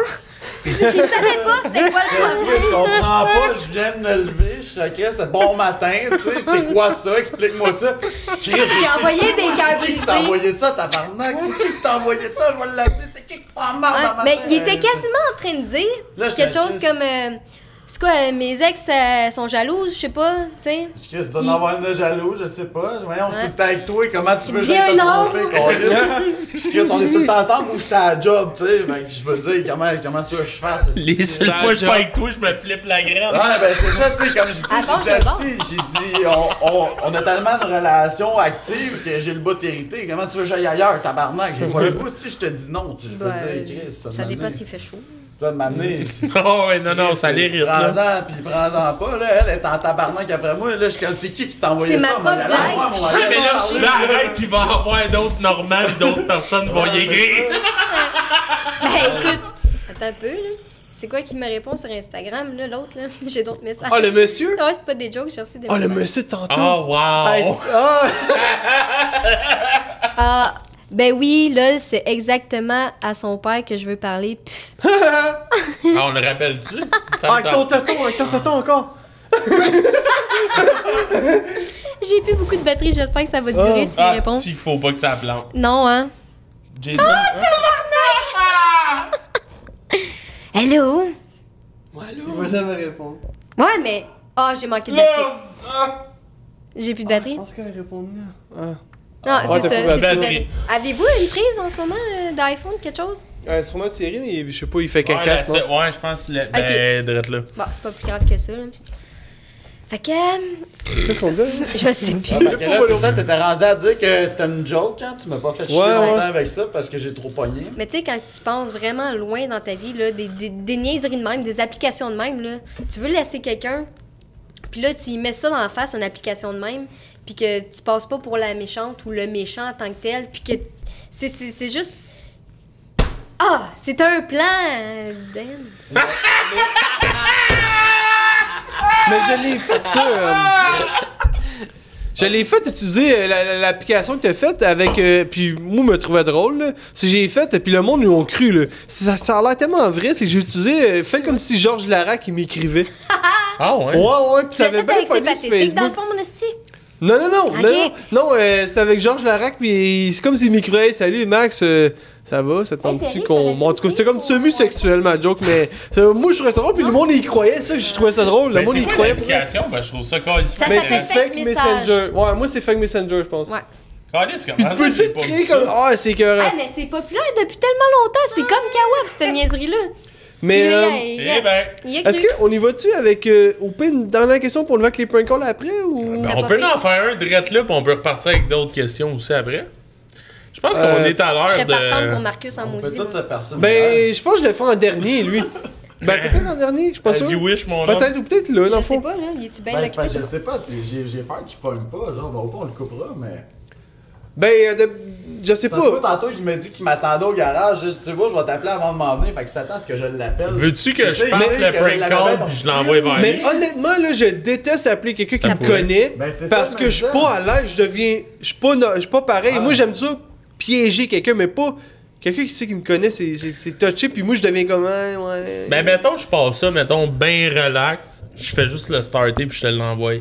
Speaker 2: Je savais pas c'était quoi le
Speaker 11: Oui,
Speaker 2: problème.
Speaker 11: je comprends pas, je viens de me lever, je suis ok, c'est bon matin, tu sais, c'est quoi ça, explique-moi ça. J'ai
Speaker 2: J'ai envoyé des cœurs
Speaker 11: C'est qui qui
Speaker 2: brisés.
Speaker 11: t'a envoyé ça, tabarnak, c'est qui qui t'a envoyé ça, je vais l'appeler, c'est qui qui prend marre
Speaker 2: Ouais,
Speaker 11: Ah, dans ma
Speaker 2: mais
Speaker 11: tête? euh,
Speaker 2: il était quasiment en train de dire
Speaker 11: Là, je
Speaker 2: quelque
Speaker 11: te le
Speaker 2: chose
Speaker 11: dis.
Speaker 2: comme. euh, c'est quoi, euh, mes ex euh, sont jalouses, je sais pas, tu sais.
Speaker 11: Chris, tu dois en avoir une de jaloux, je sais pas. Voyons, je suis
Speaker 2: Ouais.
Speaker 11: tout le temps avec toi, comment tu veux que je
Speaker 2: Dis un nom.
Speaker 11: te trompe, Chris, on est tout le temps ensemble ou je suis à la job, tu sais. Fait que je veux dire, comment, comment tu veux que je fasse? esti?
Speaker 13: Les seules fois que je suis pas avec
Speaker 5: toi, je me flippe la graine.
Speaker 11: Ouais, ben c'est ça, tu sais, comme je dis,
Speaker 2: Ah bon,
Speaker 11: j'ai
Speaker 2: c'est
Speaker 11: dit,
Speaker 2: bon.
Speaker 11: asti, j'ai dit, on, on, on a tellement de relations actives que j'ai le bout hérité. Comment tu veux que j'aille ailleurs, tabarnak? J'ai pas le goût. Si je te dis non, tu je peux
Speaker 2: Ben,
Speaker 11: dire, Chris, ça
Speaker 2: ça
Speaker 11: m'a
Speaker 2: dépend
Speaker 11: mené.
Speaker 2: s'il fait chaud.
Speaker 11: Ça m'a mené.
Speaker 5: Non, Ah, ouais, non, non, ça allait rire là.
Speaker 11: Prends-en, pis prends-en pas, là. Elle est en tabarnak après moi, là. Je suis comme, c'est qui qui t'a envoyé
Speaker 2: C'est
Speaker 11: ça?
Speaker 2: ma
Speaker 11: On va
Speaker 2: propre
Speaker 11: aller la voir,
Speaker 2: blague.
Speaker 11: on va aller
Speaker 5: Ah, Mais
Speaker 11: la
Speaker 5: là,
Speaker 11: voir.
Speaker 5: là, arrête, il va y avoir d'autres normales, d'autres personnes vont y écrire.
Speaker 2: Ben écoute, attends un peu, là. C'est quoi qui me répond sur Instagram, là, l'autre, là? J'ai d'autres messages.
Speaker 1: Ah, le monsieur?
Speaker 2: Ouais, c'est pas des jokes, j'ai reçu des
Speaker 1: Ah, le
Speaker 2: messages.
Speaker 1: monsieur de tantôt.
Speaker 5: Oh,
Speaker 1: Hey,
Speaker 5: wow.
Speaker 1: ah.
Speaker 2: Ah, ben oui, lol, c'est exactement à son père que je veux parler. Pff,
Speaker 5: Ah, on le rappelle-tu? Ça
Speaker 1: Ah,
Speaker 5: me
Speaker 1: avec ton
Speaker 5: tente.
Speaker 1: tonton, avec ton tonton encore.
Speaker 2: J'ai plus beaucoup de batterie, j'espère que ça va durer
Speaker 1: Oh.
Speaker 2: s'il
Speaker 5: Ah,
Speaker 2: répond.
Speaker 5: s'il faut pas que ça plante. Ah,
Speaker 2: Non, hein?
Speaker 5: Jason.
Speaker 6: Allô?
Speaker 1: Il va jamais répondre.
Speaker 2: Ouais, mais. Ah, j'ai manqué de batterie.
Speaker 5: Love. Ah.
Speaker 2: J'ai plus de batterie.
Speaker 1: Je pense qu'elle répond bien. Ah.
Speaker 2: Non,
Speaker 1: ouais, t'as plus de
Speaker 2: c'est ça. c'est plus de
Speaker 5: batterie.
Speaker 2: batterie. Avez-vous une prise en ce moment euh, d'iPhone, quelque chose?
Speaker 1: Euh, sûrement Thierry, mais je sais pas, il fait
Speaker 5: Ouais, la
Speaker 1: caca. je pense.
Speaker 5: se- ouais, je pense que le.
Speaker 2: Ok. Ah.
Speaker 5: Ben, drette là.
Speaker 2: Bon, c'est pas plus grave que ça, là. Fait que. euh,
Speaker 1: Qu'est-ce qu'on dit?
Speaker 2: Je sais
Speaker 11: Ah,
Speaker 2: plus.
Speaker 11: fait que là, c'est ça, t'étais rendu à dire que c'était une joke, hein? Tu m'as pas fait chier
Speaker 1: Ouais, ouais.
Speaker 11: longtemps avec ça parce que j'ai trop pogné.
Speaker 2: Mais tu sais, quand tu penses vraiment loin dans ta vie, là, des, des, des niaiseries de même, des applications de même, là, tu veux laisser quelqu'un, puis là, tu y mets ça dans la face, une application de même, puis que tu passes pas pour la méchante ou le méchant en tant que tel, puis que c'est- c'est c'est juste... Ah, c'est un plan, euh, Dan.
Speaker 1: Mais je l'ai fait ça. euh, Je l'ai fait utiliser euh, la- la- l'application que t'as faite avec. euh, puis moi, me trouvais drôle. là. Si j'ai fait, euh, puis le monde, ils ont cru. Là. Ça, ça a l'air tellement vrai, c'est que j'ai utilisé. euh, fait comme si Georges Larac, il m'écrivait.
Speaker 5: Ah, ouais.
Speaker 1: Ouais, ouais, puis ça
Speaker 2: Tu l'as
Speaker 1: avait
Speaker 2: fait
Speaker 1: bien
Speaker 2: avec ses
Speaker 1: pogné sur
Speaker 2: pathétiques, dans le
Speaker 1: Facebook.
Speaker 2: fond, mon esti.
Speaker 1: Non, non, non,
Speaker 2: Ok.
Speaker 1: non, non, non, euh, c'est avec Georges Larac, puis c'est comme s'il m'écrivait, salut Max, euh, ça va, ça tombe
Speaker 6: Hey,
Speaker 1: dessus
Speaker 6: Thierry,
Speaker 1: qu'on.
Speaker 6: t'aurais-tu
Speaker 1: Bon, en tout cas, c'était comme
Speaker 6: dit
Speaker 1: semi-sexuel ma joke, mais ça- moi je trouvais ça drôle, puis le monde il croyait, ça, je trouvais ça drôle, le
Speaker 5: Ben,
Speaker 1: monde
Speaker 5: c'est
Speaker 1: il
Speaker 5: quoi
Speaker 1: croyait. pour vrai.
Speaker 5: l'application? Ben, je trouve ça quand
Speaker 2: Ça
Speaker 1: Mais c'est
Speaker 2: s'appelle
Speaker 1: Fake
Speaker 2: Fake Message.
Speaker 1: Messenger. Ouais, moi c'est Fake Messenger, je pense.
Speaker 2: Ouais.
Speaker 1: Puis
Speaker 5: Ah,
Speaker 1: tu peux tout créer comme. Ah, c'est que.
Speaker 2: Ah, mais c'est populaire depuis tellement longtemps, c'est comme Kawab, cette niaiserie-là. Puis
Speaker 1: Mais.
Speaker 2: là,
Speaker 1: euh,
Speaker 2: il y a-
Speaker 5: Eh ben,
Speaker 2: il y a
Speaker 1: Est-ce
Speaker 2: cru.
Speaker 1: qu'on y va-tu avec. euh, Au pire, une dernière question pour le voir avec les prank calls après ou.
Speaker 5: ben,
Speaker 2: T'as
Speaker 5: on
Speaker 2: pas
Speaker 5: peut
Speaker 2: fait.
Speaker 5: en faire un direct là, puis on peut repartir avec d'autres questions aussi après. Je pense qu'on
Speaker 1: Euh,
Speaker 5: est à
Speaker 2: Je serais
Speaker 5: l'heure
Speaker 2: partante pour
Speaker 5: de.
Speaker 2: Marcus en
Speaker 11: On peut
Speaker 2: maudit. moi.
Speaker 11: toute sa personne.
Speaker 1: Ben, je pense que je le ferai en dernier, lui. ben, peut-être en dernier, je suis pas
Speaker 5: As you
Speaker 1: sûr.
Speaker 5: wish, mon homme.
Speaker 1: Peut-être ou peut-être là, dans
Speaker 2: Je
Speaker 1: le
Speaker 2: sais
Speaker 1: fond.
Speaker 2: pas, là, il est-tu bien
Speaker 11: Ben, c'est parce
Speaker 2: occupé?
Speaker 11: que je sais pas, si j'ai j'ai peur qu'il pogne pas. Genre, ben, au pire, on le coupera, mais.
Speaker 1: Ben, euh, de- je sais
Speaker 8: Parce que moi, tantôt, je me dis qu'il m'attendait au garage. Je dis, tu sais quoi, je vais t'appeler avant de m'en venir. Fait que ça à ce que je l'appelle.
Speaker 5: Veux-tu
Speaker 8: Mais
Speaker 5: que je
Speaker 8: tu sais,
Speaker 5: parte
Speaker 8: tu sais
Speaker 5: le
Speaker 8: que
Speaker 5: prank
Speaker 8: la
Speaker 5: call
Speaker 8: navette, on-
Speaker 5: puis je l'envoie vers
Speaker 1: Mais
Speaker 5: lui?
Speaker 1: honnêtement, là, je déteste appeler quelqu'un qui me
Speaker 5: Ça pourrait.
Speaker 1: connaît
Speaker 8: Ben, c'est ça,
Speaker 1: parce que
Speaker 8: mais
Speaker 1: je suis
Speaker 8: ça. Ah.
Speaker 1: pas à l'aise, je deviens. Je suis pas, no- je suis pas pareil. Moi, j'aime ça piéger quelqu'un, mais pas. Quelqu'un qui sait qui me connaît, c'est- c'est c'est touché, puis moi, je deviens comme. ah, ouais.
Speaker 5: Ben, mettons, je passe ça, mettons, ben relax. Je fais juste le starter puis je te l'envoie.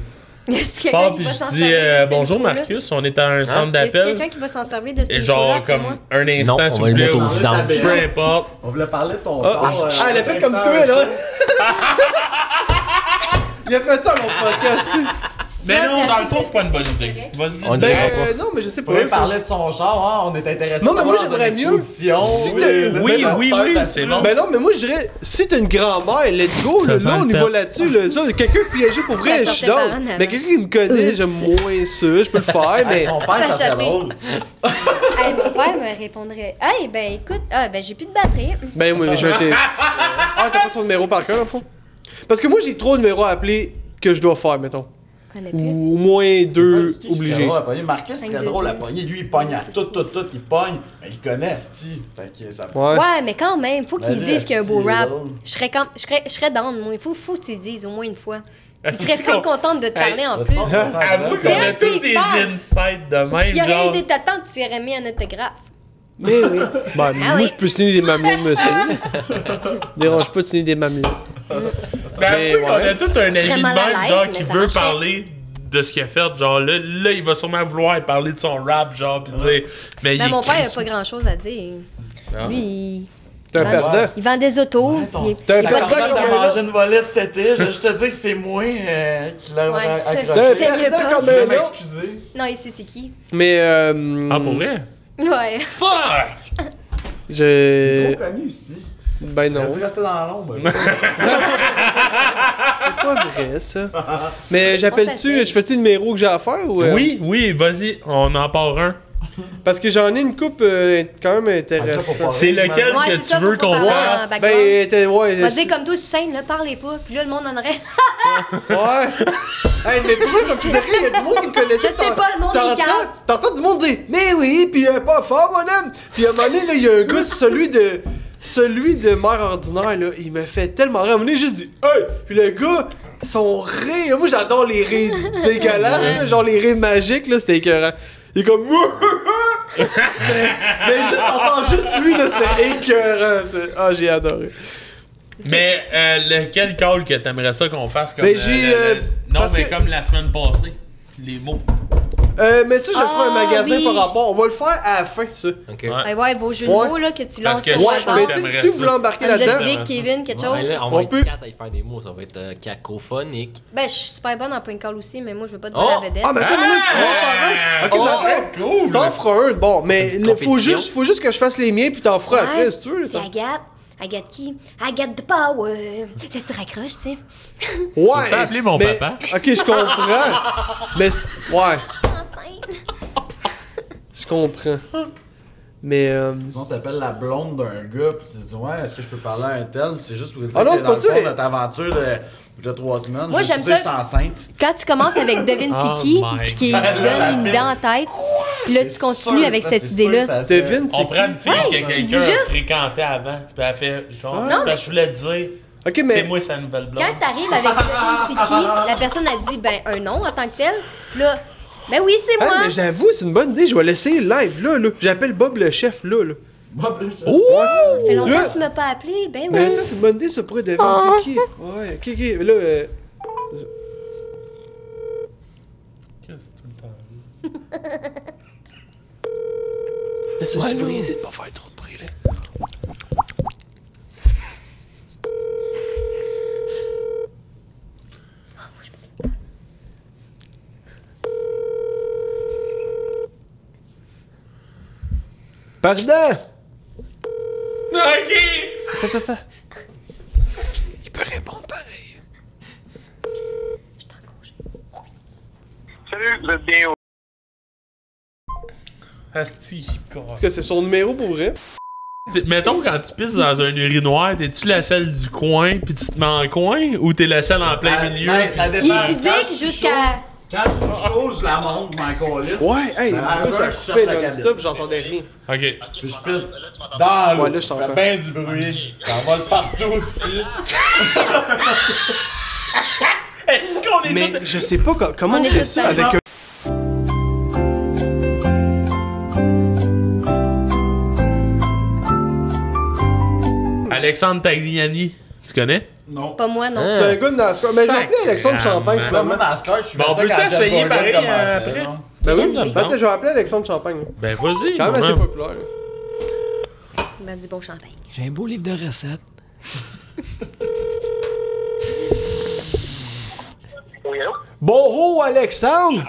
Speaker 2: Est-ce
Speaker 5: Je
Speaker 2: qu'il y a
Speaker 5: pars
Speaker 2: quelqu'un qui
Speaker 5: puis
Speaker 2: va
Speaker 5: je
Speaker 2: s'en
Speaker 5: dis
Speaker 2: servir de
Speaker 5: euh,
Speaker 2: cette
Speaker 5: bonjour
Speaker 2: micro-là?
Speaker 5: Marcus, on est à un centre
Speaker 2: Y a-t-il
Speaker 5: d'appel.
Speaker 2: quelqu'un qui va s'en servir de ce
Speaker 5: Et genre,
Speaker 2: micro-là après
Speaker 5: comme
Speaker 2: moi?
Speaker 5: un instant,
Speaker 7: Non,
Speaker 5: s'il
Speaker 7: on va
Speaker 5: vous
Speaker 7: le
Speaker 5: plaît.
Speaker 7: mettre au
Speaker 5: on-
Speaker 7: vidange.
Speaker 5: Peu importe.
Speaker 8: On voulait parler de ton
Speaker 1: Ah,
Speaker 8: corps, euh,
Speaker 1: ah, elle a fait comme
Speaker 8: directeur,
Speaker 1: toi, là!
Speaker 8: je sais.
Speaker 1: Il a fait ça, mon podcast!
Speaker 5: Mais non,
Speaker 2: Tiens,
Speaker 5: dans le fond,
Speaker 2: merci,
Speaker 5: c'est pas une bonne idée. Vas-y,
Speaker 7: On
Speaker 1: Ben,
Speaker 5: dis-
Speaker 7: dirait- dira
Speaker 1: euh, non, mais je sais
Speaker 8: On
Speaker 1: pas.
Speaker 8: pouvait
Speaker 1: ça.
Speaker 8: parler de son char, hein, on est intéressé.
Speaker 1: Non, mais
Speaker 8: par
Speaker 1: moi,
Speaker 8: dans
Speaker 1: j'aimerais
Speaker 8: une
Speaker 1: mieux.
Speaker 8: exposition,
Speaker 1: Si
Speaker 8: oui, Ben,
Speaker 1: t'as-
Speaker 8: le-
Speaker 5: oui,
Speaker 8: le-
Speaker 5: oui,
Speaker 8: le-
Speaker 5: oui,
Speaker 8: le-
Speaker 5: c'est bon.
Speaker 1: Ben non, mais moi, je dirais, si t'as une grand-mère, let's go,
Speaker 5: Ça
Speaker 1: là,
Speaker 5: sent
Speaker 1: là, on
Speaker 5: le
Speaker 1: y
Speaker 5: pep.
Speaker 1: va là-dessus, là. Ça, quelqu'un piégé pour
Speaker 2: Ça
Speaker 1: vrai, je suis
Speaker 2: sortait par
Speaker 1: down.
Speaker 2: en avant.
Speaker 1: Mais quelqu'un qui me connaît, j'aime moins ça, je peux le faire,
Speaker 8: Hey,
Speaker 1: mais.
Speaker 8: Son père, ça serait
Speaker 2: S'acheter.
Speaker 8: drôle.
Speaker 2: Hey, mon père me répondrait Hey, ben écoute, ah, ben j'ai plus de batterie.
Speaker 1: Ben oui, mais j'ai un téléphone. Ah, t'as pas son numéro par cœur, au fond? Parce que moi, j'ai trop de numéros à appeler que je dois faire, mettons.
Speaker 2: Je connais plus.
Speaker 1: Ou au moins deux
Speaker 8: Qui serait
Speaker 1: obligés.
Speaker 8: drôle à pogner? Marcus serait
Speaker 2: Cinq,
Speaker 8: drôle
Speaker 2: deux,
Speaker 8: à
Speaker 2: deux.
Speaker 8: pogner. Lui, il pogne à tout, tout, tout, il pogne. Mais il connaît, Steve. Fait que ça
Speaker 1: Ouais.
Speaker 2: Ouais, mais quand même, faut qu'il
Speaker 8: Ben,
Speaker 2: dise qu'il y a un beau
Speaker 8: c'est
Speaker 2: rap.
Speaker 8: drôle.
Speaker 2: Je serais, comme, je serais, je serais down, moi. Il faut, faut que tu le dises au moins une fois. Il serait
Speaker 5: C'est
Speaker 2: full
Speaker 5: con.
Speaker 2: contente de te parler en
Speaker 8: Parce
Speaker 2: plus.
Speaker 8: qu'on se sent
Speaker 5: Avoue
Speaker 8: dedans.
Speaker 5: qu'on a tous des insights de même.
Speaker 2: S'il y aurait eu
Speaker 5: genre.
Speaker 2: des tatantes, tu serais mis un autographe.
Speaker 1: Mais oui. Ben, moi,
Speaker 2: oui.
Speaker 1: je peux signer des mamelons, monsieur. Dérange pas de signer des mamelons.
Speaker 5: Ben,
Speaker 1: Mais
Speaker 5: avoue qu'on
Speaker 1: ouais.
Speaker 5: a tout un ami de
Speaker 2: Très mal à
Speaker 5: même,
Speaker 2: l'aise,
Speaker 5: genre,
Speaker 2: mais
Speaker 5: qui
Speaker 2: ça
Speaker 5: veut
Speaker 2: marcherait.
Speaker 5: parler de ce qu'il a fait. Genre, là, là, il va sûrement vouloir parler de son rap, genre, pis dire. Mais
Speaker 2: Ben,
Speaker 5: il
Speaker 2: mon
Speaker 5: est
Speaker 2: père, il a
Speaker 5: Christ-
Speaker 2: pas grand chose à dire.
Speaker 5: Ah.
Speaker 2: Lui, il,
Speaker 1: T'es un
Speaker 2: Ouais.
Speaker 1: perdant.
Speaker 2: il vend des autos.
Speaker 8: Ouais, ton-
Speaker 2: il,
Speaker 1: T'as un
Speaker 2: il
Speaker 8: Ta
Speaker 2: va te
Speaker 1: perdant
Speaker 2: coller
Speaker 8: grand-mère
Speaker 1: comme
Speaker 8: a
Speaker 1: un-
Speaker 2: dans-
Speaker 8: mangé une volée cet été. Je je te dis que c'est moi euh, qui l'ai
Speaker 2: Ouais,
Speaker 8: accroché.
Speaker 2: c'est-
Speaker 1: T'es un
Speaker 2: Sérieux
Speaker 1: perdant
Speaker 2: pas?
Speaker 1: comme
Speaker 8: Je vais
Speaker 1: un autre.
Speaker 8: m'excuser.
Speaker 2: Non, il sait c'est qui.
Speaker 1: Mais, euh.
Speaker 5: Ah, pour vrai?
Speaker 2: Ouais.
Speaker 5: Fuck!
Speaker 8: Trop
Speaker 1: Je.
Speaker 8: connu ici.
Speaker 1: Ben
Speaker 8: Il a
Speaker 1: non.
Speaker 8: dû
Speaker 1: C'est
Speaker 8: rester dans l'ombre.
Speaker 1: pas vrai, ça. Mais j'appelle-tu,
Speaker 2: s'asseye.
Speaker 1: je fais-tu le numéro que j'ai à faire ou. euh,
Speaker 5: Oui, oui, vas-y, on en part un.
Speaker 1: Parce que j'en ai une coupe euh, quand même intéressante.
Speaker 5: C'est lequel
Speaker 2: Ouais,
Speaker 5: que
Speaker 2: c'est ça,
Speaker 5: tu veux
Speaker 2: faut pas
Speaker 5: qu'on
Speaker 2: parler en
Speaker 5: fasse?
Speaker 2: background.
Speaker 1: Ben, t'es- ouais.
Speaker 2: On va
Speaker 1: c'est-
Speaker 2: dire comme toi, sur scène, là, parlez pas. Puis là, le monde en aurait.
Speaker 1: Ouais. hey, mais pourquoi ça me fait rire? Il y a du monde qui me connaissait.
Speaker 2: Je sais pas, le monde est
Speaker 1: t'entends-
Speaker 2: calme.
Speaker 1: T'entends du monde dire, mais oui, pis euh, pas fort, mon homme. Pis à un moment donné, là, il y a un gars, celui de. Celui de mère ordinaire, là, il me fait tellement rire. À un moment donné, juste dit, hey! Pis le gars, son rire, là, moi j'adore les rires dégueulasses, là, genre les rires magiques, là, c'était écœurant. Il est comme, C'était- mais juste, t'entends juste lui, là, c'était écœurant, ça. Ah, j'ai adoré.
Speaker 5: Mais euh, lequel call que t'aimerais ça qu'on fasse comme.
Speaker 1: Ben,
Speaker 5: euh,
Speaker 1: j'ai,
Speaker 5: le- le-
Speaker 1: euh,
Speaker 5: Non,
Speaker 1: parce
Speaker 5: mais
Speaker 1: que-
Speaker 5: comme la semaine passée. Les mots.
Speaker 1: Euh, mais ça, je ferai
Speaker 2: Ah,
Speaker 1: un magasin
Speaker 2: oui.
Speaker 1: par rapport. On va le faire à la fin, ça.
Speaker 7: Ok.
Speaker 5: Ouais.
Speaker 2: Ouais, ouais, vos jeux de
Speaker 1: Ouais.
Speaker 2: mots, là, que tu
Speaker 5: Parce
Speaker 2: lances
Speaker 5: que
Speaker 2: sur
Speaker 5: je
Speaker 1: Ouais,
Speaker 5: pense
Speaker 1: mais
Speaker 5: que
Speaker 1: si,
Speaker 2: hasard.
Speaker 5: t'aimerais
Speaker 1: si vous voulez
Speaker 5: ça.
Speaker 1: embarquer
Speaker 2: Comme
Speaker 1: là-dedans,
Speaker 2: Jessica, Kevin, quelque
Speaker 7: Ouais,
Speaker 2: chose.
Speaker 7: là, on
Speaker 1: On
Speaker 7: va être
Speaker 1: peut-
Speaker 7: quatre à y faire des mots, ça va être euh, cacophonique.
Speaker 2: Ben, je suis super bonne en point call aussi, mais moi, je veux pas de
Speaker 7: Oh!
Speaker 2: la vedette.
Speaker 1: Ah, mais attends, mais là, si tu vas en faire un. Ok,
Speaker 5: Oh,
Speaker 1: mais attends.
Speaker 5: cool!
Speaker 1: T'en feras un, bon, mais
Speaker 7: Une petite
Speaker 1: il faut
Speaker 7: compétition.
Speaker 1: juste, faut juste que je fasse les miens, puis t'en
Speaker 2: Ah,
Speaker 1: feras après, si tu veux. là,
Speaker 2: C'est
Speaker 1: t'en-
Speaker 2: Agathe. Agathe qui? Agathe de Power. Là, tu raccroches, tu sais.
Speaker 1: Ouais!
Speaker 5: Peux-tu appeler mon
Speaker 1: mais-
Speaker 5: papa?
Speaker 1: Ok, je comprends. mais, c- ouais,
Speaker 2: Enceinte.
Speaker 1: je comprends. Mais, euh...
Speaker 8: Sinon, t'appelles la blonde d'un gars, puis tu te dis, ouais, est-ce que je peux parler à un tel? C'est juste pour dire
Speaker 1: Ah non,
Speaker 8: que
Speaker 1: c'est
Speaker 8: dans
Speaker 1: pas ça.
Speaker 8: le fond de ta aventure de, de trois semaines,
Speaker 2: Moi,
Speaker 8: je me
Speaker 2: j'aime
Speaker 8: suis dit,
Speaker 2: ça.
Speaker 8: Je suis enceinte.
Speaker 2: Quand tu commences avec devine
Speaker 5: Oh
Speaker 2: c'est qui,
Speaker 5: my
Speaker 2: puis qu'il se donne une idée en tête, puis là, tu continues avec cette idée-là.
Speaker 1: Devine, c'est
Speaker 5: Euh, On prend
Speaker 1: qui?
Speaker 5: une fille que
Speaker 2: tu dis
Speaker 5: quelqu'un a
Speaker 2: juste-
Speaker 5: fréquenté avant, puis elle fait genre,
Speaker 1: Ah.
Speaker 5: c'est parce que je voulais te dire,
Speaker 1: Ok,
Speaker 5: c'est
Speaker 1: mais,
Speaker 5: moi sa nouvelle blonde.
Speaker 2: Quand t'arrives avec devine c'est qui, la personne a dit, ben, un nom en tant que tel, puis là, ben oui, c'est
Speaker 1: Ah,
Speaker 2: moi.
Speaker 1: mais j'avoue, c'est une bonne idée, je vais laisser live, là, là. J'appelle Bob le chef, là, là.
Speaker 2: Ça fait longtemps
Speaker 1: Là-
Speaker 2: que tu m'as pas appelé, ben
Speaker 1: Mais
Speaker 2: oui.
Speaker 1: attends, c'est une bonne idée, ça pourrait deviner c'est qui. Ouais, ok, ok, mais là, euh...
Speaker 5: Qu'est-ce que c'est tout le temps?
Speaker 1: Laisse-le souffler, essaie de pas faire trop de bruit, là. Passe dedans!
Speaker 5: Ok!
Speaker 1: Attends, attends. Il peut répondre pareil.
Speaker 14: Salut, vous êtes bien au...
Speaker 5: Asti,
Speaker 1: Est-ce que c'est son numéro pour vrai?
Speaker 5: T'sais, Mettons, quand tu pisses dans un urinoir, t'es-tu la seule du
Speaker 11: Ah,
Speaker 5: coin, puis tu te mets en coin, ou t'es la seule en plein milieu?
Speaker 8: ben, ça
Speaker 5: puis tu-
Speaker 2: Il
Speaker 8: dépend.
Speaker 2: est pudique jusqu'à
Speaker 8: Quand je suis chaud, je la monte, ma colisse.
Speaker 1: Ouais, hey,
Speaker 8: Mais
Speaker 1: en
Speaker 5: Ah,
Speaker 8: à
Speaker 1: plus,
Speaker 8: jeun,
Speaker 1: ça
Speaker 8: je
Speaker 1: coupait
Speaker 8: cherche la
Speaker 1: non-stop,
Speaker 8: cabine.
Speaker 1: j'entendais rien.
Speaker 5: Ok.
Speaker 8: Puis je pisse dans l'eau.
Speaker 1: Ouais, là, je
Speaker 8: Ça
Speaker 1: t'entends.
Speaker 8: fait bien du bruit. Ça vole partout, aussi.
Speaker 5: Est-ce qu'on est
Speaker 1: Mais
Speaker 5: tous-
Speaker 1: je sais pas co- comment
Speaker 2: On
Speaker 1: on
Speaker 2: est
Speaker 1: fait
Speaker 2: tous
Speaker 1: ça
Speaker 2: pareils.
Speaker 1: avec un.
Speaker 5: Alexandre Tagliani, tu connais?
Speaker 8: Non.
Speaker 2: Pas moi, non.
Speaker 1: euh, C'est un gars de NASCAR. Mais j'ai appelé Alexandre
Speaker 5: Sacrément.
Speaker 1: Champagne
Speaker 8: Dans
Speaker 1: finalement.
Speaker 8: mon NASCAR, je suis
Speaker 5: Bon, on peut
Speaker 8: ça
Speaker 5: s'essayer pareil, euh, après?
Speaker 1: Ben oui, ben,
Speaker 5: Quel bon.
Speaker 1: t'sais, je vais appeler Alexandre Champagne.
Speaker 5: Ben vas-y.
Speaker 1: Quand même assez
Speaker 5: maman.
Speaker 1: populaire.
Speaker 2: Ben, du bon champagne.
Speaker 7: J'ai un beau livre de recettes.
Speaker 1: Bonjour Alexandre!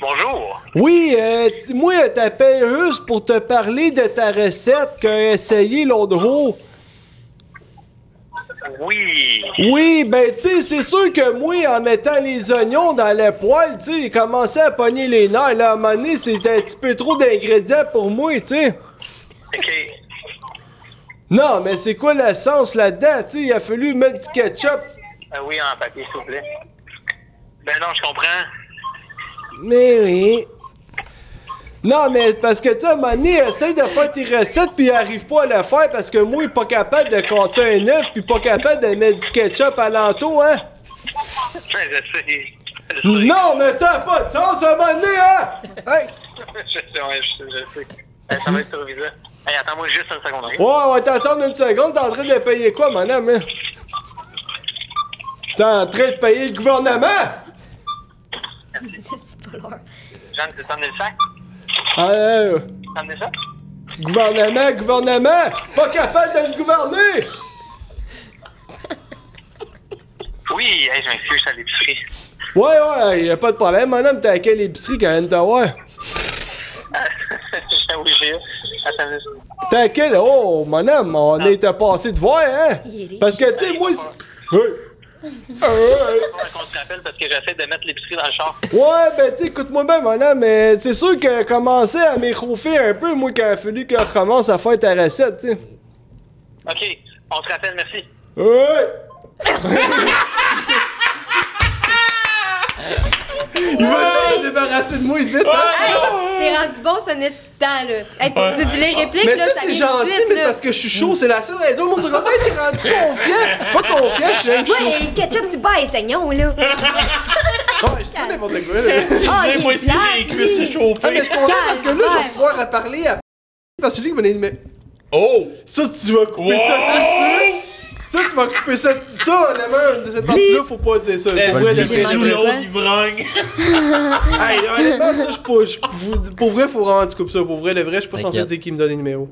Speaker 14: Bonjour.
Speaker 1: Oui, euh, t- moi, je t'appelle juste pour te parler de ta recette qu'a essayé l'autre jour.
Speaker 14: Oui.
Speaker 1: Oui, ben, tu sais, c'est sûr que moi, en mettant les oignons dans le poêle, tu sais, j'ai commencé à pogner les nerfs. Là, à un moment donné, c'était un petit peu trop d'ingrédients pour moi, tu sais.
Speaker 14: OK.
Speaker 1: Non, mais c'est quoi le sens là-dedans, tu sais? Il a fallu mettre du ketchup.
Speaker 14: Euh, oui, en papier, s'il vous plaît. Ben non, je comprends.
Speaker 1: Mais oui. Non, mais parce que, tu sais, à un moment donné, essaye de faire tes recettes, puis arrive pas à le faire parce que moi, il est pas capable de casser un œuf, puis pas capable de mettre du ketchup à l'entour, hein?
Speaker 14: Ben, je sais. Je sais.
Speaker 1: Non, mais ça a pas de sens à un moment donné, hein? Hey!
Speaker 14: je sais, ouais, je sais, je sais. Ben, ça va être survisé. Hey, attends-moi juste une seconde. ok?
Speaker 1: Ouais, on va t'attendre une seconde, t'es en train de payer quoi, mon homme, hein? T'es en train de payer le gouvernement?
Speaker 2: c'est pas l'heure.
Speaker 14: Jeanne, tu t'emmener le sac?
Speaker 1: Ah, euh,
Speaker 14: T'emmener ça?
Speaker 1: gouvernement, gouvernement! Pas capable de le gouverner!
Speaker 14: Oui, hey, je m'excuse, je suis à l'épicerie.
Speaker 1: Ouais, ouais, y a pas de problème, mon homme, t'es à quelle épicerie, quand même, t'as, ouais?
Speaker 14: Ah oui, j'ai eu. Attends une seconde.
Speaker 1: T'as quel. Oh, mon homme, on était passé de voir, hein?
Speaker 2: Il est riche.
Speaker 1: Parce que, tu sais, moi. c'est- Hey. Hey.
Speaker 14: Bon, qu'on se rappelle parce que j'essaie de mettre l'épicerie dans le char.
Speaker 1: Ouais, ben, tu sais, écoute-moi bien, mon homme, mais c'est sûr que commencer à m'échauffer un peu, moi, quand il a fallu que je recommence à faire ta recette, tu sais.
Speaker 14: OK, on se rappelle, merci.
Speaker 1: Hey. Il va tout se débarrasser de moi vite, hein?
Speaker 2: Hey, t'es rendu bon, ce nest temps, là. Hey, tu, tu dis les répliques,
Speaker 1: Mais
Speaker 2: là,
Speaker 1: ça,
Speaker 2: ça
Speaker 1: c'est
Speaker 2: vient tout de
Speaker 1: gentil,
Speaker 2: suite,
Speaker 1: mais
Speaker 2: là.
Speaker 1: parce que je suis chaud, c'est la seule raison. Moi, c'est comme, hey, t'es rendu confiant. Pas confiant, je suis rien que chaud.
Speaker 2: Ouais, ketchup du bas et saignant, là.
Speaker 1: Ouais, je dis n'importe quoi, là.
Speaker 2: Ah, il
Speaker 5: moi
Speaker 2: est
Speaker 5: aussi, j'ai les
Speaker 2: plate,
Speaker 5: cuisses
Speaker 2: lui.
Speaker 1: Ah, mais
Speaker 5: échauffées.
Speaker 1: je comprends parce que là, je vais
Speaker 2: Calvaire.
Speaker 1: pouvoir à parler à. Parce que lui, il m'a dit, mais.
Speaker 5: Oh!
Speaker 1: Ça, tu vas couper ça tout de suite. Ça, tu vas couper ça. Ça, la main de cette partie-là, faut pas dire ça. Pour vrai,
Speaker 5: Est-ce
Speaker 1: la main-
Speaker 5: que Eh, c'est
Speaker 2: Ouais.
Speaker 5: l'autre ivrogne?
Speaker 1: Hey, honnêtement, ça, je peux- je vous- Pour vrai, faut vraiment que tu coupes ça. Pour vrai, le vrai, je suis pas censé
Speaker 7: T'inquiète.
Speaker 1: dire qu'il me donne les numéros.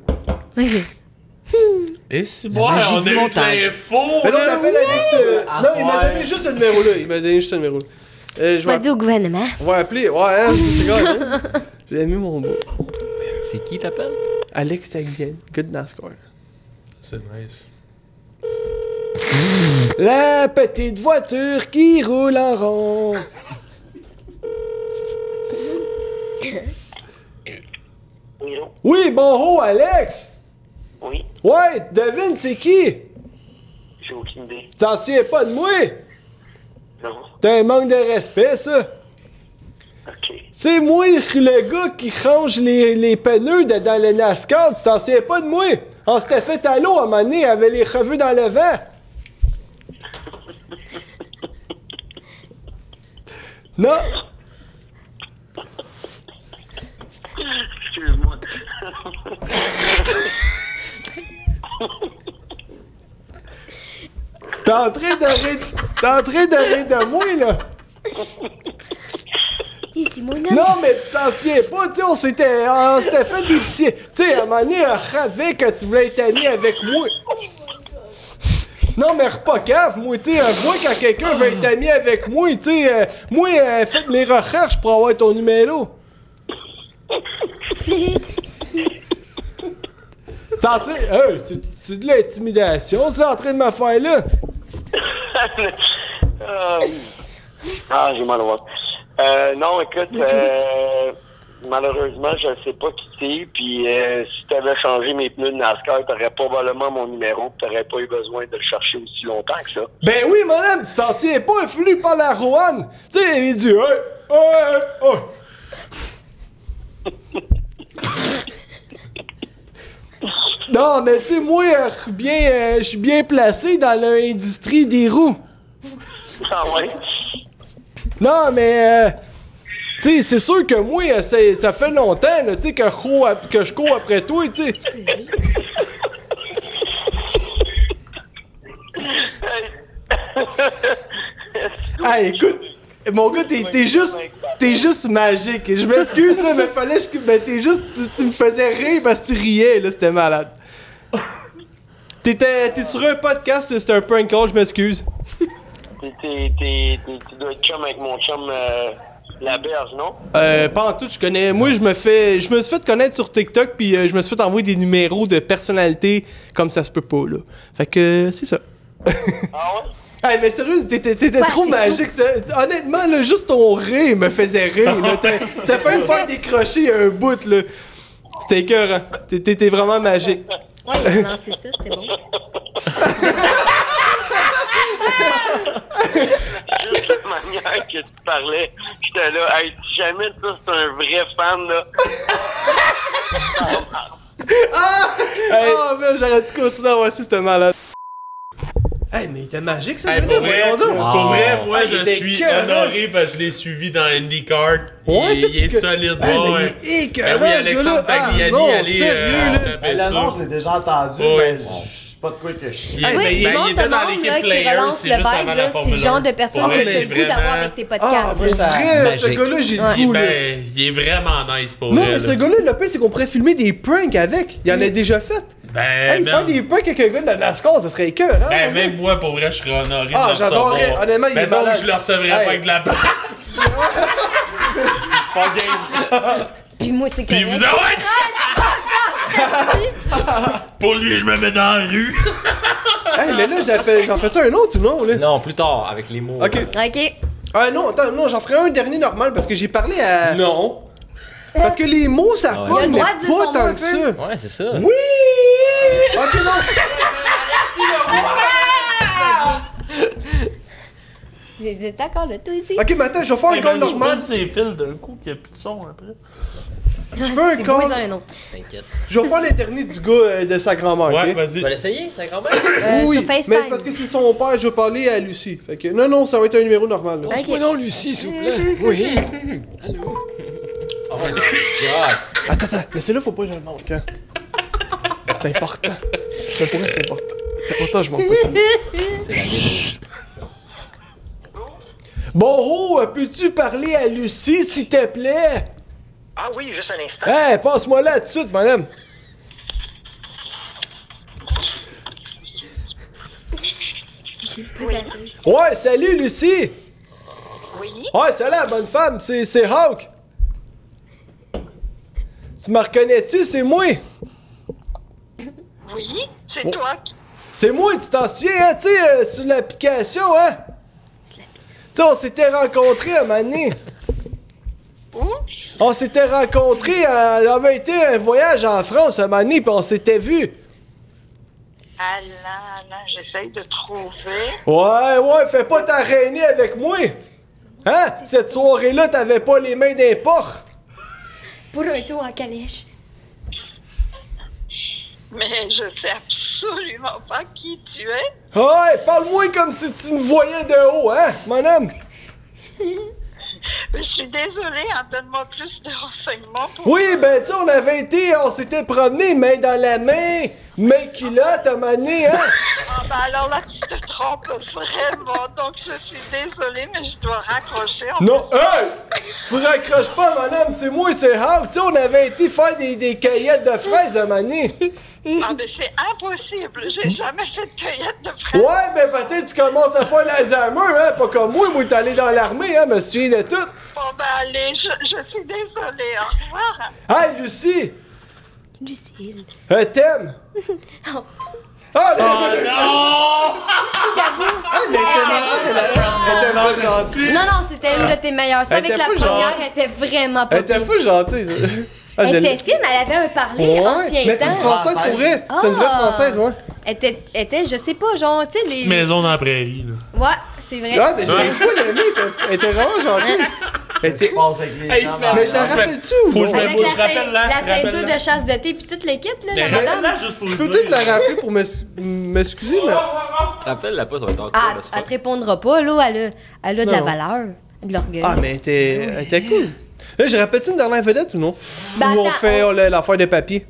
Speaker 5: Et si moi,
Speaker 7: magie
Speaker 5: on
Speaker 7: du
Speaker 5: a eu de
Speaker 7: montage.
Speaker 5: l'info,
Speaker 1: Mais là, on
Speaker 5: là.
Speaker 1: appelle Alex. euh,
Speaker 8: À
Speaker 1: Non, il m'a
Speaker 8: soir.
Speaker 1: donné juste ce numéro-là. Il m'a donné juste ce numéro. Euh, Je
Speaker 2: Bah,
Speaker 6: On va
Speaker 1: vais
Speaker 6: dire au gouvernement.
Speaker 1: on va appeler. Ouais, hein, c'est grave, hein. J'ai mis mon beau.
Speaker 7: C'est qui t'appelles?
Speaker 1: Alex Tagliani, good NASCAR.
Speaker 5: C'est nice.
Speaker 1: La petite voiture qui roule en rond.
Speaker 14: Oui, allô?
Speaker 1: Oui, bonjour, Alex!
Speaker 14: Oui,
Speaker 1: Ouais, devine c'est qui?
Speaker 14: j'ai aucune idée.
Speaker 1: Tu t'en souviens pas de moi?
Speaker 14: Non.
Speaker 1: T'as un manque de respect, ça!
Speaker 14: OK.
Speaker 1: C'est moi le gars qui range les, les pneus de- dans le NASCAR, tu t'en souviens pas de moi? On s'était fait à l'eau à un moment donné, avec les revues dans le vent! Non!
Speaker 14: Excuse-moi.
Speaker 1: T'es en train de rire, t'es en train de rire de moi, là!
Speaker 6: Ici, mon homme.
Speaker 1: Non, mais tu t'en souviens pas, tu sais, on s'était, on s'était fait des petits. Tu sais, à un moment donné, on savait que tu voulais être ami avec moi. Non, mais pas grave, moi, tu sais, euh, moi, quand quelqu'un veut être ami avec moi, tu sais, euh, moi, euh, faites mes recherches pour avoir ton numéro. T'es en train. Hey, c'est, c'est de l'intimidation, c'est en train de me faire là.
Speaker 14: Euh, Ah, j'ai mal au ventre. Euh, non, écoute, euh, malheureusement, je ne sais pas qui t'es. Puis euh, si tu avais changé mes pneus de NASCAR, tu aurais probablement mon numéro. Tu n'aurais pas eu besoin de le chercher aussi longtemps que ça.
Speaker 1: Ben oui, mon homme, tu t'en souviens pas, influ par la Roanne. Tu sais, il dit, hey, hey, hey. Non, mais tu sais, moi, euh, je suis bien, euh, je suis bien placé dans l'industrie des roues.
Speaker 14: Ah ouais?
Speaker 1: Non, mais. euh, tu sais, c'est sûr que moi, euh, c'est- ça fait longtemps là, tu sais, que, je cours ap- que je cours après toi, tu sais. Ah, écoute, mon gars, t'es t'es juste. T'es juste magique. Je m'excuse, là, mais fallait que. Mais t'es juste. Tu, tu me faisais rire parce que tu riais, là, c'était malade. T'étais. T'es sur un podcast, c'était un prank call, je m'excuse.
Speaker 14: T'es- t'es- t'es- t'es- Tu dois être chum avec mon chum euh, La Berge, non?
Speaker 1: Euh, pas en tout, je connais. Moi, je me fais, je me suis fait connaître sur TikTok, puis euh, je me suis fait envoyer des numéros de personnalité comme ça se peut pas là. Fait que euh, c'est ça. Ah ouais. mais sérieux, t'étais t'étais
Speaker 3: Ouais,
Speaker 1: trop
Speaker 3: c'est
Speaker 1: magique. ça. Honnêtement, là, juste ton rire me faisait rire. là. T'as t'as failli me faire décrocher un bout là. C'était écœurant. T'é- T'étais vraiment magique.
Speaker 2: Ouais, non, c'est ça, c'était bon.
Speaker 14: Juste la manière que tu parlais, j'étais là, hey, si jamais ça, c'est un vrai fan, là.
Speaker 1: Ah! Oh, man, j'aurais dû continuer à voir si c'était malade. Hey, mais il était magique, ce
Speaker 5: Hey,
Speaker 1: gars-là,
Speaker 5: pour vrai,
Speaker 1: voyons donc.
Speaker 5: pour vrai, moi,
Speaker 1: Ah, il
Speaker 5: je
Speaker 1: était
Speaker 5: suis
Speaker 1: écœurant.
Speaker 5: honoré parce que je l'ai suivi dans IndyCar. Il,
Speaker 1: Ouais,
Speaker 5: il
Speaker 1: toi,
Speaker 5: est
Speaker 1: tu-
Speaker 5: solide.
Speaker 1: Hey, mais
Speaker 5: bon,
Speaker 1: il
Speaker 5: hein.
Speaker 1: est écœurant,
Speaker 5: Ben oui,
Speaker 1: ce gars-là.
Speaker 5: Alexandre
Speaker 1: Ah,
Speaker 5: Tagliani,
Speaker 1: non,
Speaker 5: allez,
Speaker 1: sérieux,
Speaker 11: Ah,
Speaker 5: euh,
Speaker 1: là.
Speaker 5: on
Speaker 11: ben,
Speaker 5: t'appelle
Speaker 8: Le
Speaker 5: ça.
Speaker 8: nom, je l'ai déjà entendu,
Speaker 5: Ouais.
Speaker 8: mais je je sais pas de quoi que je suis.
Speaker 5: Il- ben, il
Speaker 2: le monde
Speaker 5: était dans
Speaker 2: demande,
Speaker 5: l'équipe
Speaker 2: là, qui
Speaker 5: Players,
Speaker 2: relance
Speaker 5: c'est
Speaker 2: le
Speaker 5: juste avant
Speaker 2: vibe,
Speaker 5: la
Speaker 2: là, c'est
Speaker 5: Formule
Speaker 2: le genre
Speaker 5: 1.
Speaker 2: de personne
Speaker 5: Pour
Speaker 2: que
Speaker 5: vrai,
Speaker 2: t'as le
Speaker 5: il est
Speaker 2: goût d'avoir
Speaker 5: vraiment-
Speaker 2: avec tes podcasts,
Speaker 1: moi,
Speaker 2: là.
Speaker 1: ça- Ah, Vrai, là, ce gars-là, j'ai le
Speaker 5: Il-
Speaker 1: goût, là.
Speaker 5: ben, il est vraiment nice pour
Speaker 1: Non,
Speaker 5: vrai,
Speaker 1: mais
Speaker 5: là.
Speaker 1: ce gars-là, le pire, c'est qu'on pourrait filmer des pranks avec. Il en a déjà fait.
Speaker 5: Ben,
Speaker 1: Hey,
Speaker 5: man,
Speaker 1: faire des pranks avec un gars de la NASCAR, ça serait écœur, hein?
Speaker 5: ben, même moi, pour vrai, je serais honoré de
Speaker 1: Ah,
Speaker 5: le
Speaker 1: j'adorerais.
Speaker 5: recevoir.
Speaker 1: Honnêtement, il est
Speaker 5: Mais non,
Speaker 1: malade.
Speaker 5: je le recevrais pas
Speaker 1: Hey.
Speaker 5: avec de la barbe. pas game.
Speaker 2: Puis moi, c'est
Speaker 5: Puis
Speaker 2: correct.
Speaker 5: vous- Ah,
Speaker 2: Ah,
Speaker 5: pour lui, je me mets dans la rue.
Speaker 1: hey, mais là, j'appelle- j'en fais ça un autre ou non, là?
Speaker 15: Non, plus tard, avec les mots.
Speaker 1: Ok.
Speaker 2: OK.
Speaker 1: Ah non, attends, non, j'en ferai un dernier normal parce que j'ai parlé à.
Speaker 5: Non.
Speaker 1: Parce que les mots, ça
Speaker 15: Ah ouais.
Speaker 1: pogne,
Speaker 15: Il a le
Speaker 1: mais
Speaker 15: droit de dire
Speaker 1: pas
Speaker 15: son
Speaker 1: tant
Speaker 15: mot
Speaker 1: que
Speaker 15: un
Speaker 1: ça.
Speaker 15: peu. Ouais, c'est ça.
Speaker 1: Oui! Ok, non.
Speaker 2: Vous êtes d'accord, là, tout ici?
Speaker 1: Ok, mais attends, je vais faire
Speaker 5: Eh,
Speaker 1: un call normal.
Speaker 10: C'est fil d'un coup qu'il n'y a plus de son après.
Speaker 1: Je veux un
Speaker 2: C'est beau,
Speaker 1: call.
Speaker 2: ils ont un nom.
Speaker 15: T'inquiète.
Speaker 1: Je vais faire le dernier du gars euh, de sa grand-mère.
Speaker 15: Ouais,
Speaker 1: ok?
Speaker 15: vas-y. Tu vas l'essayer, ta grand-mère?
Speaker 1: oui, mais c'est parce que c'est son père, je vais parler à Lucie. Fait que, non, non, ça va être un numéro normal. là.
Speaker 7: Passe-moi donc, Lucie, s'il vous plaît. Oui.
Speaker 1: Attends, attends, mais c'est là, faut pas que je le manque. Hein. C'est important. Mais pour moi, c'est important. C'est important, je manque pas ça. Bon, oh, peux-tu parler à Lucie, s'il te plaît?
Speaker 14: Ah oui, juste un instant.
Speaker 1: Hey, passe-moi là tout de suite, madame.
Speaker 14: Oui.
Speaker 1: Ouais, salut, Lucie.
Speaker 14: Oui.
Speaker 1: Ouais, salut, la bonne femme, c'est, c'est Hawk. Tu me reconnais-tu? C'est moi.
Speaker 14: Oui, c'est
Speaker 1: Oh.
Speaker 14: toi.
Speaker 1: C'est moi, tu t'en souviens, hein, tu sais, euh, sur l'application, hein? Tu sais, on s'était rencontrés à Mané. On s'était rencontrés, à, on avait été un voyage en France à Mané, puis on s'était vus.
Speaker 14: Ah là là, j'essaye de trouver.
Speaker 1: Ouais, ouais, fais pas ta rainée avec moi! Hein? Cette soirée-là, t'avais pas les mains d'un porc!
Speaker 2: Pour un tour en calèche.
Speaker 14: Mais je sais absolument pas qui tu es.
Speaker 1: Ouais, parle-moi comme si tu me voyais de haut, hein, mon homme!
Speaker 14: Je suis désolée, hein, donne-moi plus de renseignements pour.
Speaker 1: Oui, ben, tu sais, on avait été, on s'était promené main dans la main, main culotte à mané, hein?
Speaker 14: Ah bah alors là, tu te trompes vraiment. Donc je suis désolée, mais je dois raccrocher. En
Speaker 1: Non,
Speaker 14: plus-
Speaker 1: hey! Tu raccroches pas, mon homme, c'est moi, c'est Hawk, tu sais, on avait été faire des, des cueillettes de fraises à mané! euh.
Speaker 14: Ah mais c'est impossible. J'ai jamais fait de cueillette de fraises.
Speaker 1: Ouais, ben, peut-être tu commences à faire l'Alzheimer, hein? Pas comme moi, moi, t'es allé dans l'armée, hein, me souviens de tout!
Speaker 14: Bon bah allez, je, je suis désolée. Au revoir.
Speaker 1: Hey, Lucie!
Speaker 6: Lucille.
Speaker 1: Un thème!
Speaker 6: Oh,
Speaker 1: Euh, Ah,
Speaker 2: Je t'avoue.
Speaker 1: Elle était marrante, Ah, elle a- elle était pas gentille.
Speaker 2: Non, non, c'était une de tes meilleures.
Speaker 1: Elle
Speaker 2: Ça, avec
Speaker 1: était
Speaker 2: la
Speaker 1: fou,
Speaker 2: première,
Speaker 1: genre.
Speaker 2: elle était vraiment pas
Speaker 1: Elle était
Speaker 2: pire.
Speaker 1: fou gentille. ça. Ah, je
Speaker 2: Elle
Speaker 1: l'ai-
Speaker 2: était fine, elle avait un parler
Speaker 1: Ouais,
Speaker 2: ancien
Speaker 1: mais
Speaker 2: temps.
Speaker 1: c'est une Française pour vrai. C'est une vraie
Speaker 2: Ah.
Speaker 1: Française, ouais.
Speaker 2: Elle était, elle était, je sais pas, genre, tu sais, les...
Speaker 5: Maison dans la prairie, là.
Speaker 2: Ouais, c'est vrai.
Speaker 1: Ouais, Ah, mais je l'ai fou, l'ami. Elle était vraiment gentille. Elle était.
Speaker 5: Hey,
Speaker 1: Mais je la rappelle-tu ou
Speaker 5: Faut que je
Speaker 1: non?
Speaker 5: me
Speaker 2: Avec
Speaker 5: bouge,
Speaker 2: la, ceint-
Speaker 5: rappelle-la.
Speaker 2: la ceinture
Speaker 5: rappelle-la.
Speaker 2: de chasse de thé puis toute le kit, là,
Speaker 5: Mais
Speaker 2: la madame.
Speaker 5: rappelle-la juste pour
Speaker 1: Je
Speaker 5: le
Speaker 1: peux
Speaker 5: dire.
Speaker 1: peut-être la rappeler pour m'ex- m'excuser, mais.
Speaker 7: Rappelle-la pas, ça va être encore.
Speaker 2: Ah, elle te répondra pas, là, elle a, elle a de la
Speaker 1: Non.
Speaker 2: valeur, de l'orgueil.
Speaker 1: Ah, mais elle était, elle était cool. Là, je répète une dernière vedette ou non?
Speaker 2: Ben,
Speaker 1: ou on
Speaker 2: attends,
Speaker 1: fait oh, la- l'affaire de papier?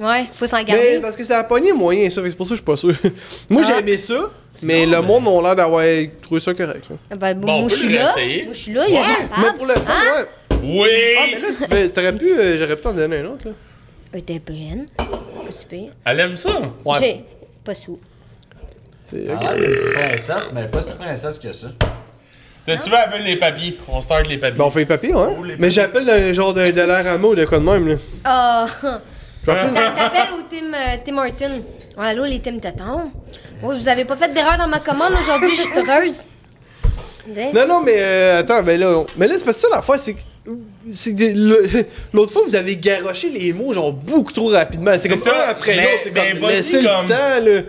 Speaker 2: Ouais, faut s'en
Speaker 1: Mais
Speaker 2: garder.
Speaker 1: parce que ça a pogné moyen, ça, fait que c'est pour ça que je suis pas sûr. Moi, j'ai aimé ça, mais le monde a l'air d'avoir trouvé ça correct. là.
Speaker 2: Ben,
Speaker 1: Bon, on peut
Speaker 2: moi, je suis
Speaker 1: le
Speaker 2: là.
Speaker 1: réessayer.
Speaker 2: Moi, je suis là, il y a de la
Speaker 1: Ouais,
Speaker 2: table.
Speaker 1: mais pour le fun,
Speaker 2: Hein?
Speaker 5: Oui!
Speaker 1: Ah, mais là, tu fais- t'aurais pu, euh, j'aurais pu t'en donner un autre, là.
Speaker 2: Elle était pleine. Pas si pire.
Speaker 5: Elle aime ça.
Speaker 2: J'ai pas sous.
Speaker 1: Ah,
Speaker 11: mais c'est princesse, mais pas si princesse que ça.
Speaker 5: T'as-tu vu appeler les papiers? On start les papiers.
Speaker 1: Ben, on fait les papiers, ouais. Mais j'appelle un genre de dollar à ou de quoi de même, là.
Speaker 2: Ah!
Speaker 1: Je vais appeler-
Speaker 2: T'a- T'appelles au Tim, euh, Tim Horton. Ouais, allô, les Tim Tatons. Oh, vous avez pas fait d'erreur dans ma commande aujourd'hui, je suis heureuse. Hein? Des-
Speaker 1: Non, non, mais euh, attends, mais là, on- mais là c'est parce que ça, la fois, c'est que. c'est que des- le- L'autre fois, vous avez garoché les mots, genre, beaucoup trop rapidement. C'est comme ça, un après l'autre. C'est
Speaker 5: mais
Speaker 1: comme,
Speaker 5: vas-y
Speaker 1: laissez
Speaker 5: comme-
Speaker 1: le temps, là.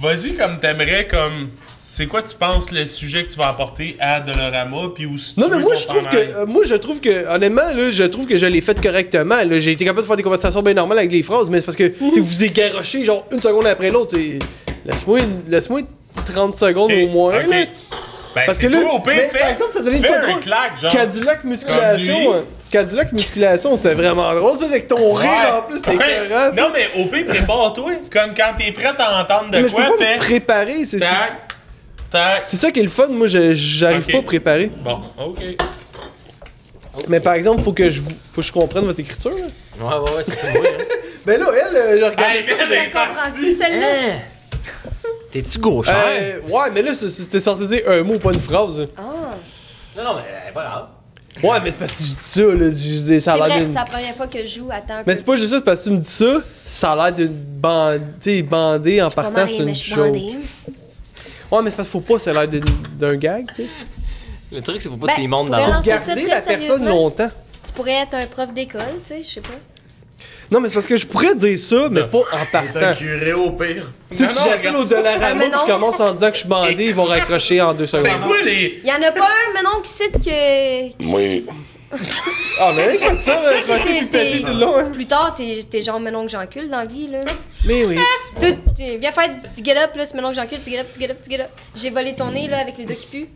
Speaker 5: Vas-y comme t'aimerais, comme. C'est quoi tu penses le sujet que tu vas apporter à Dolorama, puis où si tu
Speaker 1: Non, mais
Speaker 5: veux
Speaker 1: moi,
Speaker 5: qu'on
Speaker 1: je trouve
Speaker 5: s'en
Speaker 1: que.
Speaker 5: aille?
Speaker 1: euh, moi, je trouve que. Honnêtement, là, je trouve que je l'ai fait correctement. là. J'ai été capable de faire des conversations bien normales avec les phrases, mais c'est parce que tu sais, vous vous égaroché, genre, une seconde après l'autre. c'est- Laisse-moi une- laisse-moi 30 secondes au moins,
Speaker 5: ok.
Speaker 1: là.
Speaker 5: Ben,
Speaker 1: Parce
Speaker 5: c'est
Speaker 1: que là,
Speaker 5: cool, au pire,
Speaker 1: mais
Speaker 5: fais-
Speaker 1: par exemple, ça donnait une
Speaker 5: fais
Speaker 1: quoi
Speaker 5: un
Speaker 1: drôle?
Speaker 5: claque, genre.
Speaker 1: Cadillac musculation.
Speaker 5: Comme lui.
Speaker 1: hein. Cadillac musculation, c'est vraiment drôle. Ça, avec ton
Speaker 5: Ouais.
Speaker 1: rire en plus, t'es
Speaker 5: Ouais.
Speaker 1: écœurant, ça.
Speaker 5: Non, mais au pire, prépare-toi. Comme quand t'es prêt à entendre de
Speaker 1: Mais je
Speaker 5: quoi,
Speaker 1: peux pas
Speaker 5: fais.
Speaker 1: me préparer, c'est
Speaker 5: Tac, tac.
Speaker 1: C'est ça qui est le fun, moi je- j'arrive
Speaker 5: Ok.
Speaker 1: pas préparé.
Speaker 5: Bon, ok.
Speaker 1: Mais par exemple, faut que je vous- faut que je comprenne votre écriture. là.
Speaker 7: Ouais, ouais, hein. ouais, c'est tout.
Speaker 1: Ben là, elle, euh, je regardais
Speaker 7: Hey,
Speaker 1: ça.
Speaker 7: man, j'ai
Speaker 2: Comprends-tu
Speaker 1: Hein?
Speaker 2: celle-là?
Speaker 7: T'es-tu gauchère?
Speaker 1: Euh, ouais, mais là, c'est- c'était censé dire un mot, pas une phrase.
Speaker 2: Ah!
Speaker 7: Non, non, mais euh, pas grave.
Speaker 1: Ouais, mais c'est parce que je dis ça, là, je dis, ça
Speaker 2: C'est
Speaker 1: a
Speaker 2: vrai,
Speaker 1: l'air
Speaker 2: c'est
Speaker 1: d'une...
Speaker 2: la première fois que je joue. Attends. un
Speaker 1: Mais
Speaker 2: peu.
Speaker 1: c'est pas juste ça, c'est parce que tu me dis ça, ça a l'air d'une bande, t'sais, bandée en
Speaker 2: Comment
Speaker 1: partant, c'est
Speaker 2: aller, mais
Speaker 1: une
Speaker 2: je suis
Speaker 1: chose.
Speaker 2: bandée.
Speaker 1: Ouais, mais c'est parce qu'il faut pas, ça a l'air d'une- d'un gag, tu sais.
Speaker 7: Le truc, c'est faut pas
Speaker 2: Ben,
Speaker 7: que tu y montes
Speaker 2: tu
Speaker 7: dans
Speaker 2: pourrais
Speaker 7: la
Speaker 2: lancer ça
Speaker 1: Garder
Speaker 2: très
Speaker 1: la personne
Speaker 2: sérieusement.
Speaker 1: longtemps.
Speaker 2: Tu pourrais être un prof d'école, tu sais, je sais pas.
Speaker 1: Non, mais c'est parce que je pourrais dire ça, mais pas en partant.
Speaker 11: curé au pire.
Speaker 1: Tu sais, si j'appelle au
Speaker 2: Ah,
Speaker 1: Dollarama
Speaker 2: mais
Speaker 1: pis
Speaker 2: non.
Speaker 1: je commence en disant que je suis bandé, ils vont raccrocher en deux secondes.
Speaker 5: Quoi, Ben, les.
Speaker 2: Il y en a pas un, mais non, qui cite que.
Speaker 1: Oui. Ah, mais laisse-moi ça,
Speaker 2: Toi,
Speaker 1: euh,
Speaker 2: t'es-
Speaker 1: péter,
Speaker 2: t'es-
Speaker 1: péter
Speaker 2: t'es-
Speaker 1: tout le long, hein.
Speaker 2: Plus tard, t'es t'es genre, mais non, que j'encule dans la vie, là.
Speaker 1: Mais oui.
Speaker 2: Tout, t'es- viens faire du petit get-up, là, c'est maintenant que j'encule, petit get-up, petit get-up, petit get-up. J'ai volé ton nez, là, avec les deux qui puent.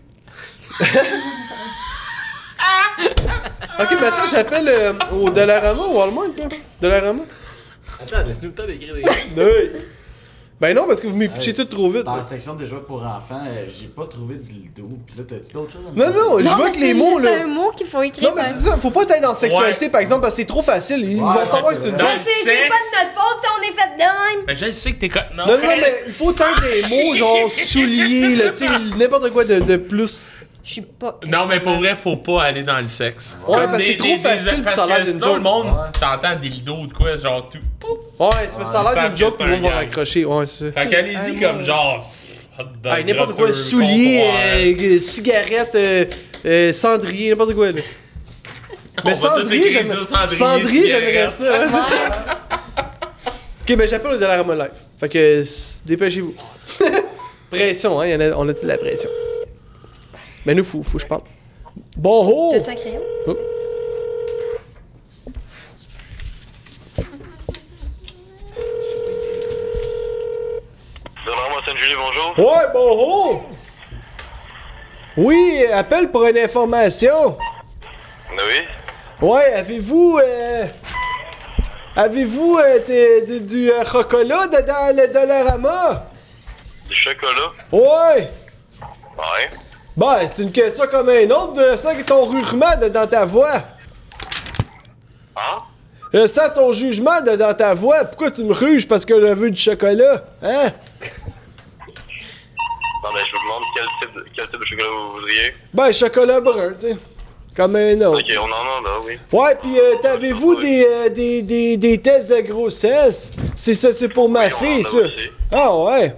Speaker 1: Ok, mais attends, j'appelle euh, au Dollarama ou Walmart, quoi. Dollarama?
Speaker 7: Attends, laisse-nous le temps d'écrire des.
Speaker 1: Oui. Ben non, parce que vous m'épichez tout trop vite. hein.
Speaker 11: Dans la
Speaker 1: là.
Speaker 11: section des jouets pour enfants, euh, j'ai pas trouvé de dildo. Puis là, t'as-tu d'autres choses à me
Speaker 1: Non,
Speaker 11: dire?
Speaker 1: non, je vois que les mots,
Speaker 2: C'est
Speaker 1: là.
Speaker 2: un mot qu'il faut écrire. hein.
Speaker 1: Non, mais
Speaker 2: par-
Speaker 1: c'est ça, faut pas être dans la sexualité, par exemple, parce que c'est trop facile. Ils
Speaker 5: Ouais,
Speaker 1: vont
Speaker 5: ouais,
Speaker 1: savoir que
Speaker 5: c'est
Speaker 1: c'est une
Speaker 5: vrai.
Speaker 1: joke.
Speaker 2: Mais c'est- C'est pas de notre faute, ça, on est fait de même.
Speaker 5: Ben, je sais que t'es. co- Non,
Speaker 1: Non, non, mais il faut tant des mots, genre souliers, là, tu sais, n'importe quoi de, de plus.
Speaker 2: Je suis pas.
Speaker 5: Non, mais pour vrai, faut pas aller dans le sexe.
Speaker 1: Ouais,
Speaker 5: Comme
Speaker 1: parce que
Speaker 5: des-
Speaker 1: c'est trop
Speaker 5: des- des-
Speaker 1: facile,
Speaker 5: parce
Speaker 1: puis ça a l'air
Speaker 5: que
Speaker 1: d'une
Speaker 5: sinon,
Speaker 1: joke.
Speaker 5: le monde, t'entends des lidos ou de quoi, genre, tout.
Speaker 1: Ouais, c'est parce que ça a
Speaker 5: Ouais, ils
Speaker 7: Ah,
Speaker 1: l'air
Speaker 5: savent
Speaker 1: d'une
Speaker 5: que
Speaker 1: joke,
Speaker 5: c'est
Speaker 1: ils
Speaker 5: un
Speaker 1: vont
Speaker 5: gag.
Speaker 1: raccrocher. Ouais, c'est ça.
Speaker 5: Fait qu'allez-y comme genre. hot dog,
Speaker 1: Ah, n'importe
Speaker 5: lobster,
Speaker 1: quoi, souliers,
Speaker 5: comptoir.
Speaker 1: euh, cigarettes, euh, euh, cendrier, n'importe quoi. Là.
Speaker 5: On
Speaker 1: Mais
Speaker 5: va tout
Speaker 1: cendrier,
Speaker 5: écrire
Speaker 1: j'aimerais
Speaker 5: ça, cendrier,
Speaker 1: cendrier, j'aimerais
Speaker 5: cigarette.
Speaker 1: ça. hein. ok, ben j'appelle au Dollarama Live. Fait que s- dépêchez-vous. pression, hein, y en a, on a de la pression. Mais nous, faut, faut que je parle. Bon ho!
Speaker 2: T'as-tu un crayon?
Speaker 1: Oh.
Speaker 14: Dollarama Sainte-Julie, bonjour.
Speaker 1: Ouais, bon ho! Oui, appel pour une information.
Speaker 14: Oui.
Speaker 1: Ouais, avez-vous. euh, avez-vous euh, des- des- du euh, chocolat dedans le Dollarama?
Speaker 14: Du chocolat.
Speaker 1: Ouais!
Speaker 14: Ouais.
Speaker 1: Bah, c'est une question comme un autre. Je sens que ton jugement de dans ta voix.
Speaker 14: Hein?
Speaker 1: Je sens ton jugement de dans ta voix. Pourquoi tu me ruges parce que je veux du chocolat? Hein?
Speaker 14: Non, mais je vous demande quel type de, quel type de chocolat vous voudriez.
Speaker 1: Ben, chocolat brun, tu sais. Comme un autre.
Speaker 14: Ok, on en a là, oui.
Speaker 1: Ouais, puis euh, t'avez-vous des, euh, des, des, des tests de grossesse? C'est ça, c'est pour ma fille, ça. Ah ouais.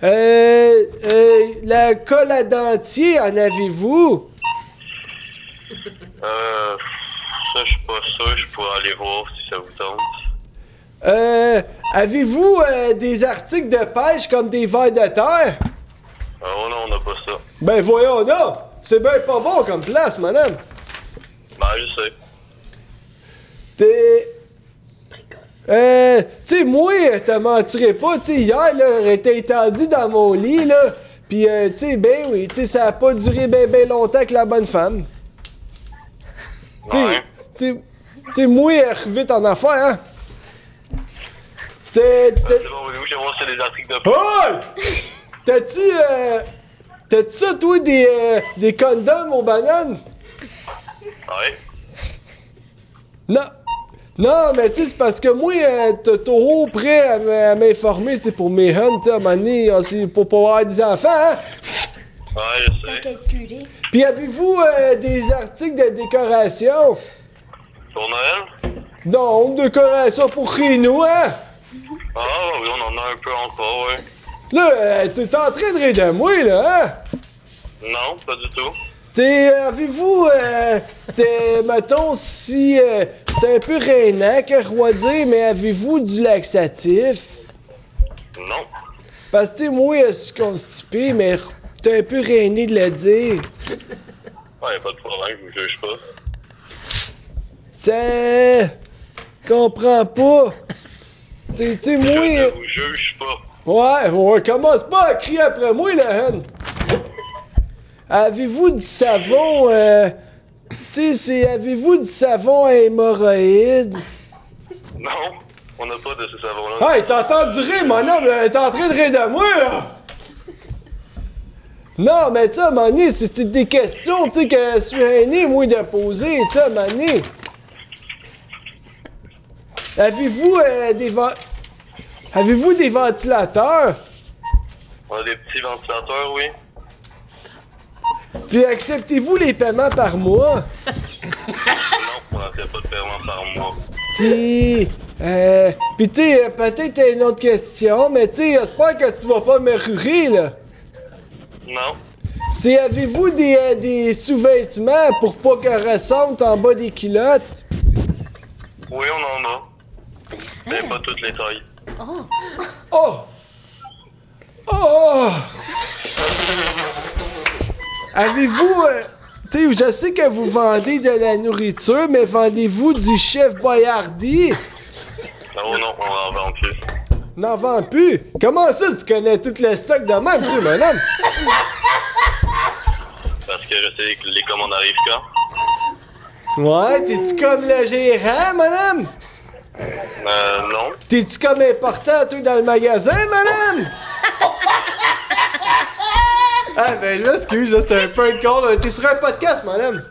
Speaker 1: Euh, euh, la colle à dentier, en avez-vous?
Speaker 14: Euh, ça, je suis pas sûr, je pourrais aller voir si ça vous tente.
Speaker 1: Euh, avez-vous euh, des articles de pêche comme des vers de terre?
Speaker 14: Oh non, on n'a pas ça.
Speaker 1: Ben voyons donc! C'est ben pas bon comme place, madame!
Speaker 14: Ben, je sais.
Speaker 1: T'es. Euh, tu sais, moi, euh, te mentirais pas, tu sais, hier, là, j'aurais été étendu dans mon lit, là. Puis, euh, tu sais, ben oui, tu sais, ça a pas duré ben, ben longtemps que la bonne femme. Tu sais, tu sais, tu sais, moi, euh, je suis vite en affaire, hein. T'es. t'es-
Speaker 14: C'est bon, voulez-vous que je vois si c'est des articles de
Speaker 1: Hey! T'as-tu, euh. T'as-tu ça, toi, des, euh, des condoms aux bananes?
Speaker 14: Ouais.
Speaker 1: Non. Non, mais tu sais, c'est parce que moi, euh, t'es trop prêt à m- à m'informer, c'est pour mes hunts, tu sais, à un moment donné, euh, c'est pour pas avoir des enfants, hein?
Speaker 14: Ouais, je sais.
Speaker 1: Puis avez-vous euh, des articles de décoration?
Speaker 14: Pour Noël?
Speaker 1: Non, décoration pour chez nous, hein?
Speaker 14: Ah, oui, on en a un peu encore, ouais.
Speaker 1: Là, euh, t'es en train de rire de moi, là, hein?
Speaker 14: Non, pas du tout.
Speaker 1: T'es, euh, avez-vous, euh, t'es, mettons, si, euh, t'es un peu rainant, que je dois dire, mais avez-vous du laxatif?
Speaker 14: Non.
Speaker 1: Parce que, tu sais, moi, euh, je suis constipé, mais t'es un peu rainé de le dire.
Speaker 14: Ouais, pas de problème, je vous juge pas.
Speaker 1: C'est... Comprends pas. Tu sais, moi... euh,
Speaker 14: Je vous juge pas.
Speaker 1: Ouais, ouais, commence pas à crier après moi, la hen. Avez-vous du savon, euh... Tu sais, c'est... Avez-vous du savon à hémorroïdes?
Speaker 14: Non, on n'a pas de ce savon-là.
Speaker 1: Hey, t'entends du rire, mon homme, là, t'es en train de rire de moi, là! Non, mais tu sais, à un moment donné, c'était des questions, tu sais, que je suis aîné, moi, de poser, tu sais, à un moment donné. Avez-vous euh, des ven- Avez-vous des ventilateurs?
Speaker 14: On a des petits ventilateurs, oui.
Speaker 1: Tu sais, acceptez-vous les paiements par mois?
Speaker 14: Non, on n'en fait pas de paiement par mois.
Speaker 1: T'sais, euh, pis t'sais, euh, peut-être t'as une autre question, mais t'sais, j'espère que tu vas pas me rurer, là.
Speaker 14: Non.
Speaker 1: C'est avez-vous des, euh, des sous-vêtements pour pas qu'elles ressentent en bas des culottes?
Speaker 14: Oui, on en a. Mais pas toutes les tailles.
Speaker 1: Oh! Oh! Oh! Avez-vous... euh, t'sais, je sais que vous vendez de la nourriture, mais vendez-vous du chef Boyardi?
Speaker 14: Oh non, on en vend plus.
Speaker 1: N'en vends plus! Comment ça tu connais tout le stock de même, toi, mon homme?
Speaker 14: Parce que je sais que les commandes arrivent quand.
Speaker 1: Ouais, t'es-tu comme le gérant, madame?
Speaker 14: Euh, non.
Speaker 1: T'es-tu comme important, toi, dans le magasin, madame? ah, ben, je m'excuse, là, c'était un prank call. là. T'es sur un podcast, madame.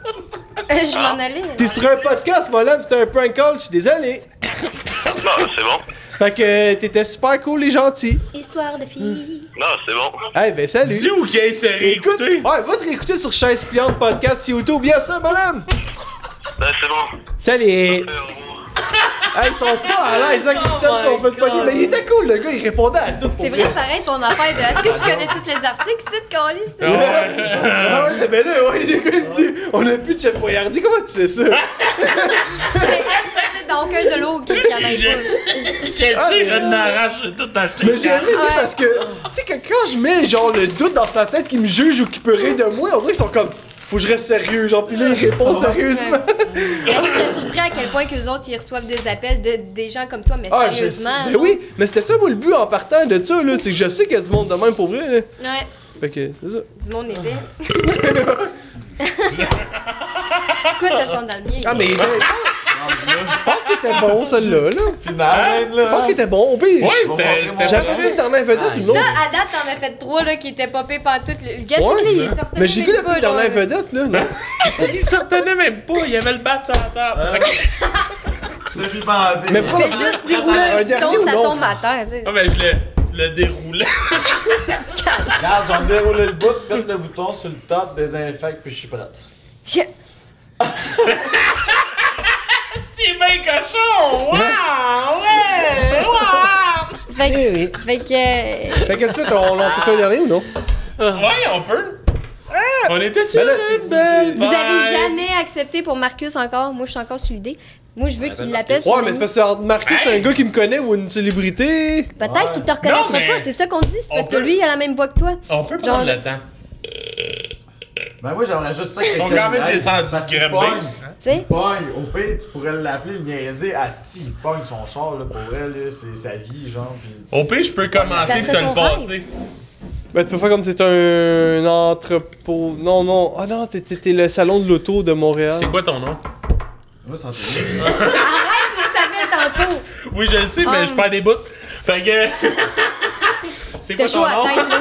Speaker 2: je m'en allais.
Speaker 1: T'es sur un podcast, madame, c'était un prank call, je suis désolé.
Speaker 14: Non, c'est bon.
Speaker 1: Fait que euh, t'étais super cool et gentil.
Speaker 2: Histoire de filles.
Speaker 14: Non, c'est bon.
Speaker 1: Eh ben, salut.
Speaker 5: Dis où qu'il s'est
Speaker 1: Écoute, ouais, va te réécouter sur Chaise Pliante Podcast sur YouTube. Bien ça, madame.
Speaker 14: Ben, c'est bon.
Speaker 1: Salut! hey, ils sont pas à l'aise, hein, Christian, ils sont fait de pogner. Mais il était cool, le gars, il répondait à tout. pour
Speaker 2: C'est
Speaker 1: vrai.
Speaker 2: vrai, pareil, ton affaire de. Est-ce que tu connais tous les articles, c'est de Calis?
Speaker 1: Ouais, Ah, ouais, mais là, ouais, le gars, il me dit, on a plus de chef boyardi, comment tu sais ça?
Speaker 2: C'est impossible dans aucun de l'eau qu'il y en ait
Speaker 5: Je
Speaker 2: pas.
Speaker 5: sais,
Speaker 1: Ah, mais-
Speaker 5: je n'arrache, j'ai tout acheté.
Speaker 1: Mais j'ai aimé, lui, parce que, tu sais, que quand je mets, genre, le doute dans sa tête qu'il me juge ou qu'il peut rire de moi, on dirait qu'ils sont comme, faut que je reste sérieux, genre, puis là, il répond sérieusement.
Speaker 2: Mais tu serais surpris à quel point qu'eux autres, ils reçoivent des appels de des gens comme toi, mais
Speaker 1: Ah, je sais.
Speaker 2: sérieusement. hein.
Speaker 1: Mais oui, mais c'était ça, moi, le but en partant de ça, là, c'est que je sais qu'il y a du monde de même pour vrai, là.
Speaker 2: Ouais,
Speaker 1: Fait que, c'est ça.
Speaker 2: du monde épais. Pourquoi ça sent dans le mien?
Speaker 1: Ah, mais il était. Je pense qu'il était bon, celle-là, là.
Speaker 5: Final,
Speaker 1: Je pense qu'il était bon, au pire.
Speaker 5: Ouais, c'était- c'était
Speaker 1: J'avais
Speaker 5: pas
Speaker 1: dit que t'en avais vedette ou non.
Speaker 2: Là, à date, t'en as fait trois là, qui étaient pas payés Ah, toutes. Le gars, tout là, il est sorti.
Speaker 1: mais j'ai goût d'appeler dans la vedette, là, non?
Speaker 5: Il s'en tenait même pas, il avait le bat sur la
Speaker 1: Ah.
Speaker 5: table.
Speaker 11: C'est ribandé.
Speaker 1: Mais
Speaker 2: Fais juste dérouler un piton, ça tombe à terre. tu sais.
Speaker 5: Ah, ben, je le, le déroulais.
Speaker 11: Regarde, j'en déroule le bout, pète le bouton sur le top, désinfecte, puis je suis prête.
Speaker 2: Yeah.
Speaker 5: C'est bien cochon! Waouh! Ouais! Waouh!
Speaker 1: Ah,
Speaker 2: Fait que. Fait que. euh,
Speaker 1: Mais qu'est-ce que tu fais? On on fait ça le dernier ou non?
Speaker 5: Ouais, on peut. On était hein? sur
Speaker 1: Ben là,
Speaker 5: une belle
Speaker 2: Vous avez
Speaker 5: vibe.
Speaker 2: jamais accepté pour Marcus encore. Moi, je suis encore sur l'idée. Moi, je veux qu'il l'appelle sur
Speaker 1: Ouais, mais c'est parce que entre Marcus, c'est un
Speaker 5: Hey!
Speaker 1: gars qui me connaît ou une célébrité.
Speaker 2: Peut-être qu'il te reconnaîtra
Speaker 5: Non, mais-
Speaker 2: pas, c'est ça qu'on dit. C'est
Speaker 5: On
Speaker 2: parce que
Speaker 5: peut-
Speaker 2: lui, il a la même voix que toi.
Speaker 5: On peut
Speaker 2: Genre-
Speaker 5: prendre le temps.
Speaker 11: Ben moi j'aimerais juste ça que
Speaker 5: Ils sont
Speaker 11: quelqu'un
Speaker 5: quand même
Speaker 11: m'aide,
Speaker 5: descendus
Speaker 11: parce qu'il
Speaker 5: grimpés.
Speaker 11: pogne.
Speaker 2: sais?
Speaker 11: Pogne, au pire, tu pourrais l'appeler, le niaiser, Asti, il pogne son char, là, pour elle, là, c'est sa vie, genre, pis...
Speaker 5: Au pire, je peux
Speaker 2: Ça
Speaker 5: commencer
Speaker 2: serait
Speaker 5: puis te le
Speaker 2: son
Speaker 5: passer.
Speaker 1: Ben, tu peux faire comme si c'était un, un entrepôt. Non, non. Ah non, t'es- t'es t'es le salon de l'auto de Montréal.
Speaker 5: C'est quoi ton nom?
Speaker 11: Moi, ça
Speaker 2: Arrête, tu le savais tantôt.
Speaker 5: Oui, je le sais, mais
Speaker 2: Hum.
Speaker 5: je perds des bouts. Fait que. C'est
Speaker 2: T'as
Speaker 5: quoi
Speaker 2: chaud
Speaker 5: ton
Speaker 2: à la
Speaker 5: nom?
Speaker 2: tête, là.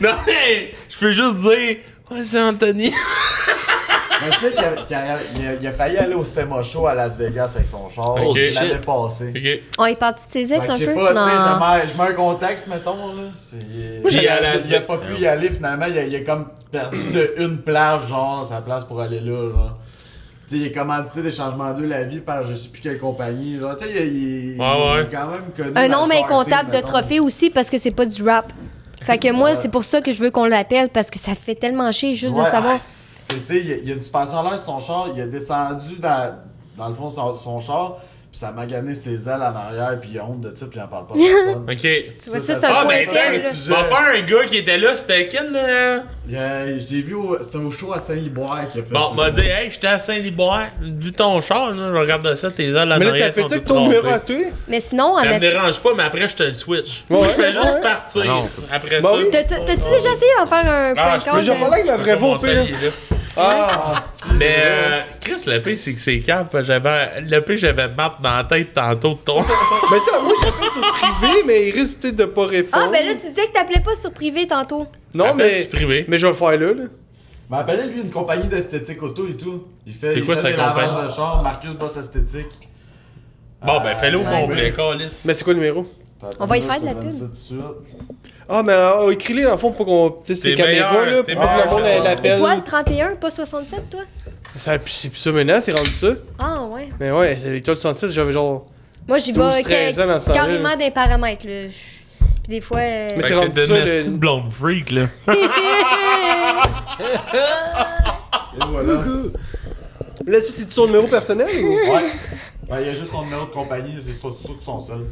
Speaker 5: Non, mais je peux juste dire. Ouais, c'est Anthony.
Speaker 11: Mais tu sais qu'il a, qu'il a- il a- il a failli aller au SEMA Show à Las Vegas avec son char,
Speaker 5: Ok.
Speaker 11: l'année
Speaker 5: Shit.
Speaker 11: passée.
Speaker 5: Ok.
Speaker 2: On y parle de tes
Speaker 11: Fait que
Speaker 2: ex
Speaker 11: Ben, je
Speaker 2: un
Speaker 11: sais
Speaker 2: peu?
Speaker 11: pas, tu sais, je
Speaker 2: non.
Speaker 11: mets- je mets un contexte, mettons, là. c'est-
Speaker 5: j'aurais-
Speaker 11: il, a, il a pas
Speaker 5: Ouais.
Speaker 11: pu y aller, finalement, il a, il a comme perdu de une plage, genre, sa place pour aller là, genre. Tu sais, il est commandité des changements d'eux la vie par je sais plus quelle compagnie, genre. Tu sais, il, il- il
Speaker 5: Ouais, ouais.
Speaker 11: est quand même connu.
Speaker 2: Un
Speaker 11: dans
Speaker 2: nombre
Speaker 11: le passé,
Speaker 2: incomptable de
Speaker 11: mettons.
Speaker 2: trophées aussi parce que c'est pas du rap. Fait que moi, c'est pour ça que je veux qu'on l'appelle parce que ça te fait tellement chier juste de
Speaker 11: Ouais,
Speaker 2: savoir.
Speaker 11: ah, Cet été, il y a- il y a une suspension à l'air sur son char, il est descendu dans, dans le fond de son, son char, puis ça m'a gagné ses ailes en arrière, puis il a honte de ça, puis il en parle pas à personne.
Speaker 5: Ok.
Speaker 2: Tu vois, ça, c'est un point
Speaker 5: ben,
Speaker 2: faible,
Speaker 5: tiens,
Speaker 2: là.
Speaker 5: je vais faire un gars qui était là, c'était quel, là?
Speaker 11: Yeah, je l'ai vu, au- c'était au show à Saint-Liboire qu'il a fait.
Speaker 5: Bon, ben, m'a
Speaker 11: ça.
Speaker 5: dit, hey, j'étais à Saint-Liboire, du ton char, là, je regarde ça, tes ailes en
Speaker 1: Mais là,
Speaker 5: arrière sont
Speaker 1: t'appelles-tu avec
Speaker 5: toutes
Speaker 1: ton numéro
Speaker 5: trompées.
Speaker 1: à toi?
Speaker 2: Mais sinon, en
Speaker 5: Ça me
Speaker 2: mettant.
Speaker 5: dérange pas, mais après, je te le switch.
Speaker 1: Ouais,
Speaker 5: je
Speaker 1: ouais,
Speaker 5: fais juste
Speaker 1: ouais.
Speaker 5: partir.
Speaker 7: Ah non.
Speaker 5: après
Speaker 1: Bah
Speaker 5: ça.
Speaker 1: oui.
Speaker 2: T'as- t'as- T'as-tu déjà essayé d'en faire un Ben?
Speaker 5: Ah,
Speaker 2: prank
Speaker 5: je
Speaker 2: call?
Speaker 1: Mais j'ai
Speaker 2: de-
Speaker 1: parlé avec ma vraie voix, au
Speaker 5: Mon
Speaker 1: pire, là.
Speaker 5: sel, il est là.
Speaker 1: Ah,
Speaker 5: Mais euh, Chris, le pire, c'est que c'est cave, parce que j'avais. Le pire, j'avais map dans la tête tantôt de ton.
Speaker 1: Mais tu sais, moi, j'appelle sur privé, mais il risque peut-être de pas répondre.
Speaker 2: Ah, ben là, tu disais que t'appelais pas sur privé tantôt.
Speaker 1: Non,
Speaker 5: Appelle
Speaker 1: mais.
Speaker 5: sur privé.
Speaker 1: Mais je vais le faire là, là.
Speaker 11: Mais appelez lui une compagnie d'esthétique auto et tout. Il fait,
Speaker 5: C'est
Speaker 11: il
Speaker 5: quoi
Speaker 11: fait
Speaker 5: sa
Speaker 11: des lavages
Speaker 5: compagnie?
Speaker 11: de char, Marcus Boss Esthétique.
Speaker 5: Bon, ben, fais-le au
Speaker 11: Ouais,
Speaker 5: complet,
Speaker 11: ouais.
Speaker 5: Calis.
Speaker 1: Mais c'est quoi le numéro?
Speaker 2: On va y faire de la pub.
Speaker 1: Ah, mais euh, écris-les dans le fond pour qu'on. Tu sais,
Speaker 5: T'es
Speaker 1: c'est caméra,
Speaker 5: meilleur,
Speaker 1: là,
Speaker 5: t'es
Speaker 1: pour pas que le
Speaker 5: meilleur.
Speaker 1: monde ait
Speaker 2: Et
Speaker 1: l'appel.
Speaker 2: toi, le 31, pas 67, toi?
Speaker 1: Ça, puis C'est plus ça maintenant, c'est rendu ça.
Speaker 2: Ah, ouais.
Speaker 1: Mais ouais, c'est l'étoile 66, j'avais genre.
Speaker 2: Moi, j'y
Speaker 1: 12,
Speaker 2: vais
Speaker 1: 13
Speaker 2: ca-
Speaker 1: ans dans ce temps-là,
Speaker 2: carrément
Speaker 1: là.
Speaker 2: des paramètres, là. Je- Puis des fois. euh,
Speaker 1: Mais
Speaker 5: Fait
Speaker 1: c'est
Speaker 5: que
Speaker 1: rendu
Speaker 5: t'es
Speaker 1: ça, le-
Speaker 5: une petite blonde freak, là.
Speaker 11: Et voilà.
Speaker 1: Là, ça, c'est-tu son numéro personnel ou.
Speaker 11: Ouais. Ben, il y a juste son numéro de compagnie, c'est surtout de son seul.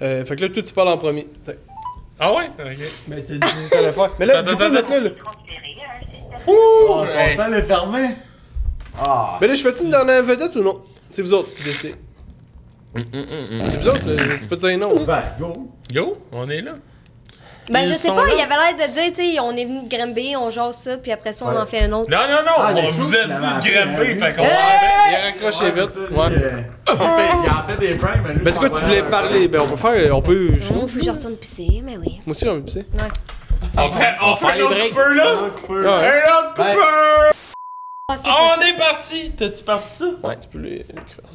Speaker 1: Euh, fait que là, toi, tu parles en premier. Tiens.
Speaker 5: Ah ouais? Ok.
Speaker 1: Mais c'est le faire. Mais là,
Speaker 5: Attends,
Speaker 1: vous pouvez mettre
Speaker 5: attends,
Speaker 1: là, là.
Speaker 11: Oh,
Speaker 5: ouais.
Speaker 11: son seul est fermé. Ah.
Speaker 1: Mais là, je fais-tu une dernière vedette ou non? C'est vous autres qui décidez. C'est vous autres, là, tu peux dire non.
Speaker 11: Ben, go.
Speaker 5: Yo, on est là.
Speaker 2: Ben,
Speaker 5: Ils
Speaker 2: je sais
Speaker 5: sont
Speaker 2: pas,
Speaker 5: là.
Speaker 2: il avait l'air de dire, tu sais, on est venu de Grimby, on jase ça, puis après ça, on
Speaker 11: Ouais.
Speaker 2: en fait un autre.
Speaker 5: Non, non, non,
Speaker 11: Ah,
Speaker 5: on
Speaker 11: les
Speaker 5: vous
Speaker 11: joues,
Speaker 5: êtes
Speaker 11: finalement,
Speaker 5: venus grimper,
Speaker 11: euh,
Speaker 5: fait qu'on
Speaker 2: oui.
Speaker 1: Ah!
Speaker 5: va
Speaker 1: Il a raccroché
Speaker 11: Ouais, c'est
Speaker 1: vite.
Speaker 11: ça, lui,
Speaker 1: Ouais.
Speaker 11: euh, il, fait, il en fait des pranks, mais lui.
Speaker 1: Mais Ben, c'est quoi,
Speaker 11: son
Speaker 1: tu voulais
Speaker 11: père,
Speaker 1: parler? Ben, on peut faire. On peut. je sais pas.
Speaker 2: Moi,
Speaker 1: Moi
Speaker 2: faut que je retourne pisser, mais oui.
Speaker 1: aussi, j'ai envie de pisser.
Speaker 5: On fait, on fait un
Speaker 7: les
Speaker 5: autre
Speaker 7: breaks.
Speaker 5: coupeur,
Speaker 11: Un
Speaker 5: là.
Speaker 11: autre coupeur.
Speaker 1: Ah, Ouais.
Speaker 5: Un autre
Speaker 11: Ben,
Speaker 5: coupeur.
Speaker 2: Ah, c'est
Speaker 5: On
Speaker 2: possible.
Speaker 5: est parti. T'as-tu parti ça?
Speaker 1: Ouais, tu peux les.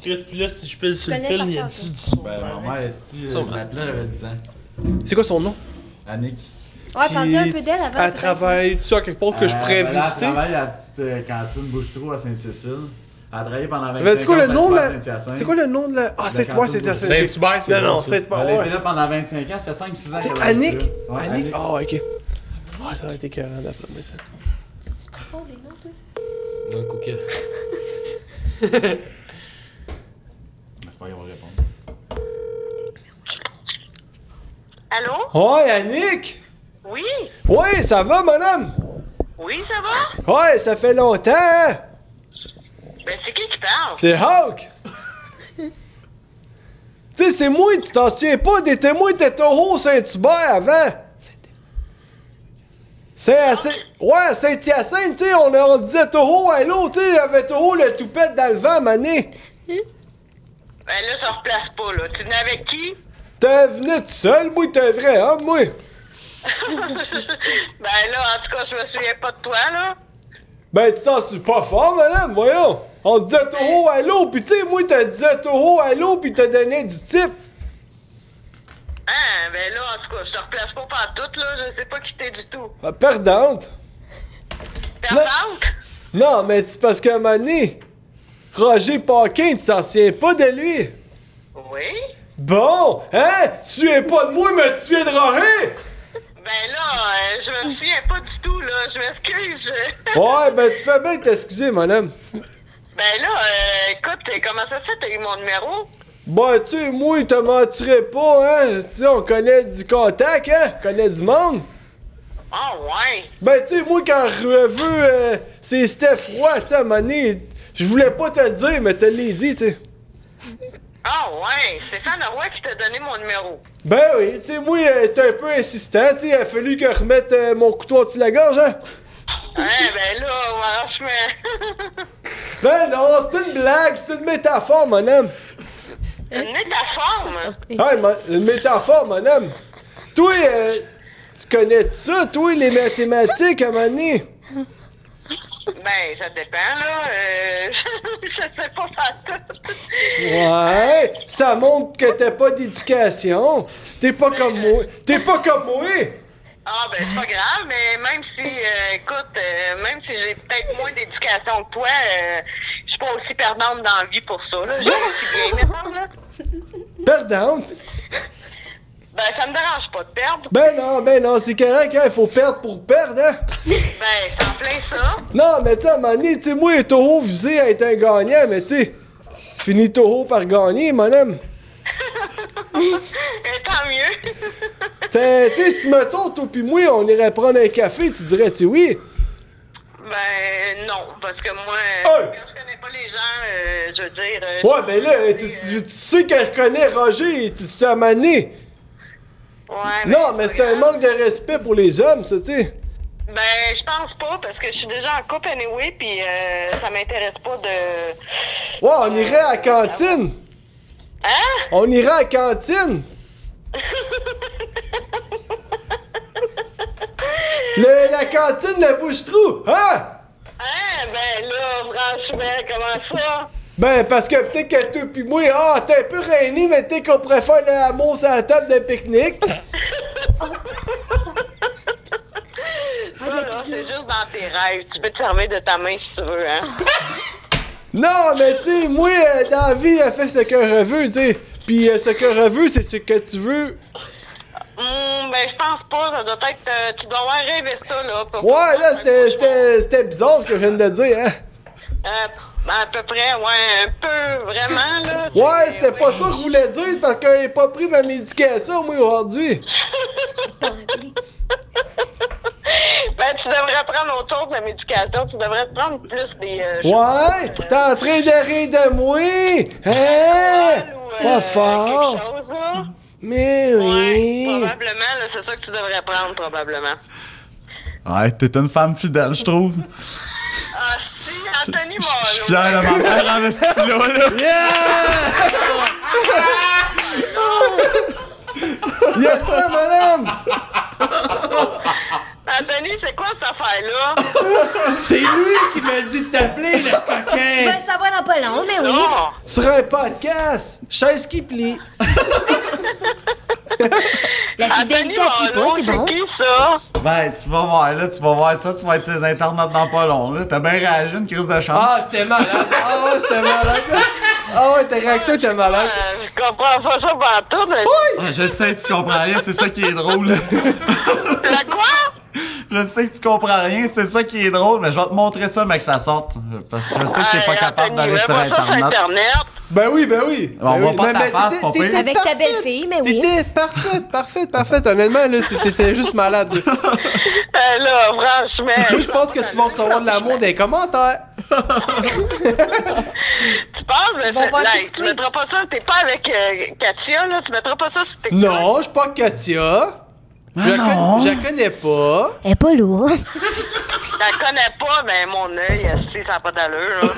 Speaker 5: Chris, puis là, si je pile sur le
Speaker 2: connais
Speaker 5: fil,
Speaker 2: par
Speaker 5: il y a
Speaker 2: cœur,
Speaker 5: du
Speaker 11: Ben, ma mère, si, euh, je
Speaker 7: Sûrement.
Speaker 11: l'appelais, elle avait 10 ans.
Speaker 1: C'est quoi son nom?
Speaker 11: Annick.
Speaker 2: Ouais, pensez un
Speaker 1: Puis,
Speaker 2: peu d'elle avant.
Speaker 1: Elle
Speaker 2: peut-être.
Speaker 1: travaille, tu sais, à quelque part que je
Speaker 11: Euh,
Speaker 1: pourrais
Speaker 11: ben là,
Speaker 1: visiter.
Speaker 11: Elle travaille à la petite euh, cantine Bouchetrou à Sainte-Cécile. Elle a travaillé pendant 25
Speaker 1: Ben, c'est quoi
Speaker 11: ans
Speaker 1: le nom de la.
Speaker 11: Saint-Hyacinthe.
Speaker 1: C'est quoi le nom de la. Ah,
Speaker 11: La
Speaker 1: c'est toi,
Speaker 11: cantine
Speaker 1: c'est toi.
Speaker 11: Bouchetrou.
Speaker 1: c'est-
Speaker 5: Saint-Hubert, c'est
Speaker 1: Non, non,
Speaker 5: bon, ça.
Speaker 1: c'est toi.
Speaker 11: Elle
Speaker 1: ouais.
Speaker 11: était là pendant 25 ans, ça fait 5-6 ans
Speaker 1: C'est
Speaker 11: qu'elle est
Speaker 1: Annick?
Speaker 11: là. Ouais,
Speaker 1: Annick? Ah, oh, ok. Ah, ça aurait été carrément d'après moi, ça.
Speaker 2: Oh, les noms, toi.
Speaker 7: Dans le coca.
Speaker 11: J'espère qu'elle va répondre.
Speaker 14: Allô?
Speaker 1: Ouais, Annick!
Speaker 14: Oui?
Speaker 1: Ouais, ça va, mon homme?
Speaker 14: Oui, ça va?
Speaker 1: Ouais, ça fait longtemps! hein?
Speaker 14: Ben, c'est qui qui parle?
Speaker 1: C'est Hawk! tu sais, c'est moi, tu t'en souviens pas, des témoins de Taureau Saint-Hubert avant! C'est assez. Ouais, Saint-Hyacinthe, tu sais, on, on se disait Taureau à l'eau, tu sais, il y avait Taureau le toupette dans le vent, mané!
Speaker 14: Ben, là, ça replace pas, là. Tu venais avec qui?
Speaker 1: T'es venu tout seul, moi, t'es un vrai homme, moi!
Speaker 14: Ben, là, en tout cas, je me souviens pas de toi, là.
Speaker 1: Ben, tu t'en suis pas fort, madame, voyons! On se disait Taureau à l'eau, pis tu sais, moi, t'as disais Taureau à l'eau, pis t'as donné du type!
Speaker 14: Hein? Ben, là, en tout cas, je te replace pas pantoute, là. Je sais pas qui t'es du tout.
Speaker 1: Ah, Perdante!
Speaker 14: Perdante?
Speaker 1: Non, mais c'est parce qu'à un moment donné, Roger Paquin, tu t'en souviens pas de lui?
Speaker 14: Oui?
Speaker 1: Bon, hein? Tu es pas de moi, mais tu es de Roger!
Speaker 14: Ben là, euh, je me souviens pas du tout, là. Je m'excuse. je-
Speaker 1: Ouais, ben tu fais bien de t'excuser, mon homme.
Speaker 14: ben là, euh, écoute, comment ça se fait que t'as eu mon numéro?
Speaker 1: Bon, Ben, tu sais, moi, je te mentirais pas, hein? Tu sais, on connaît du contact, hein? On connaît du monde.
Speaker 14: Ah ouais!
Speaker 1: Ben, tu sais, moi, quand je veux, euh, c'est Steph Roy, tu sais, à un moment donné, je voulais pas te le dire, mais te l'ai dit, tu sais.
Speaker 14: Ah ouais! Stéphane Leroy qui t'a donné mon numéro.
Speaker 1: Ben oui, tu sais, moi, euh, j'étais un peu insistant, tu sais, il a fallu que je remette euh, mon couteau en dessous de la gorge, hein?
Speaker 14: Ouais, ben là, franchement.
Speaker 1: Ben non, c'est une blague, c'est une métaphore, mon homme.
Speaker 14: Une métaphore, moi.
Speaker 1: Hey, mon- une métaphore, mon homme. Toi, euh, tu connais de ça, toi, les mathématiques, à un moment donné?
Speaker 14: Ben, ça dépend, là. Euh, je sais pas tout.
Speaker 1: Ouais, ça montre que t'as pas d'éducation. T'es pas comme moi. T'es pas comme moi.
Speaker 14: Ah, ben, c'est pas grave, mais même si, euh, écoute, euh, même si j'ai peut-être moins d'éducation que toi, euh, je suis pas aussi perdante dans la vie pour ça, là. J'ai aussi bien, mais ça, là.
Speaker 1: Perdante.
Speaker 14: Ben, ça me dérange pas de perdre.
Speaker 1: Ben non, ben non, c'est correct, hein. Faut perdre pour perdre, hein.
Speaker 14: Ben, c'est en plein ça.
Speaker 1: Non, mais tu sais, à un moment donné, tu sais, moi, Toho visé à être un gagnant, mais tu sais, finis Toho par gagner, mon homme.
Speaker 14: Et Euh, tant mieux.
Speaker 1: T'sais, t'sais, si mettons, toi pis moi, on irait prendre un café, tu dirais-tu oui?
Speaker 14: Ben, non, parce que moi, euh, quand je connais pas les gens, euh, je veux dire. euh,
Speaker 1: Ouais, ben là, tu, tu- tu sais qu'elle connaît Roger, tu t'es amané. non, mais c'est un manque de respect pour les hommes, ça, tu sais.
Speaker 14: Ben, je pense pas, parce que je suis déjà en couple anyway, puis euh, ça m'intéresse pas de.
Speaker 1: Ouais, on irait à la cantine.
Speaker 14: Hein?
Speaker 1: On irait à la cantine. Le- la cantine, le bouche-trou, hein?
Speaker 14: Hein? Ben là, franchement, comment ça?
Speaker 1: Ben, parce que peut-être que toi pis moi, ah, t'es un peu rainé, mais peut-être qu'on pourrait faire le hameau sur la table de pique-nique.
Speaker 14: Ça, là, c'est juste dans tes rêves. Tu peux te servir de ta main si tu veux, hein?
Speaker 1: Non, mais tu sais, moi, euh, dans la vie, elle fait ce que je veux, tu sais. Puis euh, ce que je veux, c'est ce que tu veux.
Speaker 14: Hum, ben, je pense pas. Ça doit être. euh, tu dois avoir rêvé ça, là. pour-
Speaker 1: Ouais, là, c'était- c'était c'était bizarre ce que je viens de dire, hein.
Speaker 14: Euh, à peu près, ouais, un peu, vraiment, là.
Speaker 1: Ouais, c'était pas ça que je voulais dire, c'est parce que j'ai pas pris ma médication, moi, aujourd'hui.
Speaker 14: Ben, tu devrais prendre autre chose de la médication. Tu devrais te prendre plus des. euh, je-
Speaker 1: Ouais, t'es en train de rire de moi! Hein? Pas fort!
Speaker 14: quelque euh, chose, là.
Speaker 1: Mais oui!
Speaker 14: Probablement, là, c'est ça que tu devrais prendre, probablement.
Speaker 1: Oh.
Speaker 11: Ouais, t'es une femme fidèle, je trouve.
Speaker 14: Ah, si, Anthony
Speaker 11: Je suis fier de ma mère en esti, là, là.
Speaker 1: Yeah! yes, ça, madame!
Speaker 14: Anthony, c'est quoi cette affaire-là?
Speaker 6: C'est lui qui m'a dit de t'appeler,
Speaker 2: Tu
Speaker 6: le
Speaker 2: vas le
Speaker 6: coquin!
Speaker 2: savoir dans pas long, mais oui.
Speaker 14: Non.
Speaker 1: Sur un podcast, chaise qui plie.
Speaker 2: La fidélité à qui pas, c'est bon.
Speaker 14: qui ça? Euh,
Speaker 11: Ben, tu vas voir, là, tu vas voir ça, tu vas être sur les internets dans pas long, là. T'as bien réagi, une crise de chance.
Speaker 1: Ah, c'était malade! Ah ouais, c'était malade! Ah ouais, ta réaction était malade!
Speaker 14: Euh, je comprends pas ça partout. Mais...
Speaker 11: Ouais, je sais que tu comprends rien, c'est ça qui est drôle.
Speaker 14: La quoi?
Speaker 11: Je sais que tu comprends rien, c'est ça qui est drôle, mais je vais te montrer ça, mais que ça sorte. Parce que je sais que t'es pas capable d'aller
Speaker 2: hein,
Speaker 14: Anthony,
Speaker 11: sur
Speaker 14: mets pas ça sur
Speaker 11: Internet.
Speaker 14: Internet.
Speaker 1: Ben oui, ben oui!
Speaker 11: On
Speaker 1: ben
Speaker 11: voit
Speaker 1: oui.
Speaker 11: pas ta
Speaker 1: mais
Speaker 11: face,
Speaker 1: t'étais-
Speaker 11: pas pire.
Speaker 1: t'étais
Speaker 2: Avec ta
Speaker 1: parfaite.
Speaker 2: belle-fille, mais oui.
Speaker 1: T'étais parfaite, parfaite, parfaite. Honnêtement, là, c'était- t'étais juste malade. là.
Speaker 14: Euh, là, franchement.
Speaker 1: Moi, je pense que tu vas recevoir de l'amour des commentaires.
Speaker 14: Tu penses, mais
Speaker 2: vont
Speaker 14: c'est-
Speaker 2: pas
Speaker 14: là,
Speaker 2: s'écouter.
Speaker 14: tu mettras pas ça, t'es pas avec euh, Katia, là, tu mettras pas ça sur tes.
Speaker 1: Non, je suis pas Katia. Je la
Speaker 11: Ah non.
Speaker 1: con- je la connais pas.
Speaker 2: Elle est pas lourde.
Speaker 14: La connais pas, mais mon œil, esti, ça n'a pas d'allure, là.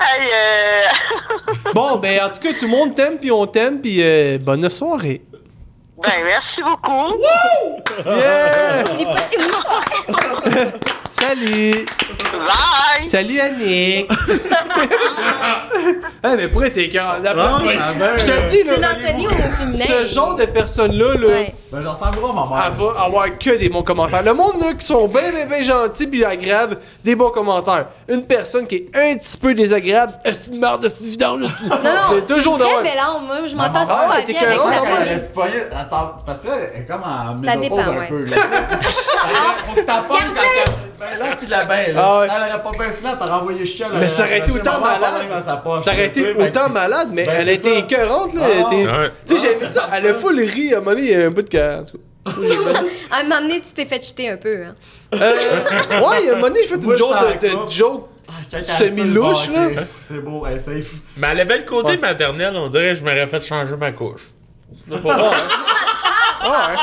Speaker 14: hey, euh...
Speaker 1: Bon, ben, en tout cas, tout le monde t'aime, puis on t'aime, puis euh, bonne soirée.
Speaker 14: Ben, merci beaucoup.
Speaker 1: Yeah!
Speaker 2: Il est pas témoin.
Speaker 1: Salut!
Speaker 14: Bye!
Speaker 1: Salut Annick! hey, mais pourquoi t'es cœur?
Speaker 11: Ah, ouais.
Speaker 1: Je te dis, là.
Speaker 2: C'est l'Anthony ou au féminin?
Speaker 1: Ce genre de personne-là, là.
Speaker 2: Ouais.
Speaker 11: Ben, j'en sens gros, maman.
Speaker 2: Ah,
Speaker 1: Elle va avoir que des bons commentaires. Le monde, là, qui sont bien, bien, bien gentils pis agréables, des bons commentaires. Une personne qui est un petit peu désagréable, est-ce une merde de cette vidange?
Speaker 2: Non, non,
Speaker 1: C'est toujours
Speaker 2: une
Speaker 1: drôle.
Speaker 2: très belle âme, moi. Je m'entends
Speaker 1: Ah,
Speaker 2: super
Speaker 1: ouais, t'es
Speaker 2: bien avec
Speaker 1: cohérente,
Speaker 2: sa
Speaker 1: ouais.
Speaker 2: famille.
Speaker 11: Euh, Tu pognes- Attends, c'est parce que là, elle est comme en
Speaker 2: Ça
Speaker 11: ménopause
Speaker 2: dépend,
Speaker 11: un
Speaker 2: ouais. Ah.
Speaker 11: peu, là. Faut que t'en pognes quand t'as- ben là, puis la ben, là.
Speaker 1: Ah ouais.
Speaker 11: Si elle aurait pas bien fini, t'aurais envoyé chier. Ben, elle
Speaker 1: Mais ça aurait été
Speaker 11: lâché
Speaker 1: autant
Speaker 11: maman,
Speaker 1: malade.
Speaker 11: maman, dans sa poche.
Speaker 1: Ça aurait été
Speaker 11: Ben,
Speaker 1: autant malade, mais
Speaker 11: ben,
Speaker 1: elle a
Speaker 11: c'est
Speaker 1: été
Speaker 11: ça.
Speaker 1: écœurante, là.
Speaker 11: Ah,
Speaker 1: elle était-
Speaker 11: ouais.
Speaker 1: Tu sais, j'ai vu ça. Elle a full ri à un moment donné, il y a un bout de. ca- en tout
Speaker 2: À m'amener, tu t'es fait chuter un peu. Hein.
Speaker 1: cas. Euh, ouais, il y a un moment donné, j'ai fait
Speaker 11: Moi,
Speaker 1: une
Speaker 11: je
Speaker 1: genre
Speaker 11: t'arrête
Speaker 1: de, de
Speaker 11: pas.
Speaker 1: joke
Speaker 11: quand elle dit ça, le
Speaker 1: semi-louche,
Speaker 11: bon,
Speaker 1: là.
Speaker 11: ok, C'est beau, elle est safe.
Speaker 5: Mais elle avait le côté maternel, on dirait que je m'aurais fait changer ma couche. C'est pas vrai.
Speaker 1: hein?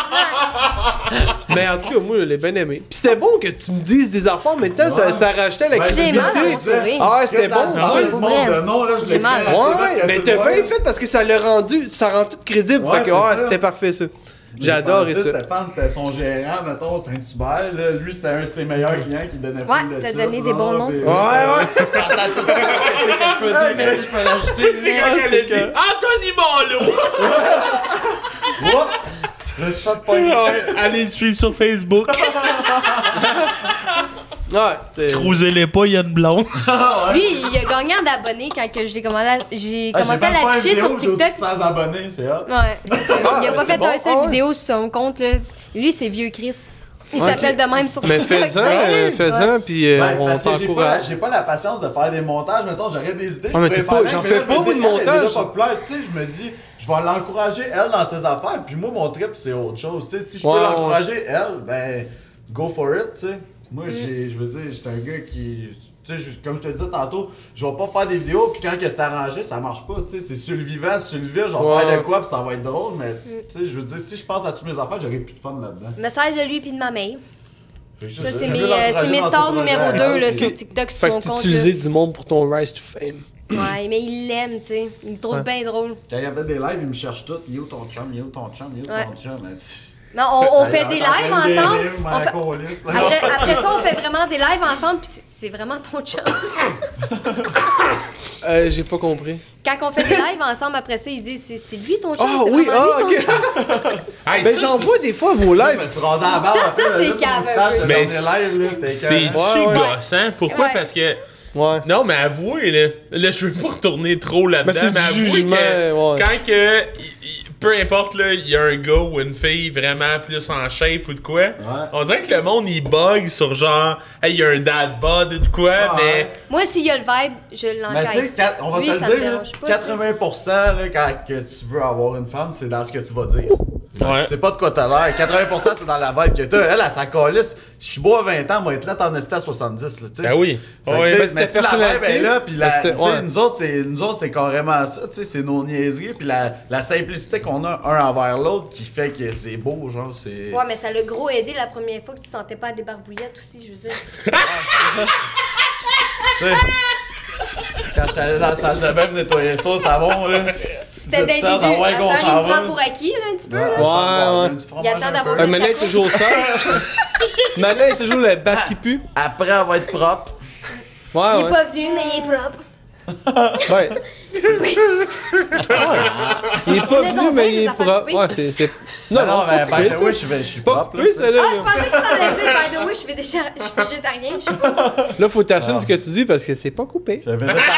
Speaker 1: Mais en tout cas, moi, je l'ai bien aimé. Puis c'était bon que tu me dises des affaires, mais en même temps, ça, ça rachetait la
Speaker 11: Ben,
Speaker 2: J'ai
Speaker 1: crédibilité.
Speaker 2: mal à mon sourire.
Speaker 1: Ah, ouais, c'était
Speaker 11: Qu'est-ce que
Speaker 1: bon,
Speaker 11: t'as
Speaker 1: ça.
Speaker 11: dit,
Speaker 2: pour
Speaker 11: le monde
Speaker 2: vrai.
Speaker 11: de nom, là, je
Speaker 2: J'ai
Speaker 11: l'ai
Speaker 2: mal.
Speaker 11: fait,
Speaker 1: Ouais,
Speaker 11: c'est parce
Speaker 1: ouais,
Speaker 11: que
Speaker 1: mais
Speaker 11: c'est
Speaker 1: t'as
Speaker 11: bon.
Speaker 1: bien fait parce que ça l'a rendu, ça rend tout crédible.
Speaker 11: Ouais,
Speaker 1: fait que,
Speaker 11: c'est
Speaker 1: ouais,
Speaker 11: ça.
Speaker 1: c'était parfait, ça. J'ai adoré
Speaker 11: Francis
Speaker 1: ça.
Speaker 11: Stéphane, c'était son gérant, mettons, Saint-Hubert. là. Lui, c'était un de ses meilleurs clients qui donnait
Speaker 2: Ouais,
Speaker 11: plus le
Speaker 2: t'as
Speaker 11: titre,
Speaker 2: donné des
Speaker 11: là,
Speaker 2: bons noms.
Speaker 11: puis- euh,
Speaker 1: Ouais, ouais.
Speaker 11: Je peux dire, qu'est-ce que je peux rajouter?
Speaker 5: C'est quand qu'elle a dit Anthony Malo!
Speaker 11: Oups! Je me suis fait pogner.
Speaker 5: Allez le suivre sur Facebook.
Speaker 1: Ouais, ah, c'était.
Speaker 5: Crousez-les pas, il y a une blonde.
Speaker 11: Ah, ouais.
Speaker 2: Lui, il a gagné en abonnés quand que j'ai commencé à, j'ai
Speaker 11: Ah, j'ai
Speaker 2: commencé à
Speaker 11: même pas une
Speaker 2: l'afficher
Speaker 11: vidéo
Speaker 2: sur
Speaker 11: que j'ai au-dessus de
Speaker 2: TikTok.
Speaker 11: 100 abonnés, c'est hot.
Speaker 2: Ouais, c'est ça. il a
Speaker 1: Ah,
Speaker 2: pas
Speaker 1: c'est
Speaker 2: fait
Speaker 1: bon.
Speaker 2: un seul
Speaker 1: Ah ouais.
Speaker 2: vidéo sur son compte. Là. Lui, c'est vieux Chris. Il
Speaker 1: Ouais.
Speaker 2: s'appelle de même sur
Speaker 1: Mais
Speaker 2: TikTok.
Speaker 1: fais-en,
Speaker 2: Ouais.
Speaker 1: euh, fais-en, puis euh,
Speaker 11: Ben, c'est
Speaker 1: on
Speaker 11: parce que j'ai pas,
Speaker 1: t'encourage.
Speaker 11: j'ai pas la patience de faire des montages, mettons, j'aurais des idées,
Speaker 1: Ah, mais
Speaker 11: je pourrais
Speaker 1: t'es
Speaker 11: faire
Speaker 1: pas-
Speaker 11: avec,
Speaker 1: j'en
Speaker 11: mais
Speaker 1: fais
Speaker 11: là, je me
Speaker 1: pas,
Speaker 11: dis,
Speaker 1: moi, de
Speaker 11: elle est déjà
Speaker 1: montage.
Speaker 11: populaire, tu sais, je me dis, je vais l'encourager, elle, dans ses affaires, puis moi, mon trip, c'est autre chose, tu sais, si je
Speaker 1: Ouais,
Speaker 11: peux
Speaker 1: ouais. Mm.
Speaker 11: l'encourager, elle, ben, go for it, tu sais. Moi, j'ai, je veux dire, j'étais un gars qui, tu sais, je- comme je te disais tantôt, je vais pas faire des vidéos, puis quand que c'est arrangé, ça marche pas, tu sais, c'est sur le vivant, sur le vide, je vais
Speaker 1: Ouais.
Speaker 11: faire de quoi, puis ça va être drôle, mais, tu sais, je veux dire, si je pense à toutes mes affaires, j'aurais plus de fun là-dedans.
Speaker 2: Message de lui puis de ma mère.
Speaker 11: Fait que
Speaker 2: Ça,
Speaker 11: je-
Speaker 2: c'est
Speaker 11: je
Speaker 2: mes,
Speaker 11: veux
Speaker 2: euh, c'est
Speaker 11: l'encourager
Speaker 2: mes
Speaker 11: dans ses
Speaker 2: stars numéro
Speaker 11: projets,
Speaker 2: 2
Speaker 11: hein,
Speaker 2: là,
Speaker 11: puis-
Speaker 2: sur TikTok, sur
Speaker 1: Fait
Speaker 2: mon
Speaker 1: que tu
Speaker 2: compte.
Speaker 1: utilisais
Speaker 2: là.
Speaker 1: du monde pour ton Rise to Fame.
Speaker 2: Ouais, mais il l'aime, tu sais. Il le trouve
Speaker 1: Ouais.
Speaker 2: bien drôle.
Speaker 11: Quand il y avait des lives, ils me cherchent tout. Il est où ton chum? Il est où ton chum? Il est où
Speaker 2: Ouais.
Speaker 11: ton chum? Mais tu-
Speaker 2: Non, on, on
Speaker 11: Hey,
Speaker 2: fait des
Speaker 11: t'en
Speaker 2: lives
Speaker 11: fais des
Speaker 2: ensemble.
Speaker 11: lives,
Speaker 2: On
Speaker 11: ma
Speaker 2: fait-
Speaker 11: câlisse, là.
Speaker 2: Après, après ça, on fait vraiment des lives ensemble, puis c'est- c'est vraiment ton chum.
Speaker 1: Euh, j'ai pas compris.
Speaker 2: Quand on fait des lives ensemble, après ça, ils disent c'est- c'est lui ton chum.
Speaker 1: Ah
Speaker 2: c'est
Speaker 1: oui,
Speaker 2: vraiment
Speaker 1: ah,
Speaker 2: lui, ton
Speaker 1: ok.
Speaker 2: chum.
Speaker 5: Hey,
Speaker 1: Ben,
Speaker 5: ça,
Speaker 1: j'en
Speaker 5: c'est-
Speaker 1: vois des fois vos
Speaker 11: Je me
Speaker 1: lives.
Speaker 11: suis rasé la barbe.
Speaker 2: Ça,
Speaker 11: un peu,
Speaker 2: ça,
Speaker 11: là,
Speaker 2: c'est
Speaker 11: sur mon
Speaker 2: cave,
Speaker 11: moustache,
Speaker 2: un peu.
Speaker 11: le
Speaker 5: Mais
Speaker 11: dernier live, là, c'était
Speaker 5: c'est
Speaker 11: écœurant.
Speaker 5: super
Speaker 1: Ouais, ouais.
Speaker 5: gossant. Pourquoi?
Speaker 2: Ouais.
Speaker 5: Parce que.
Speaker 1: Ouais.
Speaker 5: Non, mais avouez, là, là je veux pas retourner trop là-dedans,
Speaker 1: Mais c'est
Speaker 5: mais,
Speaker 1: du
Speaker 5: avouez
Speaker 1: jugement,
Speaker 5: que
Speaker 1: ouais.
Speaker 5: quand que, il- il- peu importe, là, il y a un gars ou une fille vraiment plus en shape ou de quoi, on dirait que le monde, il bug sur genre, hey, il y a un dad bod ou de quoi,
Speaker 11: Ah,
Speaker 5: mais...
Speaker 2: Moi, s'il y a le vibe, je
Speaker 11: Mais Ben, tu
Speaker 2: l'encaisse.
Speaker 11: sais, on va
Speaker 2: Lui,
Speaker 11: se
Speaker 2: ça
Speaker 11: le
Speaker 2: me
Speaker 11: dire, là,
Speaker 2: dérange pas, tu
Speaker 11: 80% là, quand que tu veux avoir une femme, c'est dans ce que tu vas dire.
Speaker 5: Ouais.
Speaker 11: C'est pas de quoi t'as l'air. 80% c'est dans la vibe que t'as. Elle, elle s'en calisse. Je suis beau à 20 ans, moi, être là, t'en es à 70, là, tu sais.
Speaker 5: Ben oui.
Speaker 11: Fait que,
Speaker 5: Ouais,
Speaker 11: tu sais,
Speaker 5: mais
Speaker 11: mais
Speaker 1: c'était
Speaker 11: si la vibe est là,
Speaker 1: personnalité,
Speaker 11: puis
Speaker 1: mais
Speaker 11: la,
Speaker 5: Ben,
Speaker 1: c'était-
Speaker 11: tu sais,
Speaker 1: ouais.
Speaker 11: nous autres, c'est, nous autres, c'est carrément ça, tu sais, c'est nos niaiseries, puis la, la simplicité qu'on a un envers l'autre qui fait que c'est beau, genre, c'est...
Speaker 2: sais. Ouais, mais ça l'a gros aidé la première fois que tu sentais pas des barbouillettes aussi, je veux dire.
Speaker 11: Tu sais, quand j'étais allé dans la salle de bain pour nettoyer ça au savon, là...
Speaker 2: C'était dès le début.
Speaker 11: Ouais,
Speaker 2: À
Speaker 11: qu'on
Speaker 2: cette
Speaker 11: s'en
Speaker 2: heure, il me
Speaker 11: va.
Speaker 2: prend pour acquis, là, un petit peu.
Speaker 11: Ouais,
Speaker 2: là.
Speaker 11: ouais,
Speaker 1: ouais.
Speaker 11: du fromage
Speaker 2: Il attend
Speaker 11: un
Speaker 2: d'avoir
Speaker 11: peu.
Speaker 1: Un manet est toujours sale. manet est toujours le bat qui pue.
Speaker 11: Après avoir été propre.
Speaker 1: Ouais,
Speaker 11: Ah
Speaker 2: Il
Speaker 1: ouais.
Speaker 2: est pas venu, mais il est propre.
Speaker 1: Ouais.
Speaker 2: Oui.
Speaker 1: Il est pas
Speaker 2: Mais
Speaker 1: venu,
Speaker 2: donc,
Speaker 1: mais
Speaker 2: les
Speaker 1: il est
Speaker 2: affaires
Speaker 1: propre.
Speaker 2: coupées.
Speaker 1: Ouais, c'est. c'est-
Speaker 11: Non,
Speaker 1: Non, non,
Speaker 11: non,
Speaker 1: c'est
Speaker 11: ben,
Speaker 1: pas coupé,
Speaker 11: ben,
Speaker 1: ça.
Speaker 11: oui, je vais- je suis
Speaker 1: Pas
Speaker 11: propre. là,
Speaker 1: coupé,
Speaker 11: tu
Speaker 1: ça,
Speaker 11: sais.
Speaker 1: là.
Speaker 2: Ah, je pensais que ça allait dire, by the way, je suis végéta- je suis végétarien, je suis pas.
Speaker 1: Là, faut t'assumer ce que tu dis parce que c'est pas coupé.
Speaker 11: C'est un végétarien.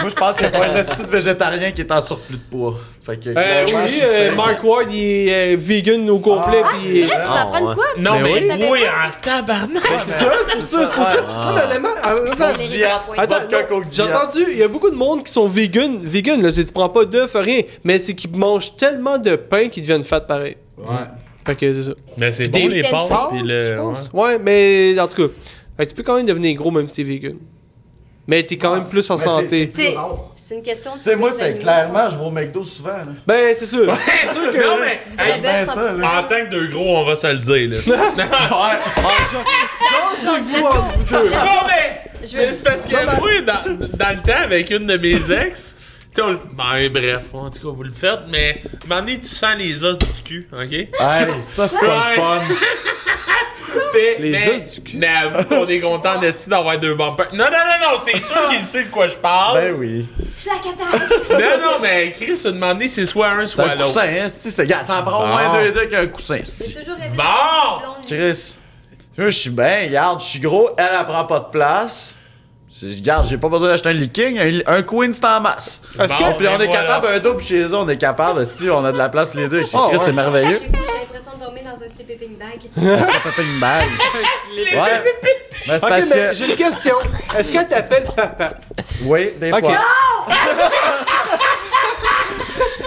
Speaker 11: Moi, je pense qu'il n'y a pas un esti de végétarien qui est en surplus de poids. Fait que.
Speaker 1: Euh,
Speaker 11: clairement, je
Speaker 1: oui,
Speaker 11: suis
Speaker 1: euh,
Speaker 11: safe.
Speaker 1: Mark Ward, il est euh, vegan au complet.
Speaker 11: Ah,
Speaker 1: puis euh,
Speaker 2: C'est vrai, tu
Speaker 7: Ah,
Speaker 2: m'apprends de
Speaker 7: ouais.
Speaker 2: quoi?
Speaker 5: Non,
Speaker 1: Mais
Speaker 5: mais,
Speaker 1: oui.
Speaker 5: oui, en tabarnak!
Speaker 1: Ben, c'est ça, c'est pour ça, c'est pour ça. Non, mais honnêtement, euh, attends,
Speaker 2: les
Speaker 11: Diète.
Speaker 2: Attends,
Speaker 1: Attends,
Speaker 11: Vodka,
Speaker 1: non,
Speaker 11: Coke,
Speaker 1: j'ai
Speaker 11: Diète.
Speaker 1: entendu, il y a beaucoup de monde qui sont vegan, vegan là, c'est tu prends pas d'œufs, rien, mais c'est qu'ils mangent tellement de pain qu'ils deviennent fat pareil.
Speaker 11: Ouais.
Speaker 1: Fait que c'est ça.
Speaker 5: Mais c'est
Speaker 1: Puis
Speaker 5: bon,
Speaker 1: des
Speaker 5: les
Speaker 2: week-ends
Speaker 5: pâtes, pis
Speaker 1: je
Speaker 5: le...
Speaker 1: pense. Ouais, mais en tout cas, fait que tu peux quand même devenir gros même si t'es vegan. Mais t'es quand même plus en
Speaker 11: Mais c'est-
Speaker 1: santé.
Speaker 11: c'est-
Speaker 2: C'est c'est une question de.
Speaker 11: Tu sais, moi, c'est clairement, je vais au McDo souvent. là. ben,
Speaker 1: Ben, c'est sûr. C'est sûr que.
Speaker 5: Non, mais...
Speaker 2: Tu connais
Speaker 5: hey,
Speaker 2: bien
Speaker 11: ça,
Speaker 2: ça,
Speaker 11: là.
Speaker 5: en tant que deux gros, on va se le dire, là.
Speaker 1: Ah, vous vous deux.
Speaker 5: Non, mais...
Speaker 2: Je
Speaker 5: Mais c'est
Speaker 2: veux.
Speaker 5: parce que moi, dans, dans le temps, avec une de mes ex, tu sais, on le- ben, bref, en tout cas, vous le faites, mais, à un moment donné, tu sens les os du cul, ok?
Speaker 11: Hey, ça, c'est
Speaker 5: Ouais.
Speaker 11: pas le fun.
Speaker 5: mais, mais, mais avoue qu'on est content de si d'avoir deux bumpers. Non, non, non, non, c'est sûr qu'il sait de quoi je parle.
Speaker 11: Ben oui.
Speaker 6: Je la catache.
Speaker 5: Non, non, mais Chris a demandé c'est soit un,
Speaker 11: C'est
Speaker 5: soit
Speaker 11: un
Speaker 5: l'autre.
Speaker 11: coussin, hein, c'ti, c'est gars, ça en prend au moins
Speaker 5: Bon.
Speaker 1: Ah.
Speaker 11: deux et deux qu'un coussin, c'ti.
Speaker 2: toujours rêvé
Speaker 5: Bon!
Speaker 2: d'avoir une blonde.
Speaker 11: Chris, moi, je suis bien, regarde, je suis gros, elle, elle prend pas de place. C'est- Regarde, j'ai pas besoin d'acheter un leaking, un, un queen c'est en masse. Ah,
Speaker 8: Est-ce que-
Speaker 11: Puis on
Speaker 5: ben
Speaker 11: est
Speaker 5: voilà.
Speaker 11: capable, un double chez eux, on est capable, si on a de la place tous les deux. C'est
Speaker 8: Oh,
Speaker 11: Chris,
Speaker 8: ouais.
Speaker 11: c'est merveilleux.
Speaker 2: Chez vous, J'ai l'impression de dormir dans un sleeping bag.
Speaker 11: Ça fait pas une balle. Ouais. Mais c'est
Speaker 1: Ok,
Speaker 11: parce
Speaker 1: mais
Speaker 11: que.
Speaker 1: j'ai une question. Est-ce que t'appelles papa?
Speaker 11: Oui, des
Speaker 1: Ok.
Speaker 11: fois.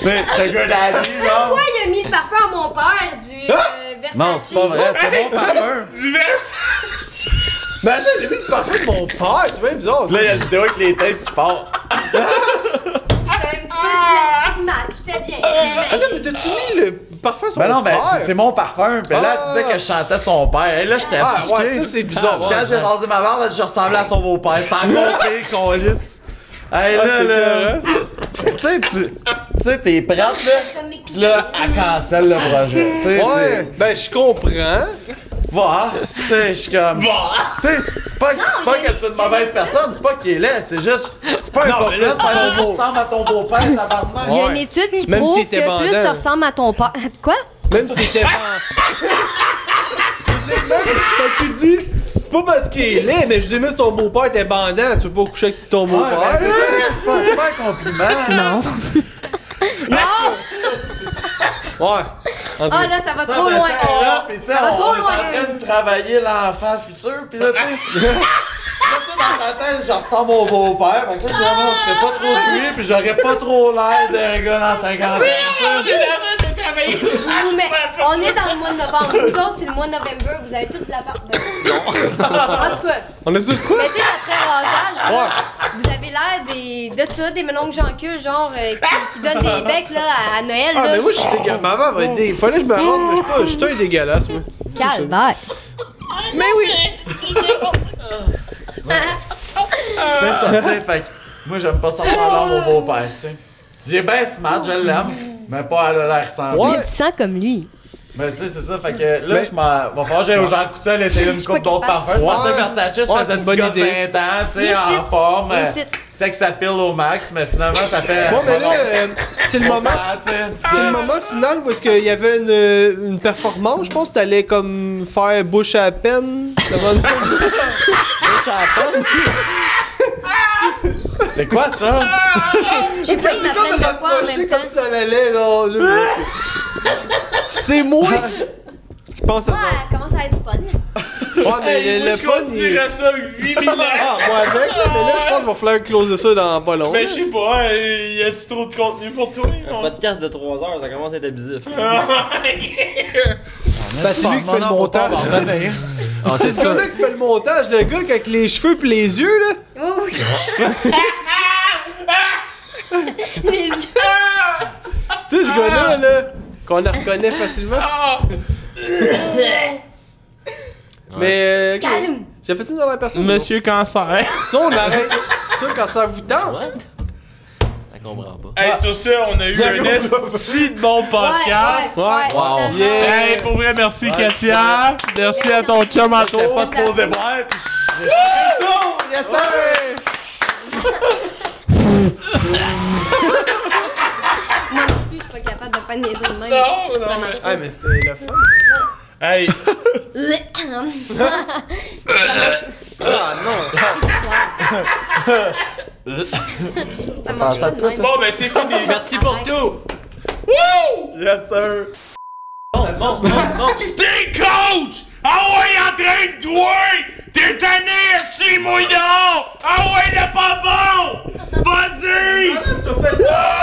Speaker 11: Tu sais, ce gars-là, lui, là.
Speaker 2: Pourquoi il a mis le parfum à mon père du euh, Versace?
Speaker 11: Ah! Non, c'est pas vrai, c'est mon parfum.
Speaker 5: Du verse!
Speaker 1: Mais attends, Ben, j'ai vu le parfum de mon père, c'est bien bizarre. ça.
Speaker 11: Là, il y a le vidéo avec les tapes qui part.
Speaker 2: J'étais un petit peu sur la match, j'étais bien.
Speaker 11: Ah!
Speaker 1: Attends, mais t'as-tu mis le parfum sur
Speaker 11: Ben
Speaker 1: mon
Speaker 11: non, ben
Speaker 1: père?
Speaker 11: c'est- c'est mon parfum. Puis là, elle disait que je chantais son père. Et là, j'étais
Speaker 1: Ah,
Speaker 11: offusqué.
Speaker 1: ouais, ça, c'est bizarre.
Speaker 11: Puis quand j'ai rasé ma barbe, je ressemblais à son beau-père. C'était encore pire qu'on lisse. Hey,
Speaker 1: Ah,
Speaker 11: là,
Speaker 1: c'est
Speaker 11: là. Tu sais, tu tu sais, t'es prête, là.
Speaker 2: Comme mes
Speaker 11: Puis là, elle cancelle le projet. Tu sais,
Speaker 1: Ouais, ben je comprends.
Speaker 11: c'est- Va, hein? tu sais, je suis comme. Tu sais, c'est pas, que- c'est pas que c'est une mauvaise personne, c'est pas qu'il est laid, c'est juste. C'est pas un
Speaker 5: Non, mais là,
Speaker 11: compliment,
Speaker 5: c'est
Speaker 11: ça
Speaker 5: son beau.
Speaker 11: ressemble à ton beau-père, tabarnak.
Speaker 6: Il y a une étude qui
Speaker 1: Même
Speaker 6: prouve
Speaker 1: si t'es
Speaker 6: que
Speaker 1: bandant.
Speaker 6: plus tu ressembles à ton père. Quoi?
Speaker 1: Même si t'es pas. Je sais même parce qu'il dit. C'est pas parce qu'il est laid, mais je dis, mais si ton beau-père était bandant, tu veux pas coucher avec ton
Speaker 11: Ouais, ben,
Speaker 1: beau-père.
Speaker 11: c'est ça, c'est pas- c'est pas un compliment.
Speaker 6: Non.
Speaker 1: Ouais. En tout
Speaker 2: Ah
Speaker 1: cas.
Speaker 2: là, ça va
Speaker 11: Ça,
Speaker 2: trop
Speaker 11: ben,
Speaker 2: loin.
Speaker 11: ça, là, pis tu sais,
Speaker 2: Ça va
Speaker 11: on,
Speaker 2: trop
Speaker 11: on est
Speaker 2: loin.
Speaker 11: en train de travailler l'enfant futur, pis là, tu sais. là, tu sais, dans sa tête, je ressemble au beau-père, fait que là, finalement, je fais pas trop de bruit, pis j'aurais pas trop l'air d'un gars dans 50 ans.
Speaker 5: On est en train de travailler.
Speaker 2: Vous, mais on est dans le mois de novembre. Vous autres, c'est le mois de novembre. Vous avez toute la part. Non. En tout cas,
Speaker 1: On a tout de quoi?
Speaker 2: mais tu sais, après rasage, là,
Speaker 1: Ouais.
Speaker 2: vous avez l'air des, de ça, des melons que j'en cul, genre, euh, qui, qui donnent des becs là, à, à Noël.
Speaker 1: Ah,
Speaker 2: là.
Speaker 1: mais moi, je suis dégueulasse. Maman m'a dit, fallait que je me rase, mais je suis pas, je suis un dégueulasse, moi.
Speaker 6: Calvaire.
Speaker 1: Mais oui!
Speaker 11: C'est ça, tu sais, fait que moi, j'aime pas ça ressemble à mon beau-père, tu sais. J'ai bien smart, je l'aime, mais pas à l'air sans
Speaker 1: Ouais.
Speaker 6: Mais tu sens comme lui.
Speaker 11: Mais tu sais, c'est ça, fait que là,
Speaker 1: Mais-
Speaker 11: je m'en. Va falloir que j'aille au Jean Coutel essayer
Speaker 6: Je
Speaker 11: une
Speaker 6: suis
Speaker 11: coupe
Speaker 6: pas
Speaker 11: d'autres
Speaker 6: capable.
Speaker 11: parfums. Je pensais
Speaker 1: Ouais.
Speaker 11: Versace, je
Speaker 1: Ouais,
Speaker 11: pensais
Speaker 1: c'est
Speaker 11: un
Speaker 1: une
Speaker 11: petit
Speaker 1: bonne
Speaker 11: gars de
Speaker 1: idée.
Speaker 11: 20 ans, tu sais,
Speaker 6: Illicite.
Speaker 11: en forme. euh,
Speaker 6: Illicite.
Speaker 11: Sexe à pile au max, mais finalement, ça fait.
Speaker 1: Bon, mais là, euh, c'est le moment.
Speaker 11: Ah, tu sais,
Speaker 1: C'est le
Speaker 11: euh,
Speaker 1: moment final où est-ce qu'il y avait une, euh, une performance, je pense que t'allais comme faire bouche à peine devant une
Speaker 11: C'est quoi ça?
Speaker 2: Je sais pas, ils
Speaker 1: comme
Speaker 2: apprennent de quoi en même temps.
Speaker 1: comme ça l'allait, genre. je me dis. C'est moi qui pense à
Speaker 2: Moi,
Speaker 1: ça.
Speaker 2: elle commence à être fun.
Speaker 1: Ouais, mais
Speaker 5: Hey,
Speaker 1: le,
Speaker 5: moi,
Speaker 1: le
Speaker 5: je
Speaker 1: fun, il...
Speaker 5: considérais ça 8000 ans.
Speaker 1: Ah, moi avec, là, mais là, je pense qu'il va falloir closer ça dans pas long.
Speaker 5: Mais je sais pas, hein, y a-tu trop de contenu pour toi?
Speaker 15: Un podcast de 3 heures, ça commence à être abusif.
Speaker 5: Ah!
Speaker 1: Bah, c'est lui qui fait le montage. Ah, C'est ce gars-là qui fait le montage, le gars avec les cheveux pis les yeux, là.
Speaker 2: Oui, Oh, oui. Les yeux.
Speaker 1: Tu sais,
Speaker 2: Ah.
Speaker 1: ce gars-là, là, qu'on le reconnaît facilement.
Speaker 5: Ah!
Speaker 1: Mais. euh, ok.
Speaker 2: Calme.
Speaker 1: J'ai fait ça dans la personne.
Speaker 5: Monsieur Cancer.
Speaker 1: Ça, on arrête. Ça, quand ça vous tente.
Speaker 15: What? Ça comprend pas.
Speaker 5: Hey, sur ça, on a eu un esti de bon podcast.
Speaker 2: Ouais, ouais, ouais.
Speaker 15: Wow.
Speaker 2: Non, non.
Speaker 1: Yeah.
Speaker 5: Hey, pour vrai, merci Katia. Merci à ton chum Anto.
Speaker 11: J'étais pas supposé boire, pis
Speaker 1: Yes, sir!
Speaker 2: Moi non plus, je suis pas capable de faire niaiser de même.
Speaker 5: Non, non,
Speaker 2: Ça marche
Speaker 1: Ah, mais c'était le fun.
Speaker 5: Hey,
Speaker 2: pas.
Speaker 1: Ah, non. Ah,
Speaker 2: Ça marche pas de même.
Speaker 5: bon, ben c'est fini.
Speaker 15: Merci pour
Speaker 2: Arrête.
Speaker 15: tout!
Speaker 11: Yes, sir!
Speaker 15: Bon, bon, bon, bon!
Speaker 5: T'es coach! Ah ouais, en train de jouer! T'es tanné, six mois dehors! Ah ouais, il est pas bon! Vas-y! Ah
Speaker 11: Tu as fait